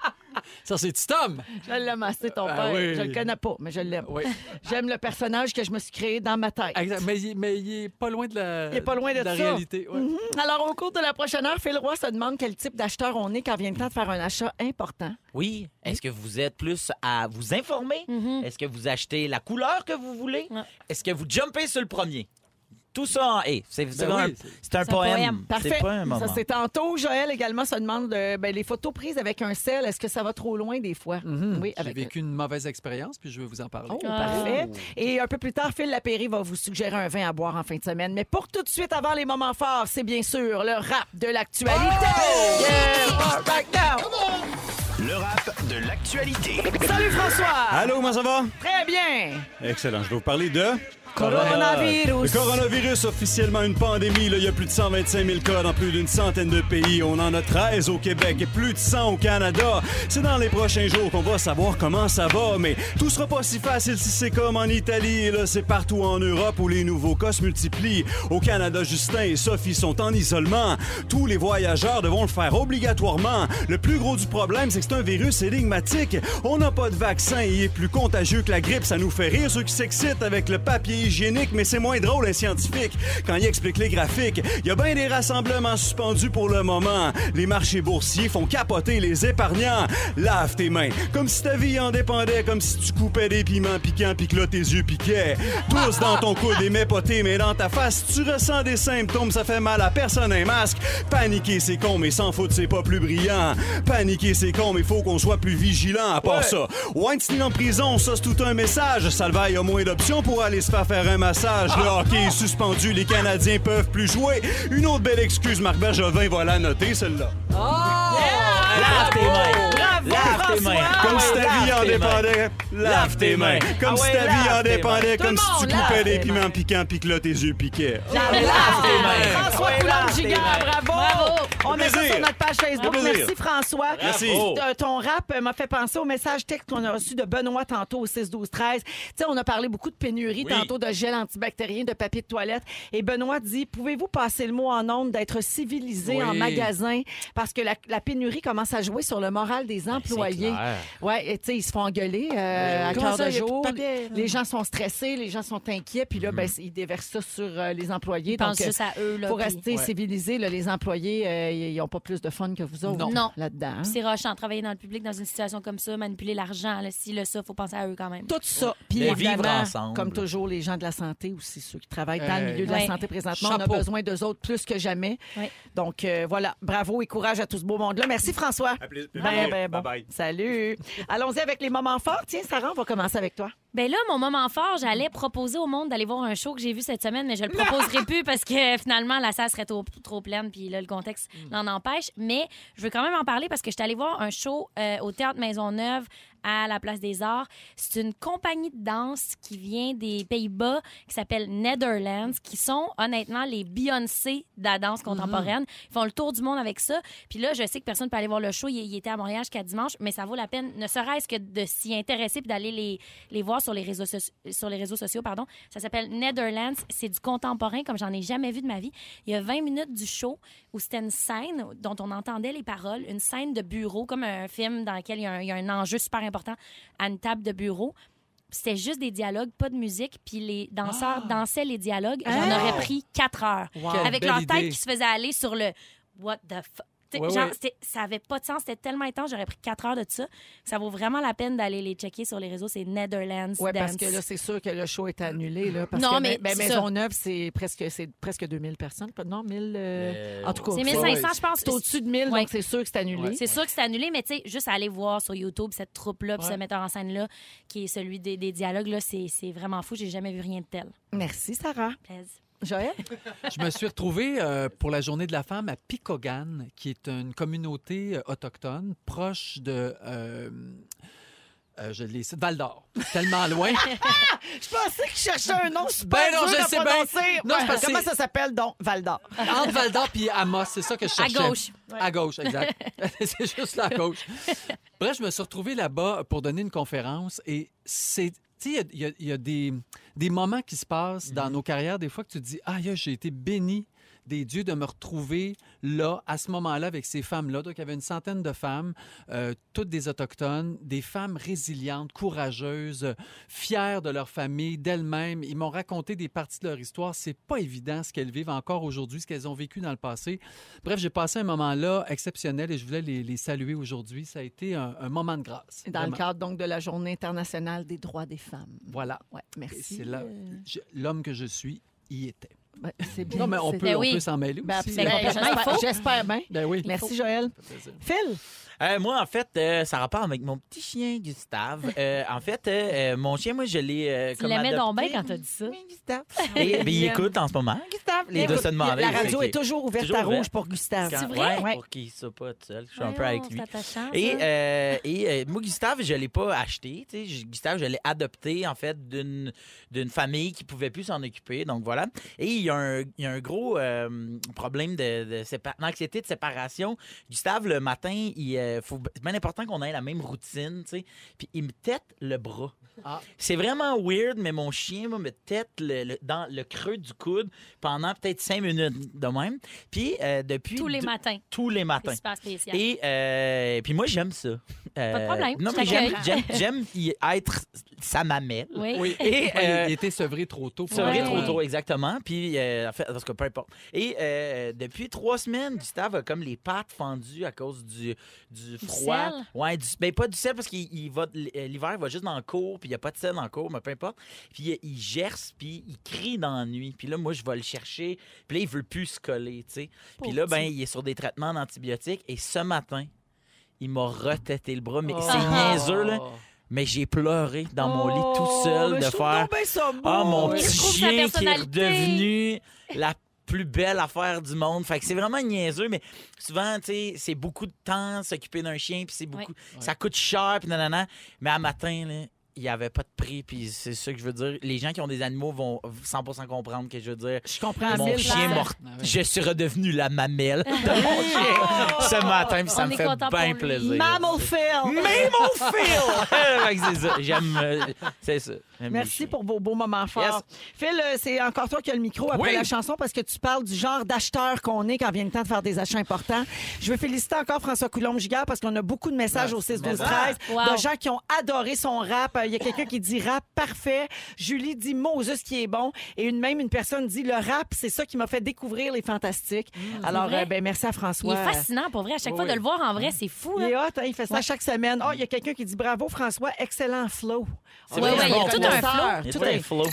[SPEAKER 2] Ça, c'est petit homme.
[SPEAKER 1] Je l'ai massé, ton
[SPEAKER 2] Ah
[SPEAKER 1] père.
[SPEAKER 2] oui.
[SPEAKER 1] Je le connais pas, mais je l'aime.
[SPEAKER 2] Oui.
[SPEAKER 1] Ben J'aime le personnage que je me suis créé dans ma tête.
[SPEAKER 2] Exact. Mais, il- mais il est pas loin de la,
[SPEAKER 1] Il est pas loin de
[SPEAKER 2] la
[SPEAKER 1] ça.
[SPEAKER 2] réalité. ouais.
[SPEAKER 1] Mhm. Alors, au cours de la prochaine heure, Phil Roy se demande quel type d'acheteur on est quand vient le temps de faire un achat important.
[SPEAKER 4] Oui, est-ce que vous êtes plus à vous informer? Est-ce que vous achetez la couleur que vous voulez?
[SPEAKER 3] Ouais.
[SPEAKER 4] Est-ce que vous jumpez sur le premier? Tout ça en hey, C'est c'est un,
[SPEAKER 2] oui, c'est-
[SPEAKER 4] Ben c'est un
[SPEAKER 3] c'est un
[SPEAKER 4] poème.
[SPEAKER 3] poème.
[SPEAKER 1] Parfait.
[SPEAKER 4] C'est pas un moment.
[SPEAKER 1] Ça, c'est tantôt. Joël également se demande euh, ben, les photos prises avec un sel, est-ce que ça va trop loin des fois?
[SPEAKER 10] Mhm.
[SPEAKER 1] Oui,
[SPEAKER 2] J'ai
[SPEAKER 1] avec
[SPEAKER 2] vécu une mauvaise expérience, puis je vais vous en parler.
[SPEAKER 1] Oh,
[SPEAKER 10] Ah.
[SPEAKER 1] parfait. Et un peu plus tard, Phil Lapéry va vous suggérer un vin à boire en fin de semaine. Mais pour tout de suite, avant les moments forts, c'est bien sûr le rap de l'actualité.
[SPEAKER 10] Oh!
[SPEAKER 1] Yeah, all right now.
[SPEAKER 6] Le rap de l'actualité.
[SPEAKER 1] Salut François!
[SPEAKER 10] Allô, comment ça va?
[SPEAKER 1] Très bien!
[SPEAKER 10] Excellent. Je vais vous parler de... Le
[SPEAKER 1] Coronavirus!
[SPEAKER 10] coronavirus, officiellement une pandémie. Là, il y a plus de 125 000 cas dans plus d'une centaine de pays. On en a 13 au Québec et plus de 100 au Canada. C'est dans les prochains jours qu'on va savoir comment ça va, mais tout sera pas si facile si c'est comme en Italie. Et là, c'est partout en Europe où les nouveaux cas se multiplient. Au Canada, Justin et Sophie sont en isolement. Tous les voyageurs devront le faire obligatoirement. Le plus gros du problème, c'est que c'est un virus énigmatique. On n'a pas de vaccin et il est plus contagieux que la grippe. Ça nous fait rire ceux qui s'excitent avec le papier hygiénique, mais c'est moins drôle, un scientifique. Quand il explique les graphiques, il y a bien des rassemblements suspendus pour le moment. Les marchés boursiers font capoter les épargnants. Lave tes mains, comme si ta vie en dépendait, comme si tu coupais des piments piquants puis que là tes yeux piquaient. Tous dans ton coude des mets potés, mais dans ta face, tu ressens des symptômes, ça fait mal à personne un masque. Paniquer, c'est con, mais s'en foutre, c'est pas plus brillant. Paniquer, c'est con, mais faut qu'on soit plus vigilant à part ça. Weinstein en prison, ça c'est tout un message. Salvaille a moins d'options pour aller se faire faire un massage. Le hockey est suspendu, les Canadiens peuvent plus jouer. Une autre belle excuse, Marc Bergevin va la noter, celle-là.
[SPEAKER 4] Lave tes mains.
[SPEAKER 1] Bravo!
[SPEAKER 4] Lave tes mains.
[SPEAKER 10] Comme
[SPEAKER 4] Ah ouais,
[SPEAKER 10] si ta vie
[SPEAKER 4] lave
[SPEAKER 10] en
[SPEAKER 4] tes
[SPEAKER 10] dépendait. Lave tes mains. Comme
[SPEAKER 4] Ah
[SPEAKER 10] si
[SPEAKER 4] ouais,
[SPEAKER 10] ta vie
[SPEAKER 4] lave
[SPEAKER 10] en
[SPEAKER 4] tes
[SPEAKER 10] dépendait.
[SPEAKER 4] mains.
[SPEAKER 10] Comme
[SPEAKER 4] Tout
[SPEAKER 10] si
[SPEAKER 4] le
[SPEAKER 10] tu
[SPEAKER 4] monde
[SPEAKER 10] coupais
[SPEAKER 4] lave
[SPEAKER 10] des
[SPEAKER 4] tes
[SPEAKER 10] piments piquants puis que là, tes yeux piquaient.
[SPEAKER 4] Lave tes mains.
[SPEAKER 1] François
[SPEAKER 4] Ouais,
[SPEAKER 1] Coulombe
[SPEAKER 4] lave tes
[SPEAKER 1] Gigant,
[SPEAKER 4] mains.
[SPEAKER 1] bravo. On met ça
[SPEAKER 10] plaisir.
[SPEAKER 1] sur notre page Facebook.
[SPEAKER 10] Au plaisir.
[SPEAKER 1] Merci François.
[SPEAKER 10] Merci.
[SPEAKER 1] Euh, Ton rap euh, m'a fait penser au message texte qu'on a reçu de Benoît tantôt au 6 12 13. Tu sais, on a parlé beaucoup de pénurie
[SPEAKER 4] Oui.
[SPEAKER 1] tantôt de gel antibactérien, de papier de toilette et Benoît dit "Pouvez-vous passer le mot en ondes d'être civilisé
[SPEAKER 2] Oui.
[SPEAKER 1] en magasin parce que la, la pénurie commence à jouer sur le moral des
[SPEAKER 10] Ben,
[SPEAKER 1] employés."
[SPEAKER 4] clair.
[SPEAKER 1] Ouais, et tu sais, ils se font engueuler euh, à
[SPEAKER 2] Comment
[SPEAKER 1] quart
[SPEAKER 2] ça,
[SPEAKER 1] de
[SPEAKER 2] y a plus de
[SPEAKER 1] jour.
[SPEAKER 2] papier, Mm-hmm. là?
[SPEAKER 1] Les gens sont stressés, les gens sont inquiets puis là ben, ils déversent ça sur euh, les employés.
[SPEAKER 3] Ils pensent
[SPEAKER 1] Donc, euh,
[SPEAKER 3] juste à eux. Là,
[SPEAKER 1] pour
[SPEAKER 3] puis-
[SPEAKER 1] rester civilisé, là, les employés, euh, ils n'ont pas plus de fun que vous autres
[SPEAKER 3] Non. Non.
[SPEAKER 1] là-dedans. hein.
[SPEAKER 3] Puis C'est rochant, travailler dans le public dans une situation comme ça, manipuler l'argent, là, si, là, ça, faut penser à eux quand même.
[SPEAKER 1] Tout ça. Puis
[SPEAKER 4] Mais
[SPEAKER 1] évidemment,
[SPEAKER 4] vivre ensemble.
[SPEAKER 1] comme toujours, les gens de la santé aussi, ceux qui travaillent dans le
[SPEAKER 2] Euh,
[SPEAKER 1] milieu de la
[SPEAKER 3] ouais.
[SPEAKER 1] santé présentement, on
[SPEAKER 2] Chapeau.
[SPEAKER 1] a besoin d'eux autres plus que jamais.
[SPEAKER 3] Ouais.
[SPEAKER 1] Donc euh, voilà, bravo et courage à tout ce beau monde-là. Merci François. Ben, ben, bon.
[SPEAKER 10] Bye-bye.
[SPEAKER 1] Salut. Allons-y avec les moments forts. Tiens, Sarah, on va commencer avec toi.
[SPEAKER 3] Ben là, mon moment fort, j'allais proposer au monde d'aller voir un show que j'ai vu cette semaine, mais je le proposerai plus parce que euh, finalement, la salle serait trop, trop pleine, puis là, le contexte l'en empêche. Mais je veux quand même en parler parce que je suis allée voir un show euh, au Théâtre Maisonneuve à la Place des Arts. C'est une compagnie de danse qui vient des Pays-Bas, qui s'appelle Netherlands, qui sont honnêtement les Beyoncé de la danse contemporaine. Ils font le tour du monde avec ça. Puis là, je sais que personne ne peut aller voir le show. Il, il était à Montréal jusqu'à dimanche, mais ça vaut la peine, ne serait-ce que de s'y intéresser puis d'aller les, les voir sur les réseaux, soci- sur les réseaux sociaux. Pardon. Ça s'appelle Netherlands. C'est du contemporain comme j'en ai jamais vu de ma vie. Il y a 20 minutes du show où c'était une scène dont on entendait les paroles, une scène de bureau, comme un film dans lequel il y a un, il y a un enjeu super important à une table de bureau. C'était juste des dialogues, pas de musique, puis les danseurs dansaient les dialogues. J'en
[SPEAKER 1] Hein?
[SPEAKER 3] aurais pris quatre heures
[SPEAKER 2] Quelle
[SPEAKER 3] avec
[SPEAKER 2] belle
[SPEAKER 3] leur tête
[SPEAKER 2] idée.
[SPEAKER 3] qui se faisait aller sur le what the fuck. T'sais,
[SPEAKER 2] Ouais,
[SPEAKER 3] genre,
[SPEAKER 2] ouais.
[SPEAKER 3] c'était- Ça avait pas de sens, c'était tellement intense, j'aurais pris quatre heures de ça. Ça vaut vraiment la peine d'aller les checker sur les réseaux, c'est Netherlands.
[SPEAKER 1] Oui,
[SPEAKER 3] Dance.
[SPEAKER 1] parce que là, c'est sûr que le show est annulé. Là, parce
[SPEAKER 3] Non,
[SPEAKER 1] que
[SPEAKER 3] mais
[SPEAKER 1] ben,
[SPEAKER 3] c'est ça.
[SPEAKER 1] Maisonneuve, c'est presque, c'est presque 2000 personnes. Non, 1000. euh,
[SPEAKER 4] Euh,
[SPEAKER 1] En tout cas,
[SPEAKER 3] c'est
[SPEAKER 1] ça-
[SPEAKER 3] 1500, je pense.
[SPEAKER 1] C'est au-dessus de 1000,
[SPEAKER 3] Ouais.
[SPEAKER 1] donc c'est sûr que c'est annulé.
[SPEAKER 3] C'est sûr que c'est annulé, mais tu sais, juste aller voir sur YouTube cette troupe-là, puis ce metteur en scène-là, qui est celui des, des dialogues, là, c'est c'est vraiment fou, j'ai jamais vu rien de tel.
[SPEAKER 1] Merci, Sarah.
[SPEAKER 3] Plaise.
[SPEAKER 1] Joël?
[SPEAKER 2] Je me suis retrouvé euh, pour la journée de la femme à Picogan, qui est une communauté euh, autochtone proche de. euh, euh, je l'ai cité, Val d'Or. Tellement loin.
[SPEAKER 1] Je pensais que je cherchais un nom super
[SPEAKER 2] Ben non,
[SPEAKER 1] dur
[SPEAKER 2] je
[SPEAKER 1] à
[SPEAKER 2] sais bien.
[SPEAKER 1] prononcer.
[SPEAKER 2] Non,
[SPEAKER 1] Ouais,
[SPEAKER 2] c'est parce que
[SPEAKER 1] Comment
[SPEAKER 2] c'est-
[SPEAKER 1] ça s'appelle, donc? Val d'Or.
[SPEAKER 2] Entre Val d'Or et Amos, c'est ça que je
[SPEAKER 3] À
[SPEAKER 2] cherchais.
[SPEAKER 3] gauche.
[SPEAKER 2] À gauche, exact. c'est juste là à gauche. Bref, je me suis retrouvé là-bas pour donner une conférence et c'est. Tu sais, il y a, il y a des, des moments qui se passent dans nos carrières, des fois que tu te dis Ah, j'ai été béni des dieux de me retrouver là, à ce moment-là, avec ces femmes-là. Donc, il y avait une centaine de femmes, euh, toutes des Autochtones, des femmes résilientes, courageuses, euh, fières de leur famille, d'elles-mêmes. Ils m'ont raconté des parties de leur histoire. C'est pas évident ce qu'elles vivent encore aujourd'hui, ce qu'elles ont vécu dans le passé. Bref, j'ai passé un moment là exceptionnel et je voulais les, les saluer aujourd'hui. Ça a été un, un moment de grâce.
[SPEAKER 1] Dans le
[SPEAKER 2] Vraiment.
[SPEAKER 1] cadre donc de la Journée internationale des droits des femmes.
[SPEAKER 2] Voilà.
[SPEAKER 1] Ouais,
[SPEAKER 2] Et
[SPEAKER 1] merci.
[SPEAKER 2] C'est là,
[SPEAKER 1] Euh,
[SPEAKER 2] je- l'homme que je suis y était.
[SPEAKER 1] ben, c'est bien.
[SPEAKER 2] Non, mais on
[SPEAKER 1] c'est-
[SPEAKER 2] peut,
[SPEAKER 3] Ben
[SPEAKER 2] on
[SPEAKER 3] oui.
[SPEAKER 2] peut s'en mêler
[SPEAKER 1] Ben,
[SPEAKER 2] aussi. hein.
[SPEAKER 1] absolument.
[SPEAKER 3] Ben,
[SPEAKER 1] J'espère-
[SPEAKER 3] il faut.
[SPEAKER 1] J'espère bien.
[SPEAKER 2] Ben oui.
[SPEAKER 1] Merci, Joël. Phil?
[SPEAKER 4] Euh, moi, en fait, euh, ça rapporte avec mon petit chien Gustave. Euh, en fait, euh, euh, mon chien, moi, je l'ai. euh,
[SPEAKER 3] Tu
[SPEAKER 4] comme
[SPEAKER 3] l'aimais
[SPEAKER 4] adopté.
[SPEAKER 3] donc bien quand t'as dit ça.
[SPEAKER 4] Gustave. Et, ben, il écoute en ce moment. Gustave, les deux
[SPEAKER 1] Écoute,
[SPEAKER 4] se demandaient.
[SPEAKER 1] La radio
[SPEAKER 4] fait
[SPEAKER 1] est toujours ouverte
[SPEAKER 4] toujours
[SPEAKER 1] à
[SPEAKER 4] ouverte.
[SPEAKER 1] rouge pour Gustave.
[SPEAKER 4] Quand-
[SPEAKER 3] vrai?
[SPEAKER 4] Ouais,
[SPEAKER 1] Ouais.
[SPEAKER 4] Pour qu'il soit pas tout seul. Je suis un peu avec lui.
[SPEAKER 3] Voyons, c'est attachant,
[SPEAKER 4] Et,
[SPEAKER 3] ça.
[SPEAKER 4] euh, et euh, moi, Gustave, je ne l'ai pas acheté. tu sais. Je- Gustave, je l'ai adopté, en fait, d'une d'une famille qui ne pouvait plus s'en occuper. Donc, voilà. Et il y a un, il y a un gros euh, problème de, de sépa- d'anxiété de séparation. Gustave, le matin, il euh, faut... c'est bien important qu'on ait la même routine. tu sais. Puis, il me tête le bras.
[SPEAKER 2] Ah.
[SPEAKER 4] C'est vraiment weird, mais mon chien moi, me tête le- le- dans le creux du coude pendant peut-être cinq minutes de même. Puis, euh, depuis...
[SPEAKER 3] Tous les
[SPEAKER 4] deux-
[SPEAKER 3] matins.
[SPEAKER 4] Tous les matins.
[SPEAKER 3] C'est super spécial.
[SPEAKER 4] Et euh, puis moi, j'aime ça. Euh,
[SPEAKER 3] Pas de problème,
[SPEAKER 4] Non,
[SPEAKER 3] je
[SPEAKER 4] mais j'aime,
[SPEAKER 3] t'accueille.
[SPEAKER 4] j'aime, j'aime y être sa mamelle.
[SPEAKER 3] Oui.
[SPEAKER 2] Oui.
[SPEAKER 4] Et,
[SPEAKER 2] Ouais,
[SPEAKER 4] euh,
[SPEAKER 2] il était sevré trop tôt. pour
[SPEAKER 4] Ça
[SPEAKER 3] Ouais.
[SPEAKER 4] aurait
[SPEAKER 2] moi.
[SPEAKER 4] trop tôt, exactement. Puis, euh, en fait, parce que peu importe. Et euh, depuis trois semaines, Gustave a comme les pattes fendues à cause du, du froid.
[SPEAKER 3] sel?
[SPEAKER 4] Ouais, du, ben pas du sel, parce qu'il il va, euh, l'hiver, il va juste dans le cours, puis il n'y a pas de sel dans le cours, mais peu importe. Puis euh, il gerce, puis il crie dans la nuit. Puis là, moi, je vais le chercher. Puis là, il veut plus se coller, tu sais. Puis là, ben, il est sur des traitements d'antibiotiques. Et ce matin, il m'a retêté le bras, mais
[SPEAKER 2] Oh.
[SPEAKER 4] c'est
[SPEAKER 2] Ah.
[SPEAKER 4] niaiseux, là. Mais j'ai pleuré dans mon lit tout
[SPEAKER 1] Oh,
[SPEAKER 4] seul
[SPEAKER 1] mais
[SPEAKER 4] de
[SPEAKER 2] Ah.
[SPEAKER 1] je trouve
[SPEAKER 4] faire.
[SPEAKER 1] donc bien ça beau.
[SPEAKER 4] Ah, mon
[SPEAKER 3] Je
[SPEAKER 4] petit
[SPEAKER 3] trouve sa
[SPEAKER 4] chien qui est
[SPEAKER 3] personnalité.
[SPEAKER 4] redevenu la plus belle affaire du monde. Fait que c'est vraiment niaiseux, mais souvent, tu sais, c'est beaucoup de temps s'occuper d'un chien, puis c'est beaucoup. Ça coûte cher, puis nanana. Mais à matin, là, il n'y avait pas de prix, puis c'est ça que je veux dire. Les gens qui ont des animaux vont 100% comprendre que je veux dire.
[SPEAKER 1] Je comprends
[SPEAKER 4] Mon
[SPEAKER 1] mille
[SPEAKER 4] chien
[SPEAKER 1] pour
[SPEAKER 4] mort.
[SPEAKER 1] cent.
[SPEAKER 4] Je suis redevenu la mamelle de mon chien ce matin, puis ça
[SPEAKER 1] On
[SPEAKER 4] me
[SPEAKER 1] est
[SPEAKER 4] fait
[SPEAKER 1] content
[SPEAKER 4] bien
[SPEAKER 1] pour lui.
[SPEAKER 4] plaisir.
[SPEAKER 1] Mammal Phil!
[SPEAKER 4] Mammal Phil! Fait que c'est ça. J'aime. euh, C'est ça. J'aime les
[SPEAKER 1] Merci pour vos beaux moments forts.
[SPEAKER 4] Yes.
[SPEAKER 1] Phil, euh, c'est encore toi qui as le micro après
[SPEAKER 4] Oui.
[SPEAKER 1] la chanson parce que tu parles du genre d'acheteur qu'on est quand vient le temps de faire des achats importants. Je veux féliciter encore François Coulombe-Gigard parce qu'on a beaucoup de messages
[SPEAKER 4] Ah,
[SPEAKER 1] au 6 12 13
[SPEAKER 3] Wow.
[SPEAKER 1] de gens qui ont adoré son rap. Euh, Il y a quelqu'un qui dit rap parfait. Julie dit Moses qui est bon. Et une, même une personne dit le rap, c'est ça qui m'a fait découvrir les fantastiques. Alors,
[SPEAKER 3] Mm. C'est vrai?
[SPEAKER 1] euh, ben, merci à
[SPEAKER 3] Il
[SPEAKER 1] François.
[SPEAKER 3] est fascinant, pour vrai. À chaque
[SPEAKER 1] Oui,
[SPEAKER 3] fois, de
[SPEAKER 1] oui.
[SPEAKER 3] le voir en vrai, c'est fou.
[SPEAKER 1] Il
[SPEAKER 3] là.
[SPEAKER 1] est hot, hein, il fait ça
[SPEAKER 3] Ouais.
[SPEAKER 1] chaque semaine. Oh, il y a quelqu'un qui dit bravo François, excellent flow.
[SPEAKER 4] C'est
[SPEAKER 1] Ouais,
[SPEAKER 4] vrai,
[SPEAKER 1] ouais,
[SPEAKER 4] il y a tout
[SPEAKER 1] bon
[SPEAKER 4] un
[SPEAKER 1] flow.
[SPEAKER 4] Il y a
[SPEAKER 1] Tout
[SPEAKER 4] pas
[SPEAKER 1] un
[SPEAKER 4] un flow.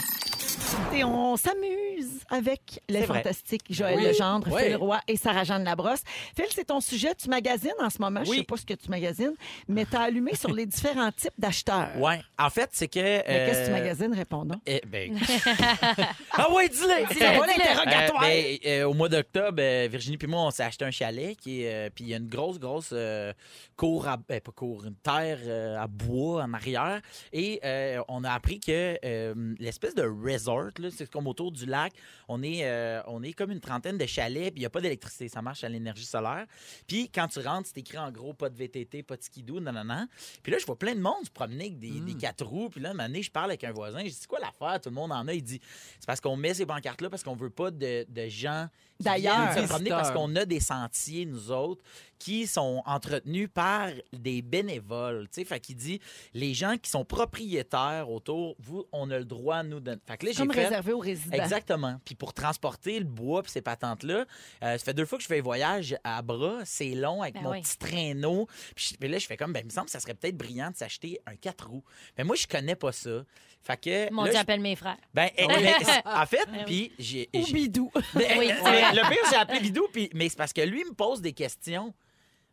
[SPEAKER 1] et on s'amuse avec les
[SPEAKER 4] C'est vrai.
[SPEAKER 1] fantastiques Joël
[SPEAKER 4] Oui.
[SPEAKER 1] Legendre,
[SPEAKER 4] Oui.
[SPEAKER 1] Phil Roy et Sarah-Jeanne Labrosse. Phil, c'est ton sujet. Tu magasines en ce moment. Je
[SPEAKER 4] Oui.
[SPEAKER 1] sais pas ce que tu magasines, mais tu as allumé sur les différents types d'acheteurs.
[SPEAKER 4] Euh, Ouais. En fait, c'est que.
[SPEAKER 1] Mais Qu'est-ce que tu
[SPEAKER 4] euh,
[SPEAKER 1] magasines? Réponds donc.
[SPEAKER 4] eh, ben... ah ouais, dis-le!
[SPEAKER 1] C'est pas l'interrogatoire.
[SPEAKER 4] Euh, ben, euh, au mois d'octobre, euh, Virginie puis moi, on s'est acheté un chalet qui est, euh, puis il y a une grosse grosse euh, cour à ben, pas cour, une terre euh, à bois en arrière et euh, on a appris que euh, l'espèce de resort là, c'est comme autour du lac, on est euh, on est comme une trentaine de chalets, puis il y a pas d'électricité, ça marche à l'énergie solaire. Puis quand tu rentres, c'est écrit en gros pas de VTT, pas de skidoo, non non non. Puis là, je vois plein de monde se promener avec des,
[SPEAKER 1] Hmm.
[SPEAKER 4] des quatre roues, puis là, une année, je parle avec un voisin, je dis c'est quoi l'affaire, tout le monde en a, il dit c'est parce qu'on met ces pancartes-là parce qu'on veut pas de, de gens qui
[SPEAKER 1] D'ailleurs.
[SPEAKER 4] viennent se promener parce
[SPEAKER 2] Visiteurs.
[SPEAKER 4] qu'on a des sentiers, nous autres, qui sont entretenus par des bénévoles. Tu sais, fait qu'il dit les gens qui sont propriétaires autour, vous, on a le droit, nous, de. Fait que là, j'ai
[SPEAKER 1] Comme
[SPEAKER 4] fait.
[SPEAKER 1] réservé aux résidents.
[SPEAKER 4] Exactement. Puis pour transporter le bois puis ces patentes-là, euh, ça fait deux fois que je fais un voyage à bras. C'est long avec
[SPEAKER 3] Ben
[SPEAKER 4] mon
[SPEAKER 3] oui.
[SPEAKER 4] petit traîneau. Puis, je- puis là, je fais comme, ben, il me semble que ça serait peut-être brillant de s'acheter un quatre roues. Mais moi, je connais pas ça. Fait que.
[SPEAKER 3] Mon
[SPEAKER 4] là,
[SPEAKER 3] Dieu,
[SPEAKER 4] je-
[SPEAKER 3] appelle mes frères.
[SPEAKER 4] ben, mais- en fait,
[SPEAKER 3] Eh
[SPEAKER 4] puis j'ai.
[SPEAKER 1] Ou
[SPEAKER 4] j'ai-
[SPEAKER 1] bidou.
[SPEAKER 4] Mais-
[SPEAKER 3] Oui,
[SPEAKER 4] mais
[SPEAKER 3] c'est vrai.
[SPEAKER 4] le pire, j'ai appelé Bidou, puis, mais c'est parce que lui, il me pose des questions.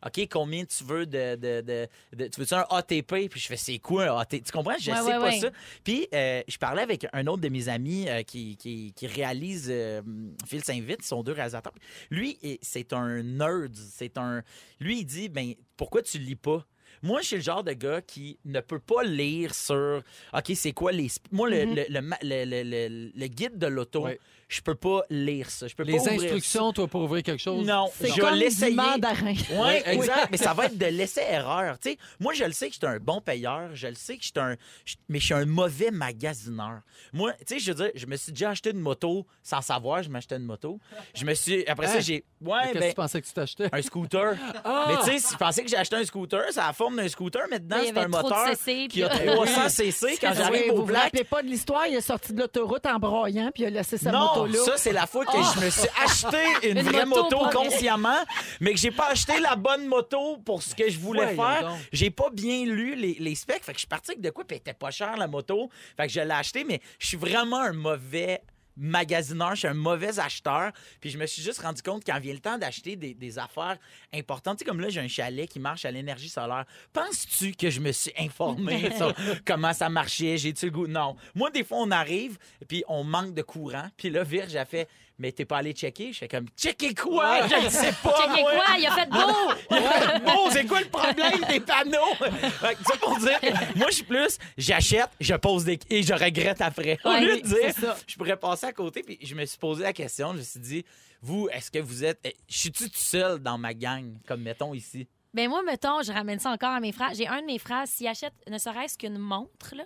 [SPEAKER 4] OK, combien tu veux de. de- de- de- tu veux-tu un ATP? Puis je fais, c'est quoi un ATP? Tu comprends? Je
[SPEAKER 3] Ouais,
[SPEAKER 4] sais
[SPEAKER 3] ouais,
[SPEAKER 4] pas
[SPEAKER 3] ouais.
[SPEAKER 4] ça. Puis euh, je parlais avec un autre de mes amis euh, qui, qui, qui réalise euh, Phil Saint-Vite, ils sont deux réalisateurs. Lui, il- c'est un nerd. C'est un. Lui, il dit, ben, pourquoi tu lis pas? Moi, je suis le genre de gars qui ne peut pas lire sur OK, c'est quoi les. sp- Moi, le, le- le ma- le- le- le- le guide de l'auto,
[SPEAKER 2] Mm-hmm. Ouais.
[SPEAKER 4] je peux pas lire ça. Je peux pas
[SPEAKER 2] Les
[SPEAKER 4] ouvrir
[SPEAKER 2] instructions, toi, pour ouvrir quelque
[SPEAKER 4] ça.
[SPEAKER 2] chose.
[SPEAKER 4] Non,
[SPEAKER 1] C'est
[SPEAKER 4] je vais
[SPEAKER 1] comme du
[SPEAKER 4] l'essayer.
[SPEAKER 1] mandarin.
[SPEAKER 4] Oui, exact. Mais ça va être de l'essai-erreur. Tu sais, moi, je le sais que je suis un bon payeur. Je le sais que je suis un. je- Mais je suis un mauvais magasineur. Moi, tu sais, je veux dire, je me suis déjà acheté une moto sans savoir, je m'achetais une moto. Je me suis. Après ça,
[SPEAKER 2] Hein?
[SPEAKER 4] j'ai.
[SPEAKER 2] Mais
[SPEAKER 4] Ouais,
[SPEAKER 2] Qu'est-ce que
[SPEAKER 4] ben.
[SPEAKER 2] tu pensais que tu t'achetais?
[SPEAKER 4] Un scooter. Mais tu sais, si je pensais que j'ai acheté un scooter, ça a la forme d'un scooter, mais dedans,
[SPEAKER 3] Il y
[SPEAKER 4] c'est un
[SPEAKER 3] avait trop de
[SPEAKER 4] moteur
[SPEAKER 3] CC,
[SPEAKER 4] qui a
[SPEAKER 3] puis-
[SPEAKER 4] 300 cc. Quand
[SPEAKER 1] Oui,
[SPEAKER 4] j'arrive
[SPEAKER 1] vous
[SPEAKER 4] au
[SPEAKER 1] vous
[SPEAKER 4] black,
[SPEAKER 1] rappelez pas de l'histoire, il est sorti de l'autoroute en broyant, puis il a laissé sa
[SPEAKER 4] non,
[SPEAKER 1] moto-là.
[SPEAKER 4] ça, c'est la fois que je me suis acheté une,
[SPEAKER 3] Une
[SPEAKER 4] vraie
[SPEAKER 3] moto
[SPEAKER 4] moto,
[SPEAKER 3] pas vraie.
[SPEAKER 4] consciemment, mais que j'ai pas acheté la bonne moto pour ce que je voulais
[SPEAKER 2] Voyons
[SPEAKER 4] faire.
[SPEAKER 2] donc.
[SPEAKER 4] J'ai pas bien lu les, les specs. Fait que je suis parti avec de quoi, puis elle était pas chère, la moto. Fait que je l'ai acheté, mais je suis vraiment un mauvais magasineur, je suis un mauvais acheteur. Puis je me suis juste rendu compte quand vient le temps d'acheter des, des affaires importantes, tu sais, comme là, j'ai un chalet qui marche à l'énergie solaire. Penses-tu que je me suis informé sur comment ça marchait? J'ai-tu le goût? Non. Moi, des fois, on arrive, puis on manque de courant. Puis là, Virge a fait, mais t'es pas allé checker? Je fais comme, checker quoi? Je ne sais pas,
[SPEAKER 3] Checker
[SPEAKER 4] moi.
[SPEAKER 3] quoi? Il a fait beau!
[SPEAKER 4] Bon, c'est quoi le problème des panneaux? Fait que ça pour dire, moi, je suis plus, j'achète, je pose des. et je regrette après. Au
[SPEAKER 3] Ouais,
[SPEAKER 4] lieu de dire,
[SPEAKER 1] c'est ça.
[SPEAKER 4] je pourrais passer à côté, puis je me suis posé la question, je me suis dit, vous, est-ce que vous êtes. eh, Je suis-tu tout seul dans ma gang, comme mettons ici?
[SPEAKER 3] Ben moi, mettons, je ramène ça encore à mes frères. J'ai un de mes frères, s'il achète ne serait-ce qu'une montre, là,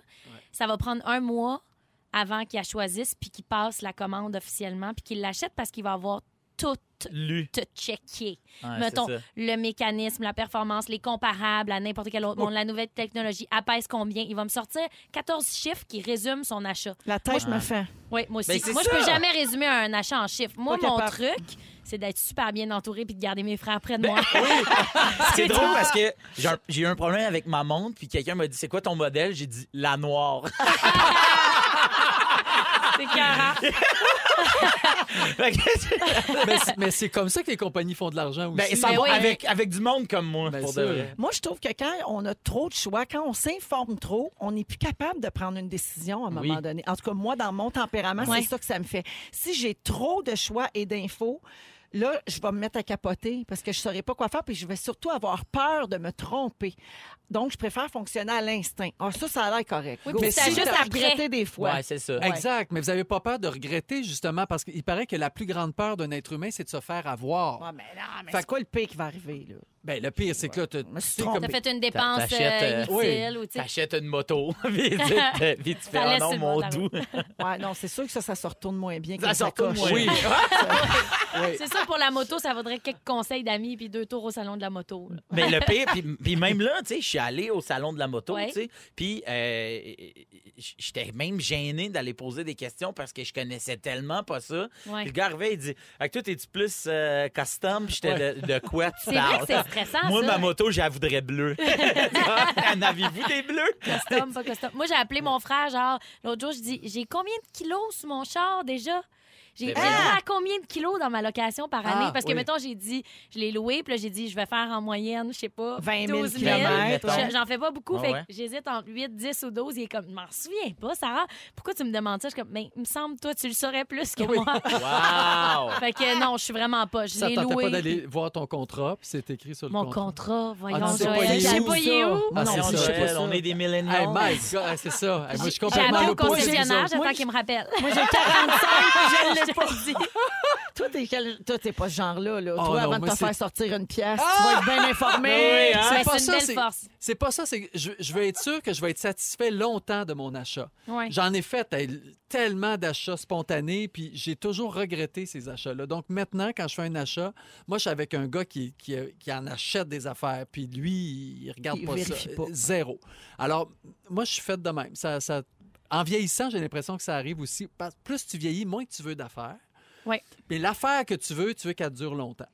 [SPEAKER 3] ça va prendre un mois avant qu'il la choisisse puis qu'il passe la commande officiellement puis qu'il l'achète parce qu'il va avoir tout
[SPEAKER 4] Lu.
[SPEAKER 3] tout checké.
[SPEAKER 4] Ouais,
[SPEAKER 3] Mettons,
[SPEAKER 4] c'est ça.
[SPEAKER 3] le mécanisme, la performance, les comparables à n'importe quel autre monde, la nouvelle technologie, apaise combien. Il va me sortir 14 chiffres qui résument son achat.
[SPEAKER 1] La tête me fait.
[SPEAKER 3] Oui, moi aussi.
[SPEAKER 4] Ben, c'est
[SPEAKER 3] moi,
[SPEAKER 4] ça.
[SPEAKER 3] je peux jamais résumer un achat en chiffres. Moi,
[SPEAKER 1] Pas
[SPEAKER 3] mon
[SPEAKER 1] capable.
[SPEAKER 3] truc, c'est d'être super bien entouré puis de garder mes frères près de moi.
[SPEAKER 4] C'est drôle parce que j'ai un- j'ai eu un problème avec ma montre, puis quelqu'un m'a dit, c'est quoi ton modèle? J'ai dit, la noire.
[SPEAKER 3] C'est carré.
[SPEAKER 2] mais, c'est- mais c'est comme ça que les compagnies font de l'argent aussi.
[SPEAKER 4] Ben, ça va avec, avec du monde comme moi,
[SPEAKER 2] Ben,
[SPEAKER 4] pour de
[SPEAKER 2] sûr.
[SPEAKER 4] vrai.
[SPEAKER 1] Moi, je trouve que quand on a trop de choix, quand on s'informe trop, on n'est plus capable de prendre une décision à un
[SPEAKER 4] Oui.
[SPEAKER 1] moment donné. En tout cas, moi, dans mon tempérament,
[SPEAKER 3] Ouais.
[SPEAKER 1] c'est ça que ça me fait. Si j'ai trop de choix et d'infos, là, je vais me mettre à capoter parce que je ne saurais pas quoi faire, puis je vais surtout avoir peur de me tromper. Donc, je préfère fonctionner à l'instinct. Ah, ça, ça a l'air correct.
[SPEAKER 3] Oui,
[SPEAKER 1] Go.
[SPEAKER 3] puis
[SPEAKER 1] Mais
[SPEAKER 3] ça
[SPEAKER 1] si
[SPEAKER 3] juste
[SPEAKER 1] t'as
[SPEAKER 3] après.
[SPEAKER 1] regretté des fois.
[SPEAKER 4] Ouais, c'est ça.
[SPEAKER 1] Ouais.
[SPEAKER 2] Exact, mais vous n'avez pas peur de regretter, justement, parce qu'il paraît que la plus grande peur d'un être humain, c'est de se faire avoir.
[SPEAKER 1] Ouais, mais non, mais
[SPEAKER 2] Fait
[SPEAKER 1] c'est quoi le pire qui va arriver, là?
[SPEAKER 2] Ben, le pire, c'est que là, tu
[SPEAKER 1] me suis
[SPEAKER 2] tu sais,
[SPEAKER 1] trompée.
[SPEAKER 3] T'as fait une dépense euh,
[SPEAKER 4] T'achètes, euh,
[SPEAKER 3] inutile ou tu sais.
[SPEAKER 4] T'achètes une moto, puis tu- puis tu fais
[SPEAKER 3] laisse
[SPEAKER 4] un
[SPEAKER 3] sur
[SPEAKER 4] nom
[SPEAKER 3] le bord de
[SPEAKER 4] mon
[SPEAKER 3] la
[SPEAKER 4] doux.
[SPEAKER 3] route.
[SPEAKER 1] Ouais, non, c'est sûr que ça, ça se retourne moins bien que
[SPEAKER 4] Ça
[SPEAKER 1] la
[SPEAKER 4] sort comme
[SPEAKER 1] sacoche.
[SPEAKER 4] moi.
[SPEAKER 2] Oui.
[SPEAKER 3] C'est ça, pour la moto, ça vaudrait quelques conseils d'amis puis deux tours au salon de la moto. là.
[SPEAKER 4] Mais le pire, puis, puis même là, tu sais, je suis allé au salon de la moto,
[SPEAKER 3] Ouais.
[SPEAKER 4] tu sais, puis euh, j'étais même gêné d'aller poser des questions parce que je connaissais tellement pas ça.
[SPEAKER 3] Ouais.
[SPEAKER 4] Puis le gars arrivait, il dit Avec toi, t'es-tu plus euh, custom Puis j'étais de, de quoi tu
[SPEAKER 3] C'est vrai que
[SPEAKER 4] parles
[SPEAKER 3] c'est stressant,
[SPEAKER 4] Moi,
[SPEAKER 3] ça.
[SPEAKER 4] ma moto, je la voudrais bleue. en avez-vous des bleus
[SPEAKER 3] Custom, pas custom. Moi, j'ai appelé mon frère, genre, l'autre jour, je dis J'ai combien de kilos sous mon char déjà? J'ai
[SPEAKER 4] C'est
[SPEAKER 3] j'ai
[SPEAKER 4] vrai.
[SPEAKER 3] droit à combien de kilos dans ma location par année?
[SPEAKER 2] Ah,
[SPEAKER 3] Parce que,
[SPEAKER 2] oui.
[SPEAKER 3] mettons, j'ai dit, je l'ai loué, puis là, j'ai dit, je vais faire en moyenne, je sais pas,
[SPEAKER 1] 20 000
[SPEAKER 3] 12 000.
[SPEAKER 1] kilomètres.
[SPEAKER 4] mettons.
[SPEAKER 3] Je- J'en fais pas beaucoup,
[SPEAKER 4] Ah
[SPEAKER 3] fait
[SPEAKER 4] ouais?
[SPEAKER 3] que j'hésite entre 8, 10 ou 12. Il est comme, je m'en souviens pas, Sarah. Pourquoi tu me demandes ça? Je suis comme, mais il me semble, toi, tu le saurais plus que moi.
[SPEAKER 4] Wow
[SPEAKER 3] fait que euh, non, je suis vraiment pas. Je
[SPEAKER 2] ça
[SPEAKER 3] l'ai
[SPEAKER 2] tentait pas
[SPEAKER 3] loué.
[SPEAKER 2] d'aller voir ton contrat, puis c'est écrit sur le
[SPEAKER 3] Mon
[SPEAKER 2] contrat.
[SPEAKER 3] contrat, voyons,
[SPEAKER 2] Ah, tu sais pas,
[SPEAKER 3] Joël.
[SPEAKER 2] il est
[SPEAKER 3] Je sais
[SPEAKER 2] où,
[SPEAKER 3] pas, il est
[SPEAKER 2] ça?
[SPEAKER 3] où?
[SPEAKER 2] Ah,
[SPEAKER 4] Non,
[SPEAKER 2] c'est ça.
[SPEAKER 4] Joël, on est des milléniaux.
[SPEAKER 2] Hey, my God, hey, c'est ça. Hey, moi, je suis
[SPEAKER 3] J'ai
[SPEAKER 2] complètement
[SPEAKER 3] appelé
[SPEAKER 2] à
[SPEAKER 3] au
[SPEAKER 2] l'opposé des
[SPEAKER 3] concessionnaire,
[SPEAKER 2] autres.
[SPEAKER 3] j'attends
[SPEAKER 1] Moi,
[SPEAKER 3] qu'il me rappelle.
[SPEAKER 1] Moi, j'ai 45 puis je l'ai pas.
[SPEAKER 3] Je dis.
[SPEAKER 1] Toi, t'es quel... toi, t'es pas ce genre-là. Là.
[SPEAKER 2] Oh
[SPEAKER 1] toi,
[SPEAKER 2] non,
[SPEAKER 1] avant de
[SPEAKER 2] moi,
[SPEAKER 1] te
[SPEAKER 2] c'est-
[SPEAKER 1] faire sortir une pièce, tu vas être bien informé.
[SPEAKER 4] Oui, hein?
[SPEAKER 3] Mais
[SPEAKER 2] pas
[SPEAKER 3] ben, c'est une
[SPEAKER 2] ça,
[SPEAKER 3] belle
[SPEAKER 2] c'est-
[SPEAKER 3] force.
[SPEAKER 2] C'est pas ça, c'est que je, je veux être sûr que je vais être satisfait longtemps de mon achat.
[SPEAKER 3] Ouais.
[SPEAKER 2] J'en ai fait hey, tellement d'achats spontanés, puis j'ai toujours regretté ces achats-là. Donc maintenant, quand je fais un achat, moi, je suis avec un gars qui, qui, qui en achète des affaires, puis lui, il regarde
[SPEAKER 1] Il
[SPEAKER 2] pas
[SPEAKER 1] vérifie
[SPEAKER 2] ça.
[SPEAKER 1] pas.
[SPEAKER 2] Zéro. Alors, moi, je suis faite de même. Ça, ça- En vieillissant, j'ai l'impression que ça arrive aussi. Parce- Plus tu vieillis, moins que tu veux d'affaires.
[SPEAKER 3] Ouais.
[SPEAKER 2] Mais l'affaire que tu veux, tu veux qu'elle dure longtemps.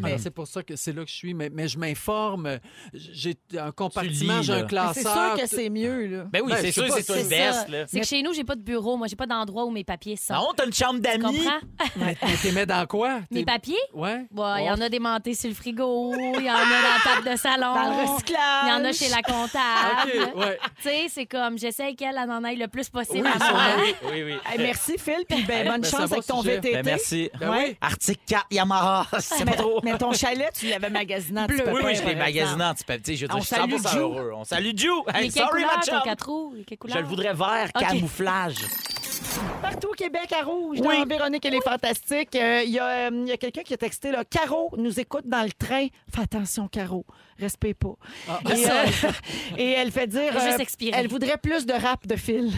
[SPEAKER 2] Alors, C'est pour ça que c'est là que je suis, mais, mais je m'informe. J'ai un compartiment,
[SPEAKER 4] lis,
[SPEAKER 2] j'ai
[SPEAKER 4] là.
[SPEAKER 2] un
[SPEAKER 1] Mais
[SPEAKER 2] classeur.
[SPEAKER 1] C'est sûr que
[SPEAKER 2] tout-
[SPEAKER 1] c'est mieux. Là.
[SPEAKER 4] Ben oui,
[SPEAKER 2] Ben,
[SPEAKER 4] c'est
[SPEAKER 2] je sais
[SPEAKER 4] sûr,
[SPEAKER 2] pas,
[SPEAKER 4] c'est toi
[SPEAKER 3] C'est
[SPEAKER 4] une
[SPEAKER 3] ça.
[SPEAKER 4] veste, là.
[SPEAKER 3] C'est que chez nous, j'ai pas de bureau. Moi, j'ai pas d'endroit où mes papiers sont.
[SPEAKER 4] Non, t'as une chambre
[SPEAKER 3] tu
[SPEAKER 4] d'amis.
[SPEAKER 3] comprends?
[SPEAKER 2] Mais mais t'es mets dans quoi?
[SPEAKER 3] Mes
[SPEAKER 2] T'es-
[SPEAKER 3] papiers?
[SPEAKER 2] Ouais.
[SPEAKER 3] Il y
[SPEAKER 2] Oh.
[SPEAKER 3] en a des mentés sur le frigo, il y en a dans la table de salon.
[SPEAKER 1] Dans le recyclage.
[SPEAKER 3] Ah! Il y en a chez la comptable.
[SPEAKER 2] OK, ouais.
[SPEAKER 3] Tu sais, c'est comme, j'essaie qu'elle elle en aille le plus possible
[SPEAKER 2] Oui,
[SPEAKER 3] à
[SPEAKER 2] sûrement.
[SPEAKER 3] moi.
[SPEAKER 4] Ah
[SPEAKER 1] Ah.
[SPEAKER 4] Oui, oui.
[SPEAKER 1] Hey, merci, Phil. Puis ben,
[SPEAKER 2] Hey,
[SPEAKER 1] bonne
[SPEAKER 2] ben, ça
[SPEAKER 1] chance
[SPEAKER 2] va,
[SPEAKER 1] avec ton
[SPEAKER 2] sujet.
[SPEAKER 1] VTT.
[SPEAKER 4] Ben, merci.
[SPEAKER 2] Ben
[SPEAKER 1] Ouais.
[SPEAKER 2] oui.
[SPEAKER 4] Article 4, Yamaha. C'est pas
[SPEAKER 1] Ah, Mais,
[SPEAKER 4] trop.
[SPEAKER 1] mais ton chalet, tu l'avais magasiné en
[SPEAKER 3] Bleu.
[SPEAKER 1] petit
[SPEAKER 4] Oui,
[SPEAKER 1] peu
[SPEAKER 4] oui,
[SPEAKER 1] près,
[SPEAKER 4] je
[SPEAKER 1] par
[SPEAKER 4] l'ai
[SPEAKER 1] exemple.
[SPEAKER 4] magasiné en petit peu. Tu sais, Je veux dire,
[SPEAKER 1] On
[SPEAKER 4] je suis 100%
[SPEAKER 1] salue Jou.
[SPEAKER 4] heureux. On salue Joe.
[SPEAKER 3] Mais
[SPEAKER 4] Hey,
[SPEAKER 3] quelle
[SPEAKER 4] sorry,
[SPEAKER 3] couleur
[SPEAKER 4] ma
[SPEAKER 3] ton
[SPEAKER 4] chum.
[SPEAKER 3] quatre roues? Quelle couleur?
[SPEAKER 4] Je le voudrais vert,
[SPEAKER 3] OK.
[SPEAKER 4] camouflage.
[SPEAKER 1] Partout au Québec, à Rouge, dans Véronique, elle est fantastique. Euh, Il y a, euh, il y a quelqu'un qui a texté, là, Caro nous écoute dans le train. Fais attention, Caro. Respect pas.
[SPEAKER 3] Ah.
[SPEAKER 1] et, euh, et elle fait dire... euh,
[SPEAKER 3] Juste expirer.
[SPEAKER 1] elle voudrait plus de rap de Phil.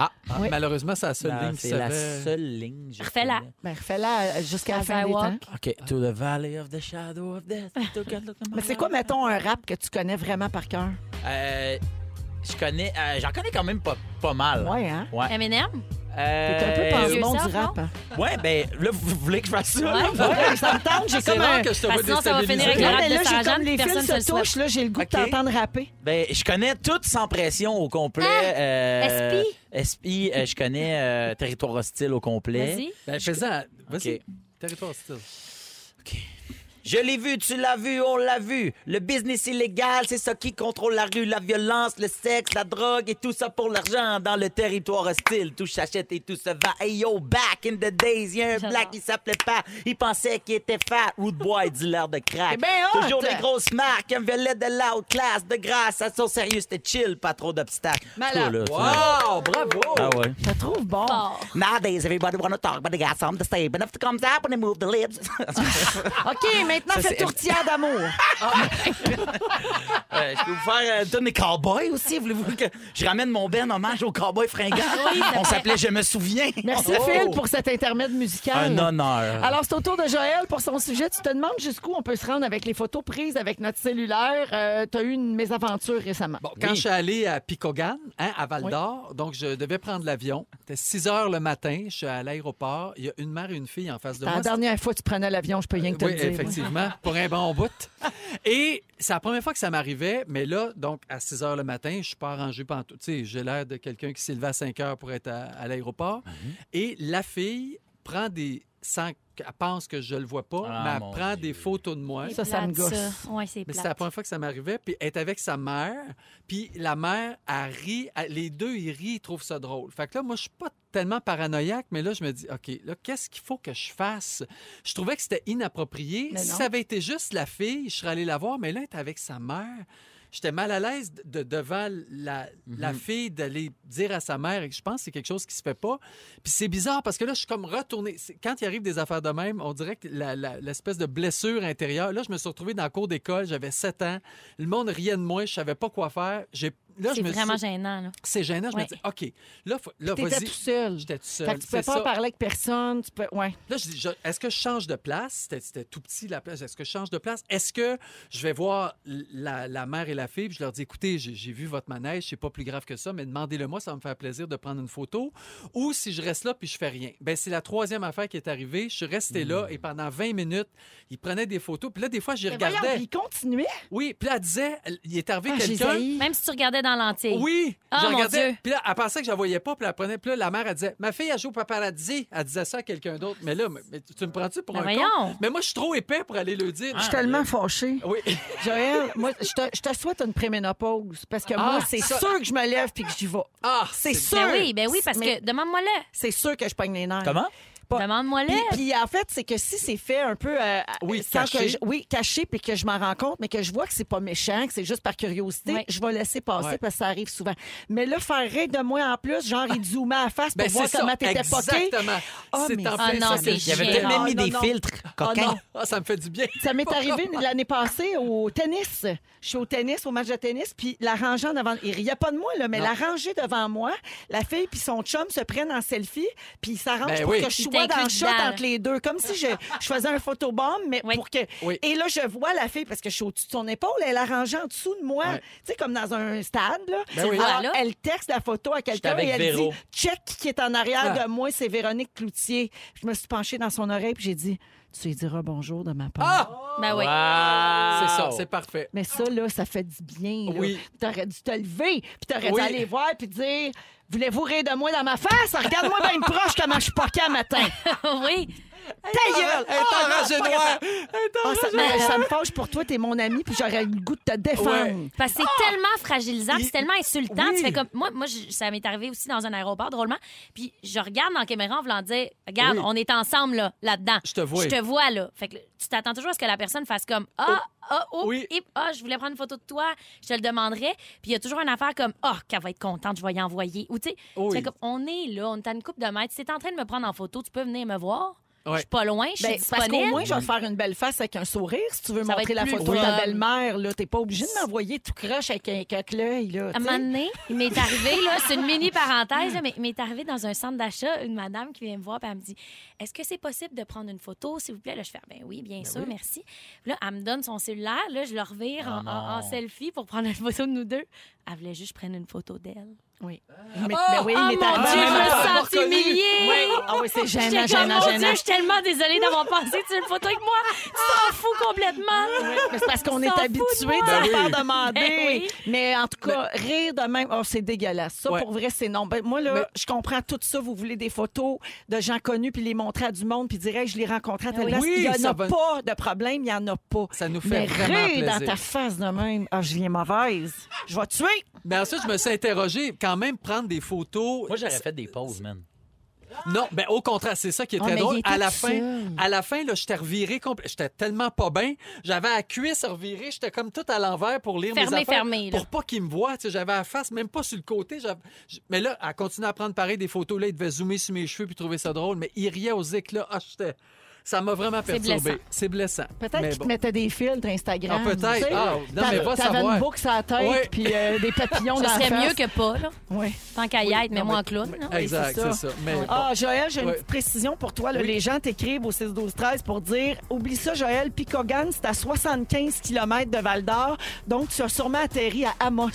[SPEAKER 2] Ah, Malheureusement, c'est la seule ligne qui
[SPEAKER 4] C'est la
[SPEAKER 2] savait.
[SPEAKER 4] seule ligne. je
[SPEAKER 3] Refais-la.
[SPEAKER 4] connais. Ah.
[SPEAKER 1] Ben, refais-la euh, jusqu'à la
[SPEAKER 3] As
[SPEAKER 1] fin
[SPEAKER 3] I
[SPEAKER 1] des
[SPEAKER 3] walk.
[SPEAKER 1] temps.
[SPEAKER 4] OK. To the valley of the shadow of death. Took a look at my
[SPEAKER 1] Mais c'est quoi, mettons, un rap que tu connais vraiment par cœur?
[SPEAKER 4] Euh, je connais... euh, J'en connais quand même pas, pas mal.
[SPEAKER 1] Ouais, hein?
[SPEAKER 4] Ouais.
[SPEAKER 3] M&M?
[SPEAKER 1] T'es un peu
[SPEAKER 4] Euh,
[SPEAKER 1] pansement
[SPEAKER 3] Yourself,
[SPEAKER 1] du rap,
[SPEAKER 3] non?
[SPEAKER 1] hein?
[SPEAKER 4] Ouais, ben là, vous, vous voulez que je fasse ça? là?
[SPEAKER 3] Ouais.
[SPEAKER 1] Ouais, ça me tente, j'ai
[SPEAKER 2] Ah, C'est
[SPEAKER 1] comme un...
[SPEAKER 2] rare que je te
[SPEAKER 3] Parce
[SPEAKER 2] vois
[SPEAKER 3] que sinon, ça va finir
[SPEAKER 2] déstabiliser.
[SPEAKER 3] avec
[SPEAKER 1] Ouais,
[SPEAKER 3] le rap
[SPEAKER 1] mais
[SPEAKER 3] de
[SPEAKER 1] là, j'ai
[SPEAKER 3] Sarah
[SPEAKER 1] comme
[SPEAKER 3] Jeanne,
[SPEAKER 1] les fils
[SPEAKER 3] personne se le
[SPEAKER 1] se
[SPEAKER 3] souhaite.
[SPEAKER 1] touchent, là, j'ai le goût
[SPEAKER 4] OK.
[SPEAKER 1] de t'entendre rapper.
[SPEAKER 4] Ben, je connais toutes sans pression au complet.
[SPEAKER 3] Ah!
[SPEAKER 4] euh,
[SPEAKER 3] SP?
[SPEAKER 4] SP, euh, je connais euh, Territoire hostile au complet.
[SPEAKER 3] Vas-y.
[SPEAKER 2] Ben, fais-en. Vas-y.
[SPEAKER 4] Ok.
[SPEAKER 2] Territoire style.
[SPEAKER 4] Je l'ai vu, tu l'as vu, on l'a vu. Le business illégal, c'est ça qui contrôle la rue, la violence, le sexe, la drogue et tout ça pour l'argent dans le territoire hostile. Tout s'achète et tout se vend. Hey yo, back in the days, y'a un
[SPEAKER 3] J'adore.
[SPEAKER 4] black qui s'appelait pas. Il pensait qu'il était fat. Rude boy, dealer de crack.
[SPEAKER 1] C'est bien hot!
[SPEAKER 4] Toujours des grosses marques, un violet de loud classe, de grâce. À son sérieux, c'était chill, pas trop d'obstacles.
[SPEAKER 1] Malade.
[SPEAKER 4] Tout, là, ça.
[SPEAKER 2] Wow! Bravo!
[SPEAKER 4] Ah ouais.
[SPEAKER 1] Je te trouve bon.
[SPEAKER 3] Fort.
[SPEAKER 4] Nowadays, everybody wanna talk, but they got something to say. But if it comes out when they move the lips.
[SPEAKER 1] OK, maintenant,
[SPEAKER 4] Ça,
[SPEAKER 1] fais
[SPEAKER 4] c'est-
[SPEAKER 1] tourtière d'amour.
[SPEAKER 4] Euh, je peux vous faire euh, donner Cowboy aussi. Voulez-vous que je ramène mon Ben hommage au Cowboy fringant? On s'appelait Je me souviens. Oh!
[SPEAKER 1] Merci,
[SPEAKER 2] Oh!
[SPEAKER 1] Phil, pour cet intermède musical.
[SPEAKER 4] Un honneur.
[SPEAKER 1] Alors, c'est au tour de Joël pour son sujet. Tu te demandes jusqu'où on peut se rendre avec les photos prises avec notre cellulaire. Euh, T'as eu une mésaventure récemment.
[SPEAKER 2] Bon, quand je suis allé à Picogan, hein, à Val d'Or, donc je devais prendre l'avion. C'était 6 heures le matin, je suis à l'aéroport. Il y a une mère et une fille en face de
[SPEAKER 1] La
[SPEAKER 2] moi.
[SPEAKER 1] dernière fois que tu prenais l'avion, je peux rien que te
[SPEAKER 2] oui,
[SPEAKER 1] le dire.
[SPEAKER 2] effectivement. effectivement, pour un bon bout. Et c'est la première fois que ça m'arrivait, mais là, donc, à 6 h le matin, je suis pas arrangé pendant tout. Tu sais, j'ai l'air de quelqu'un qui s'est levé à 5 heures pour être à, à l'aéroport.
[SPEAKER 4] Mhm.
[SPEAKER 2] Et la fille prend des. sans qu'elle pense que je le vois pas,
[SPEAKER 4] Ah,
[SPEAKER 2] mais
[SPEAKER 4] mon
[SPEAKER 2] elle prend des photos de moi.
[SPEAKER 3] C'est
[SPEAKER 1] Ça, ça me
[SPEAKER 3] plate,
[SPEAKER 1] gosse.
[SPEAKER 3] Ouais, c'est
[SPEAKER 2] Mais
[SPEAKER 3] plate.
[SPEAKER 2] c'est la première fois que ça m'arrivait. Puis elle est avec sa mère. Puis la mère, elle rit. Elle- les deux, ils rient, ils trouvent ça drôle. Fait que là, moi, je suis pas tellement paranoïaque, mais là, je me dis, OK, là, qu'est-ce qu'il faut que je fasse? Je trouvais que c'était inapproprié.
[SPEAKER 1] Mais
[SPEAKER 2] Si
[SPEAKER 1] non.
[SPEAKER 2] ça avait été juste la fille, je serais allé la voir, mais là, elle est avec sa mère. J'étais mal à l'aise de, de- devant la, la fille d'aller dire à sa mère, et je pense que c'est quelque chose qui se fait pas. Puis c'est bizarre parce que là, je suis comme retourné. C'est- Quand il arrive des affaires de même, on dirait que la- la- l'espèce de blessure intérieure. Là, je me suis retrouvé dans la cour d'école, j'avais 7 ans. Le monde riait de moi, je savais pas quoi faire. J'ai- Là, je
[SPEAKER 3] C'est
[SPEAKER 2] me
[SPEAKER 3] vraiment
[SPEAKER 2] suis...
[SPEAKER 3] gênant. Là.
[SPEAKER 2] C'est gênant. Je
[SPEAKER 3] Ouais.
[SPEAKER 2] me dis, OK, là, faut- là
[SPEAKER 1] T'étais
[SPEAKER 2] vas-y.
[SPEAKER 1] tout seul.
[SPEAKER 2] J'étais tout seul.
[SPEAKER 1] Fait que tu peux
[SPEAKER 2] c'est
[SPEAKER 1] pas
[SPEAKER 2] ça.
[SPEAKER 1] parler avec personne. Tu peux... Ouais.
[SPEAKER 2] Là, je dis, je- est-ce que je change de place? C'était- C'était tout petit, la place. Est-ce que je change de place? Est-ce que je vais voir la, la mère et la fille? puis je leur dis, écoutez, j'ai j'ai vu votre manège, c'est pas plus grave que ça, mais demandez-le moi, ça va me faire plaisir de prendre une photo. Ou si je reste là puis je fais rien. Ben c'est la troisième affaire qui est arrivée. Je suis resté là et pendant 20 minutes, ils prenaient des photos. Puis là, des fois, j'y
[SPEAKER 1] Hmm. Mais voyons, puis
[SPEAKER 2] regardais.
[SPEAKER 1] il continuait.
[SPEAKER 2] Oui, puis là, elle disait, il est arrivé
[SPEAKER 1] Ah, je les
[SPEAKER 2] quelqu'un.
[SPEAKER 1] haïs.
[SPEAKER 3] Même si tu regardais dans l'entier.
[SPEAKER 2] Oui,
[SPEAKER 3] Ah,
[SPEAKER 2] je
[SPEAKER 3] mon
[SPEAKER 2] regardais.
[SPEAKER 3] Dieu.
[SPEAKER 2] Puis là, elle pensait que je la voyais pas, puis elle prenait. Puis là, la mère, elle disait Ma fille, elle joue au paparazzi. Elle disait ça à quelqu'un d'autre. Mais là, mais- mais tu tu me prends-tu pour
[SPEAKER 3] Mais
[SPEAKER 2] un
[SPEAKER 3] Ben voyons.
[SPEAKER 2] con? Mais moi, je suis trop épais pour aller le dire.
[SPEAKER 1] Je suis tellement fâchée.
[SPEAKER 2] Ah, Oui. Oh.
[SPEAKER 1] Joël, moi, je te, je te souhaite une préménopause parce que moi,
[SPEAKER 2] Ah,
[SPEAKER 1] c'est
[SPEAKER 2] ça-
[SPEAKER 1] sûr que je me lève puis que j'y vais.
[SPEAKER 2] Ah,
[SPEAKER 1] C'est sûr.
[SPEAKER 3] Ben oui, ben oui, parce
[SPEAKER 1] Mais
[SPEAKER 3] que demande-moi-le.
[SPEAKER 1] C'est sûr que je pogne les nerfs.
[SPEAKER 4] Comment?
[SPEAKER 1] Pas-
[SPEAKER 3] Demande-moi-le.
[SPEAKER 1] Puis, puis en fait, c'est que si c'est fait un peu euh,
[SPEAKER 2] Oui,
[SPEAKER 1] sans que
[SPEAKER 2] caché.
[SPEAKER 1] je- oui, caché puis que je m'en rends compte mais que je vois que c'est pas méchant, que c'est juste par curiosité,
[SPEAKER 3] Ouais.
[SPEAKER 1] je vais laisser passer
[SPEAKER 2] Ouais.
[SPEAKER 1] parce que ça arrive souvent. Mais là faire rire de moi en plus, genre il zoomait à la face pour
[SPEAKER 2] Ben,
[SPEAKER 1] voir
[SPEAKER 2] c'est ça,
[SPEAKER 1] comment t'étais poqué.
[SPEAKER 2] Exactement.
[SPEAKER 1] Ah,
[SPEAKER 2] c'est
[SPEAKER 1] mais-
[SPEAKER 2] en
[SPEAKER 3] Ah
[SPEAKER 2] plein
[SPEAKER 3] non,
[SPEAKER 2] ça.
[SPEAKER 3] c'est
[SPEAKER 2] Il y avait
[SPEAKER 3] chiant.
[SPEAKER 2] peut-être
[SPEAKER 1] Non,
[SPEAKER 2] même mis
[SPEAKER 1] non,
[SPEAKER 2] des
[SPEAKER 1] non.
[SPEAKER 2] filtres.
[SPEAKER 1] Ah,
[SPEAKER 2] coquins.
[SPEAKER 1] non.
[SPEAKER 2] Ah, ça me fait du bien.
[SPEAKER 1] Ça m'est arrivé l'année passée au tennis. Je suis au tennis, au match de tennis, puis la rangée en avant. Il riait pas de moi, là, mais
[SPEAKER 2] Non.
[SPEAKER 1] la rangée devant moi, la fille puis son chum se prennent en selfie, puis ils s'arrangent
[SPEAKER 2] Ben
[SPEAKER 1] pour
[SPEAKER 2] oui.
[SPEAKER 1] que je
[SPEAKER 3] Ils
[SPEAKER 1] sois dans le
[SPEAKER 3] t'incluent
[SPEAKER 1] shot
[SPEAKER 3] dedans,
[SPEAKER 1] entre les deux. Comme si je, je faisais un photobomb, mais
[SPEAKER 3] Oui.
[SPEAKER 1] pour que.
[SPEAKER 2] Oui.
[SPEAKER 1] Et là, je vois la fille, parce que je suis au-dessus de son épaule, elle a rangée en dessous de moi,
[SPEAKER 2] Ouais.
[SPEAKER 1] tu sais, comme dans un stade, là.
[SPEAKER 2] Ben oui.
[SPEAKER 1] Alors,
[SPEAKER 3] Voilà.
[SPEAKER 1] elle texte la photo à quelqu'un
[SPEAKER 4] avec
[SPEAKER 1] et elle
[SPEAKER 4] Véro.
[SPEAKER 1] dit Check qui est en arrière
[SPEAKER 2] Ah.
[SPEAKER 1] de moi, c'est Véronique Cloutier. Je me suis penchée dans son oreille, puis j'ai dit Tu lui diras bonjour de ma part.
[SPEAKER 2] Ah,
[SPEAKER 3] Ben oui.
[SPEAKER 2] c'est ça, c'est parfait.
[SPEAKER 1] Mais ça, là, ça fait du bien. Là.
[SPEAKER 2] Oui.
[SPEAKER 1] T'aurais dû te lever, puis t'aurais
[SPEAKER 2] Oui.
[SPEAKER 1] dû aller voir, puis dire Voulez-vous rire de moi dans ma face Regarde-moi bien proche comment je suis poquée à matin.
[SPEAKER 3] oui.
[SPEAKER 1] Ta gueule
[SPEAKER 3] Ah,
[SPEAKER 2] Elle est enragée noire.
[SPEAKER 1] Ah, ça, mais ça me fâche pour toi, t'es mon ami, puis j'aurais eu le goût de te défendre.
[SPEAKER 3] Parce que c'est tellement fragilisant, puis c'est tellement insultant.
[SPEAKER 2] Ah! Oui.
[SPEAKER 3] Tu fais comme moi, moi, je- ça m'est arrivé aussi dans un aéroport drôlement. Puis je regarde dans la caméra en voulant dire, regarde,
[SPEAKER 2] Oui.
[SPEAKER 3] on est ensemble là, là-dedans.
[SPEAKER 2] Je te vois.
[SPEAKER 3] Je te vois là. Fait que tu t'attends toujours à ce que la personne fasse comme ah ah oh,
[SPEAKER 2] Oui.
[SPEAKER 3] hip, ah je voulais prendre une photo de toi, je te le demanderais. Puis il y a toujours une affaire comme ah qu'elle va être contente, je vais y envoyer. Ou tu sais,
[SPEAKER 2] Oui.
[SPEAKER 3] tu fais comme on est là, on est à une coupe de mètres. Si t'es en train de me prendre en photo, tu peux venir me voir.
[SPEAKER 2] Ouais.
[SPEAKER 3] Je suis pas loin, je suis
[SPEAKER 1] Ben, parce
[SPEAKER 3] disponible.
[SPEAKER 1] qu'au moins, je vais te faire une belle face avec un sourire. Si tu veux
[SPEAKER 3] Ça va
[SPEAKER 1] montrer
[SPEAKER 3] être
[SPEAKER 1] la
[SPEAKER 3] plus
[SPEAKER 1] photo de ta
[SPEAKER 3] drôle.
[SPEAKER 1] belle-mère, là, t'es pas obligé de m'envoyer tout croche avec un coque-l'œil. là,
[SPEAKER 3] À
[SPEAKER 1] tu
[SPEAKER 3] un
[SPEAKER 1] sais.
[SPEAKER 3] moment donné, il m'est arrivé, là, c'est une mini parenthèse, là, mais il m'est arrivé dans un centre d'achat, une madame qui vient me voir, puis elle me dit Est-ce que c'est possible de prendre une photo, s'il vous plaît Là, je fais Ah, Ben oui, bien sûr, merci. Puis là, elle me donne son cellulaire, là, je le revire
[SPEAKER 1] Ah
[SPEAKER 3] en, en- en selfie pour prendre une photo de nous deux. Elle voulait juste que je prenne une photo d'elle.
[SPEAKER 1] Oui. Mais, ben oui,
[SPEAKER 3] oh
[SPEAKER 1] mais
[SPEAKER 3] mon
[SPEAKER 1] t'as-
[SPEAKER 3] Dieu, je me
[SPEAKER 2] Ah,
[SPEAKER 3] sens
[SPEAKER 2] reconnue.
[SPEAKER 3] humiliée.
[SPEAKER 1] Oui. Ah oui, c'est
[SPEAKER 3] J'étais
[SPEAKER 1] gênant,
[SPEAKER 3] comme,
[SPEAKER 1] gênant,
[SPEAKER 3] mon
[SPEAKER 1] gênant.
[SPEAKER 3] Dieu, je suis tellement désolée d'avoir passé sur une photo avec moi. Tu t'en fous complètement.
[SPEAKER 1] Mais c'est parce qu'on
[SPEAKER 3] On
[SPEAKER 1] est
[SPEAKER 3] s'en fout de
[SPEAKER 1] habitué
[SPEAKER 3] moi.
[SPEAKER 1] de Eh se
[SPEAKER 2] Ben oui.
[SPEAKER 1] faire demander.
[SPEAKER 3] Ben oui.
[SPEAKER 1] Mais en tout cas, rire de même, oh, c'est dégueulasse. Ça,
[SPEAKER 2] Ouais.
[SPEAKER 1] pour vrai, c'est non. Ben, moi, là,
[SPEAKER 2] Mais-
[SPEAKER 1] je comprends tout ça. Vous voulez des photos de gens connus puis les montrer à du monde puis dire, Hey, je les rencontré à telle
[SPEAKER 3] oui.
[SPEAKER 1] place.
[SPEAKER 2] Oui,
[SPEAKER 1] Il n'y en
[SPEAKER 2] ça
[SPEAKER 1] a
[SPEAKER 2] va-
[SPEAKER 1] pas de problème, il n'y en a pas.
[SPEAKER 2] Ça nous
[SPEAKER 1] Mais
[SPEAKER 2] fait vraiment
[SPEAKER 1] rire
[SPEAKER 2] plaisir.
[SPEAKER 1] dans ta face de même, ah, je viens mauvaise. Je vais te tuer.
[SPEAKER 2] Mais ensuite, je me suis interrogé. Quand même, prendre des photos.
[SPEAKER 4] Moi, j'aurais fait des pauses, man.
[SPEAKER 2] Non, mais au contraire, c'est ça qui est
[SPEAKER 1] Ah,
[SPEAKER 2] très
[SPEAKER 1] mais il
[SPEAKER 2] drôle.
[SPEAKER 1] était
[SPEAKER 2] À la
[SPEAKER 1] tout
[SPEAKER 2] fin,
[SPEAKER 1] seul.
[SPEAKER 2] à la fin, là, j'étais reviré compl- J'étais tellement pas bien. J'avais la cuisse revirée. J'étais comme tout à l'envers pour lire
[SPEAKER 3] Fermé,
[SPEAKER 2] mes affaires.
[SPEAKER 3] fermé, là.
[SPEAKER 2] Pour pas qu'ils me voient. Tu sais, J'avais la face même pas sur le côté. j'avais- j- Mais là, à continuer à prendre pareil des photos, là, il devait zoomer sur mes cheveux puis trouver ça drôle. Mais il riait aux éclats. Ah, j'étais- Ça m'a vraiment
[SPEAKER 3] blessant.
[SPEAKER 2] perturbé. C'est blessant.
[SPEAKER 1] Peut-être
[SPEAKER 2] Mais
[SPEAKER 1] qu'ils
[SPEAKER 2] bon.
[SPEAKER 1] te mettaient des filtres Instagram.
[SPEAKER 2] Ah, peut-être.
[SPEAKER 1] tu sais.
[SPEAKER 2] Ah, non,
[SPEAKER 1] T'avais-
[SPEAKER 2] mais va
[SPEAKER 1] t'avais
[SPEAKER 2] savoir.
[SPEAKER 1] une boucle sur la tête
[SPEAKER 2] Ouais.
[SPEAKER 1] puis euh, des papillons
[SPEAKER 3] Ce
[SPEAKER 1] dans la
[SPEAKER 3] serait
[SPEAKER 1] face.
[SPEAKER 3] mieux que pas, là.
[SPEAKER 1] Ouais.
[SPEAKER 3] Tant qu'à y être, mets-moi en clown.
[SPEAKER 1] euh,
[SPEAKER 3] non?
[SPEAKER 2] Exact,
[SPEAKER 1] c'est ça.
[SPEAKER 2] c'est ça. Mais bon.
[SPEAKER 1] Ah, Joël, j'ai une
[SPEAKER 2] Ouais.
[SPEAKER 1] petite précision pour toi. là. Les gens t'écrivent au 6 12 13 pour dire Oublie ça, Joël, Picogan, c'est à 75 km de Val d'Or, donc tu as sûrement atterri à Amos.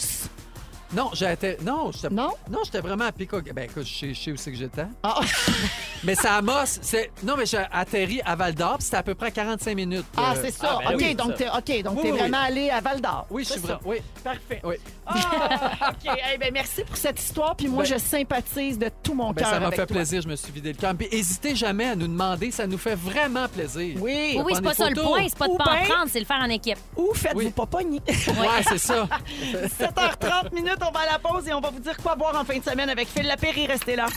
[SPEAKER 2] Non, j'étais. Non, j'étais.
[SPEAKER 1] Non?
[SPEAKER 2] Non, j'étais vraiment à Peacock. Ben, écoute, je sais- je sais où c'est que j'étais.
[SPEAKER 1] Ah,
[SPEAKER 2] mais c'est à Moss. C'est... Non, mais j'ai atterri à Val d'Or, puis c'était à peu près à 45 minutes.
[SPEAKER 1] Ah,
[SPEAKER 2] euh,
[SPEAKER 1] c'est ça.
[SPEAKER 4] ah, ben
[SPEAKER 1] OK,
[SPEAKER 4] oui,
[SPEAKER 1] donc
[SPEAKER 4] ça.
[SPEAKER 1] t'es ok, donc
[SPEAKER 2] Oui,
[SPEAKER 1] t'es
[SPEAKER 2] oui.
[SPEAKER 1] vraiment allé à Val d'Or.
[SPEAKER 2] Oui, je suis vrai. Oui.
[SPEAKER 1] Parfait.
[SPEAKER 2] Oui.
[SPEAKER 1] Ah, OK. Eh ben, merci pour cette histoire. Puis moi, je
[SPEAKER 2] Ben-
[SPEAKER 1] sympathise de tout mon
[SPEAKER 2] Ben,
[SPEAKER 1] cœur
[SPEAKER 2] ça m'a
[SPEAKER 1] avec
[SPEAKER 2] fait
[SPEAKER 1] toi.
[SPEAKER 2] plaisir, je me suis vidé le camp. Puis n'hésitez jamais à nous demander, ça nous fait vraiment plaisir.
[SPEAKER 1] Oui.
[SPEAKER 3] Oui, oui, c'est
[SPEAKER 2] prendre
[SPEAKER 3] pas
[SPEAKER 2] des
[SPEAKER 3] ça le
[SPEAKER 2] photos.
[SPEAKER 3] point, c'est pas de
[SPEAKER 1] Ou
[SPEAKER 3] pas en
[SPEAKER 1] ben-
[SPEAKER 3] prendre, c'est le faire en équipe.
[SPEAKER 1] Ou faites-vous
[SPEAKER 2] Oui.
[SPEAKER 1] pas pogner.
[SPEAKER 2] Ouais, c'est ça.
[SPEAKER 1] 7h30 minutes, on va à la pause et on va vous dire quoi boire en fin de semaine avec Phil Lapéry. Restez là.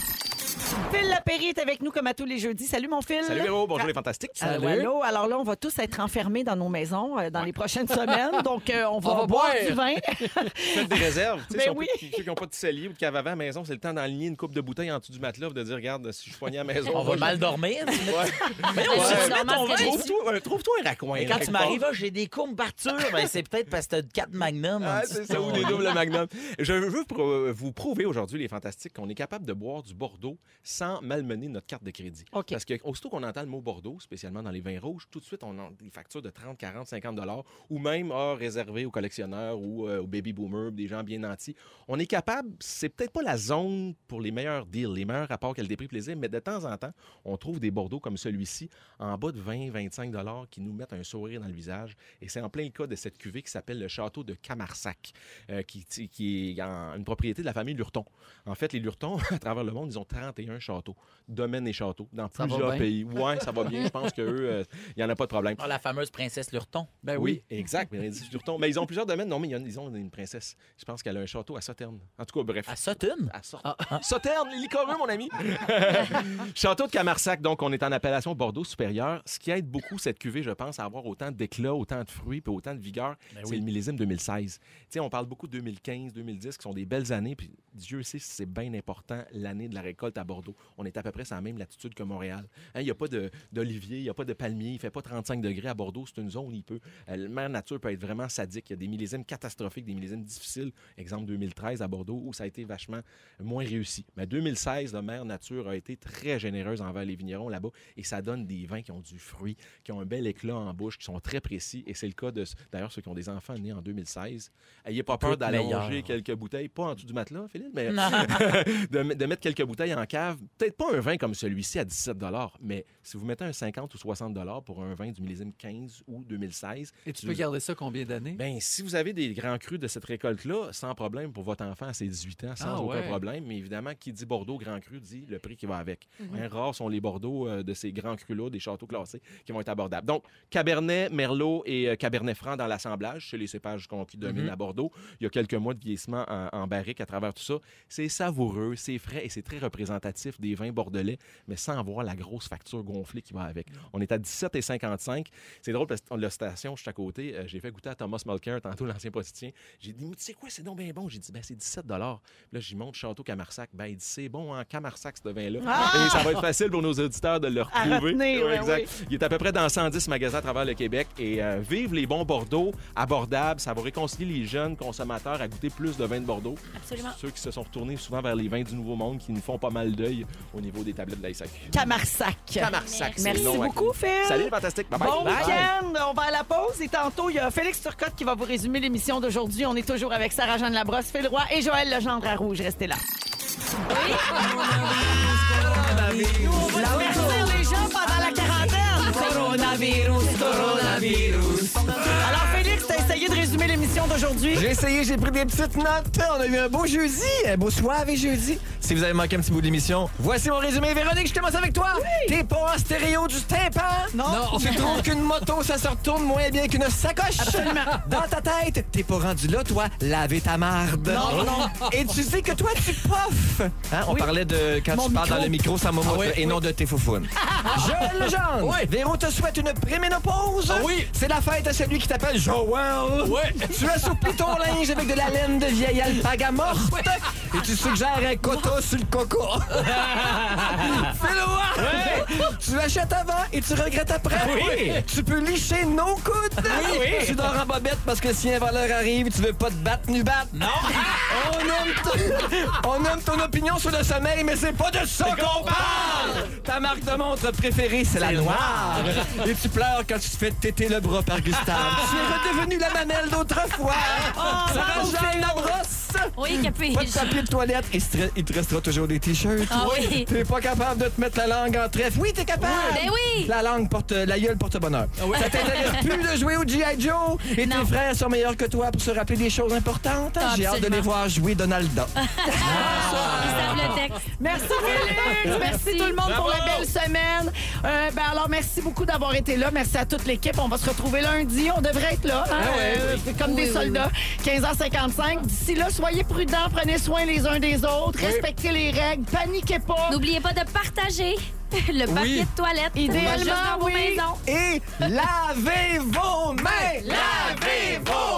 [SPEAKER 1] Phil Lapéry est avec nous comme à tous les jeudis. Salut mon Phil.
[SPEAKER 11] Salut Véro, bonjour les fantastiques.
[SPEAKER 1] Allô,
[SPEAKER 2] Salut.
[SPEAKER 1] allô. Alors Ah, là, on va tous être enfermés dans nos maisons euh, dans les prochaines semaines. Donc, euh, on va,
[SPEAKER 2] va
[SPEAKER 1] boire
[SPEAKER 2] boire.
[SPEAKER 1] du vin.
[SPEAKER 11] Faites des réserves. tu sais,
[SPEAKER 1] Ben
[SPEAKER 11] si on peut-
[SPEAKER 1] oui.
[SPEAKER 11] ceux qui n'ont pas de cellier ou de cave à vin à la maison, c'est le temps d'enligner une coupe de bouteille en dessous du matelas de dire regarde, si je poignais à la maison.
[SPEAKER 4] On va
[SPEAKER 11] moi,
[SPEAKER 4] mal dormir.
[SPEAKER 11] je- Ouais.
[SPEAKER 4] Mais
[SPEAKER 3] Ouais.
[SPEAKER 4] c'est
[SPEAKER 3] normal
[SPEAKER 4] ton
[SPEAKER 3] que
[SPEAKER 4] vin.
[SPEAKER 3] tu
[SPEAKER 11] Trouve-toi un- trouve-toi un raccoin.
[SPEAKER 4] Mais quand
[SPEAKER 11] quelque
[SPEAKER 4] tu
[SPEAKER 11] part.
[SPEAKER 4] m'arrives, ah, j'ai des courbatures. Ben, c'est peut-être parce que t'as 4 magnums. en
[SPEAKER 11] Ah,
[SPEAKER 4] dessous.
[SPEAKER 11] c'est ça, ou des doubles magnum. Je veux pro- vous prouver aujourd'hui, les fantastiques, qu'on est capable de boire du Bordeaux sans malmener notre carte de crédit.
[SPEAKER 1] OK.
[SPEAKER 11] Parce que aussitôt qu'on entend le mot Bordeaux, spécialement dans les vins rouges, tout de suite, on a des factures de 30, 40, 50 dollars, ou même ah, réservées aux collectionneurs ou euh, aux baby boomers, des gens bien nantis. On est capable, c'est peut-être pas la zone pour les meilleurs deals, les meilleurs rapports qualité-prix-plaisir, mais de temps en temps, on trouve des Bordeaux comme celui-ci en bas de 20, 25 dollars qui nous mettent un sourire dans le visage. Et c'est en plein le cas de cette cuvée qui s'appelle le château de Camarsac, euh, qui, ti- qui est en- une propriété de la famille Lurton. En fait, les Lurtons, à travers le monde, ils ont 31 châteaux, domaines et châteaux, dans
[SPEAKER 2] Ça va
[SPEAKER 11] plusieurs
[SPEAKER 2] bien.
[SPEAKER 11] pays. Ouais, ça va bien. Je pense qu'eux, euh, il y n'y en a pas de problème.
[SPEAKER 4] Ah, la fameuse princesse Lurton.
[SPEAKER 2] Ben oui.
[SPEAKER 11] Oui, exact. Mais, ils disent Lurton. Mais ils ont plusieurs domaines. Non, mais il y en- ils ont une princesse. Je pense qu'elle a un château à Sauternes. En tout cas, bref.
[SPEAKER 4] À Sutton.
[SPEAKER 11] À Sort- Sauternes, les licoreux, mon ami. Ah. Château de Camarsac, donc, on est en appellation Bordeaux supérieure. Ce qui aide beaucoup cette cuvée, je pense, à avoir autant d'éclat, autant de fruits puis autant de vigueur, c'est le millésime 2016. Tu sais, on parle beaucoup de 2015, 2010, qui sont des belles années. Puis Dieu sait si c'est bien important l'année de la récolte à Bordeaux. On est à peu près sur la même latitude que Montréal. Hein, Il n'y a pas de- d'olivier, il n'y a pas de palmier, il ne fait pas 35 degrés à Bordeaux. C'est une zone où il peut. euh, La mère nature peut être vraiment sadique. Il y a des millésimes catastrophiques, des millésimes difficiles. Exemple 2013 à Bordeaux, où ça a été vachement moins réussi. Mais 2016, la mère nature a été très généreuse envers les vignerons là-bas et ça donne des vins qui ont du fruit, qui ont un bel éclat en bouche, qui sont très précis. Et c'est le cas de, d'ailleurs, ceux qui ont des enfants nés en 2016. Ayez Euh, pas peur
[SPEAKER 4] Tout
[SPEAKER 11] d'aller
[SPEAKER 4] meilleur.
[SPEAKER 11] manger quelques bouteilles, pas en dessous du matelas, Philippe, mais
[SPEAKER 4] Non.
[SPEAKER 11] de, de mettre quelques bouteilles en cave. Peut-être pas un vin comme celui-ci à 17 mais si vous mettez un 50 ou 60 pour un vin du millésime 15 ou 2016,
[SPEAKER 2] Et tu peux garder ça combien d'années?
[SPEAKER 11] ben, si vous avez des grands crus de cette récolte-là, sans problème pour votre enfant à ses 18 ans, sans
[SPEAKER 2] Ah
[SPEAKER 11] aucun
[SPEAKER 2] ouais.
[SPEAKER 11] problème. Mais évidemment, qui dit Bordeaux grand cru dit le prix qui va avec. Hein, rares sont les Bordeaux euh, de ces grands crus-là, des châteaux classés, qui vont être abordables. Donc, Cabernet, Merlot et euh, Cabernet Franc dans l'assemblage, c'est les cépages qu'on- qui
[SPEAKER 2] Mhm.
[SPEAKER 11] dominent à Bordeaux. Il y a quelques mois de vieillissement en, en barrique à travers tout ça. C'est savoureux, c'est frais et c'est très représentatif des vins bordelais, mais sans avoir la grosse facture gonflée qui va avec. On est à 17,55. C'est drôle parce que la station juste à côté, euh, j'ai fait goûter à Thomas Mulcair, tantôt l'ancien politicien. J'ai dit, mais tu sais quoi, c'est donc bien bon. J'ai dit, ben c'est 17 Puis Là, j'y monte Château Camarsac. Ben, il dit, c'est bon en Camarsac, ce vin-là. Et ça va être facile pour nos auditeurs de le retrouver.
[SPEAKER 1] retenir,
[SPEAKER 11] Ouais,
[SPEAKER 1] ben
[SPEAKER 11] exact. Il est à peu près dans 110 magasins à travers le Québec. Et euh, vive les bons Bordeaux, abordables. Ça va réconcilier les jeunes consommateurs à goûter plus de vins de Bordeaux.
[SPEAKER 3] Absolument.
[SPEAKER 11] Ceux qui se sont retournés souvent vers les vins du Nouveau Monde qui nous font pas mal d'œil au niveau des tablettes de la SAQ.
[SPEAKER 1] Camarsac.
[SPEAKER 11] Camarsac, c'est
[SPEAKER 1] Merci
[SPEAKER 11] le nom
[SPEAKER 1] beaucoup,
[SPEAKER 11] acquis.
[SPEAKER 1] Phil.
[SPEAKER 11] Salut, les fantastiques. Bye bye.
[SPEAKER 1] Bon
[SPEAKER 11] Bye.
[SPEAKER 1] week-end! On va à la pause et tantôt, il y a Félix Turcotte qui va vous résumer l'émission d'aujourd'hui. On est toujours avec Sarah-Jeanne Labrosse, Phil Roy et Joël Legendre à Rouge. Restez là. Merci les gens pendant la quarantaine! Coronavirus, coronavirus. Alors, Félix, t'as essayé de résumer l'émission d'aujourd'hui?
[SPEAKER 12] J'ai essayé, j'ai pris des petites notes. On a eu un beau jeudi, un beau soir et jeudi. Si vous avez manqué un petit bout de l'émission, voici mon résumé. Véronique, je commence avec toi. T'es pas en stéréo du tympan.
[SPEAKER 2] Non.
[SPEAKER 12] Tu trouves qu'une moto, ça se retourne moins bien qu'une sacoche.
[SPEAKER 1] Absolument.
[SPEAKER 12] Dans ta tête, t'es pas rendu là, toi. Laver ta marde.
[SPEAKER 1] Non,
[SPEAKER 12] Et tu dis que toi, tu poffes. Hein, on
[SPEAKER 1] Oui.
[SPEAKER 12] parlait de quand
[SPEAKER 1] Mon
[SPEAKER 12] tu parles
[SPEAKER 1] micro.
[SPEAKER 12] dans le micro, ça momoute
[SPEAKER 2] Ah oui,
[SPEAKER 12] et non de tes foufounes. Joël Legendre. Véro te souhaite une préménopause.
[SPEAKER 2] Ah oui.
[SPEAKER 12] C'est la fête à celui qui t'appelle Joël.
[SPEAKER 2] Ouais.
[SPEAKER 12] Tu assouplis ton linge avec de la laine de vieille alpaga morte
[SPEAKER 2] Ah
[SPEAKER 12] et tu suggères un coton sur le coco. Fais-le Tu achètes avant et tu regrettes après. Tu peux licher nos coudes.
[SPEAKER 2] Ah
[SPEAKER 12] Tu dors en bobette parce que si un voleur arrive, tu veux pas te battre nu battre. Non. On aime, ton- on aime ton opinion sur le sommeil, mais c'est pas de ça qu'on parle. Ta
[SPEAKER 2] Ta marque de montre préférée, c'est la
[SPEAKER 13] C'est
[SPEAKER 2] noire.
[SPEAKER 13] noire.
[SPEAKER 2] Et tu pleures quand tu te fais téter le bras par Gustave. tu es redevenu la mamelle d'autrefois.
[SPEAKER 13] Oh,
[SPEAKER 2] Ça
[SPEAKER 13] bravo,
[SPEAKER 2] rajoute la
[SPEAKER 13] Théo.
[SPEAKER 2] brosse.
[SPEAKER 13] Oui, Capé.
[SPEAKER 2] Pas de papier de toilette. Il se tra- il te restera toujours des t-shirts.
[SPEAKER 13] Ah oui.
[SPEAKER 2] T'es pas capable de te mettre la langue en trèfle. Oui, t'es capable.
[SPEAKER 13] Oui, ben oui. Ah
[SPEAKER 2] La langue porte, la gueule porte bonheur.
[SPEAKER 13] oui.
[SPEAKER 2] Ça t'intéresse plus de jouer au G.I. Joe. Et tes frères sont meilleurs que toi pour se rappeler des choses importantes.
[SPEAKER 13] Ah,
[SPEAKER 2] J'ai hâte de
[SPEAKER 13] absolument.
[SPEAKER 2] les voir jouer Donalda.
[SPEAKER 1] Merci Félix, merci tout le monde pour la
[SPEAKER 13] Bravo.
[SPEAKER 1] belle semaine. Euh, ben alors merci beaucoup d'avoir été là, merci à toute l'équipe. On va se retrouver lundi, on devrait être là, hein,
[SPEAKER 13] Ah ouais.
[SPEAKER 1] euh,
[SPEAKER 13] Oui.
[SPEAKER 1] comme
[SPEAKER 13] Oui,
[SPEAKER 1] des
[SPEAKER 13] oui,
[SPEAKER 1] soldats. 15h55. D'ici là, soyez prudents, prenez soin les uns des autres,
[SPEAKER 3] Oui.
[SPEAKER 1] respectez les règles, paniquez pas.
[SPEAKER 3] N'oubliez pas de partager le
[SPEAKER 1] Oui.
[SPEAKER 3] papier de toilette.
[SPEAKER 1] Idéalement,
[SPEAKER 3] Juste dans vos
[SPEAKER 1] oui.
[SPEAKER 3] maisons.
[SPEAKER 2] Et lavez vos mains!
[SPEAKER 13] Lavez vos